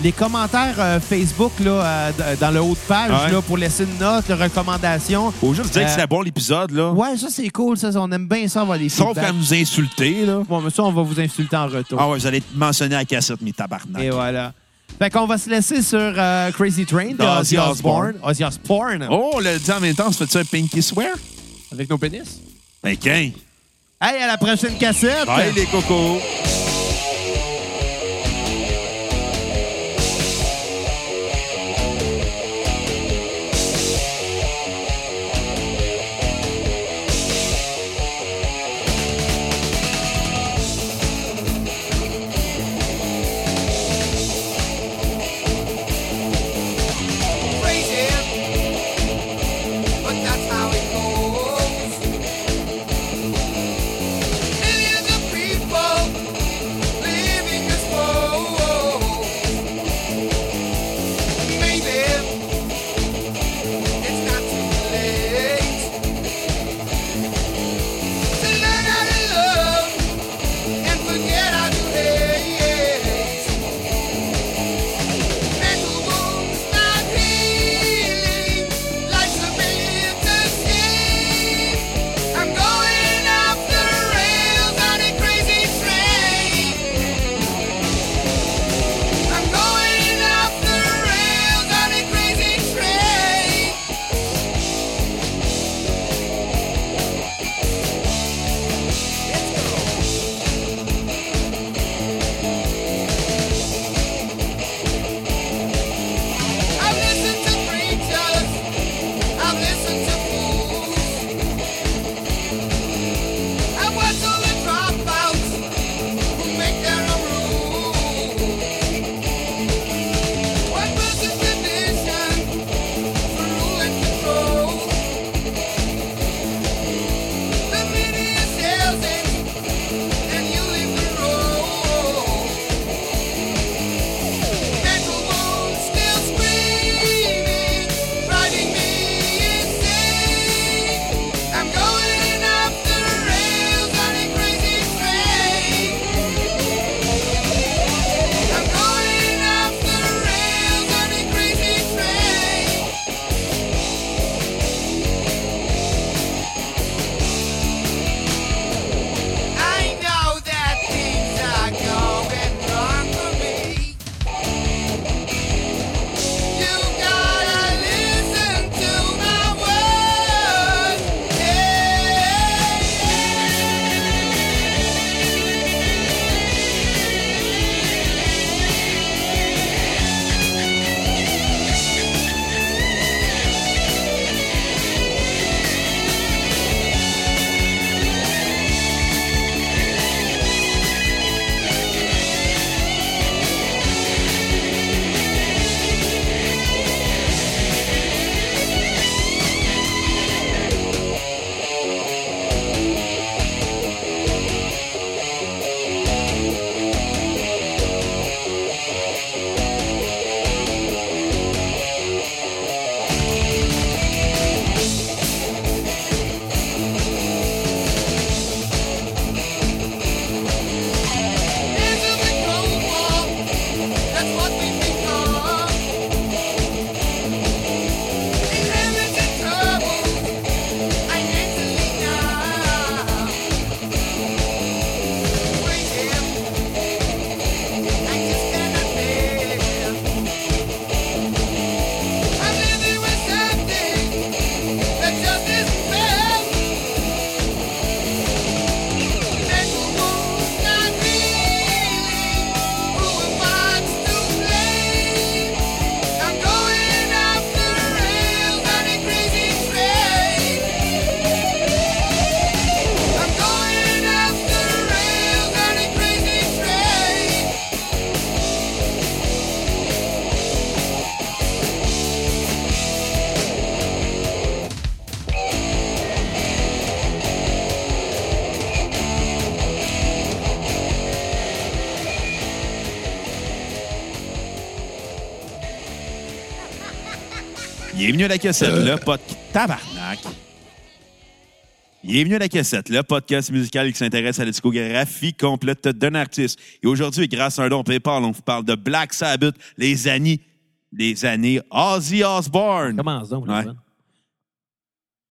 [SPEAKER 3] les commentaires euh, Facebook là, euh, d- dans le haut de page
[SPEAKER 1] Ouais.
[SPEAKER 3] là, pour laisser une note, les recommandations.
[SPEAKER 1] Faut juste dire que
[SPEAKER 3] Euh,
[SPEAKER 1] c'est bon l'épisode, là.
[SPEAKER 3] Ouais, ça c'est cool, ça, on aime bien ça, avoir les
[SPEAKER 1] Sauf
[SPEAKER 3] feedbacks.
[SPEAKER 1] quand vous insultez, là.
[SPEAKER 3] Bon, mais ça, on va vous insulter en retour.
[SPEAKER 1] Ah ouais, vous allez être mentionné à la cassette, mes tabarnak.
[SPEAKER 3] Et voilà. Fait qu'on va se laisser sur euh, Crazy Train de
[SPEAKER 1] Ozzy
[SPEAKER 3] Ozzy Osbourne.
[SPEAKER 1] Osbourne.
[SPEAKER 3] Ozzy Osbourne.
[SPEAKER 1] Oh, on le dit en même temps, se fait-tu un pinky swear?
[SPEAKER 3] Avec nos pénis.
[SPEAKER 1] Ben, qu'un.
[SPEAKER 3] Hey, à la prochaine cassette!
[SPEAKER 1] Bye, les cocos!
[SPEAKER 2] Millions of people
[SPEAKER 1] Bienvenue à la cassette, le podcast. Tabarnak! Bienvenue à la cassette, le podcast musical qui s'intéresse à la discographie complète d'un artiste. Et aujourd'hui, grâce à un don PayPal, on vous parle de Black Sabbath, les années, les années Ozzy Osbourne.
[SPEAKER 3] Commence donc,
[SPEAKER 1] Ouais.
[SPEAKER 3] Logan.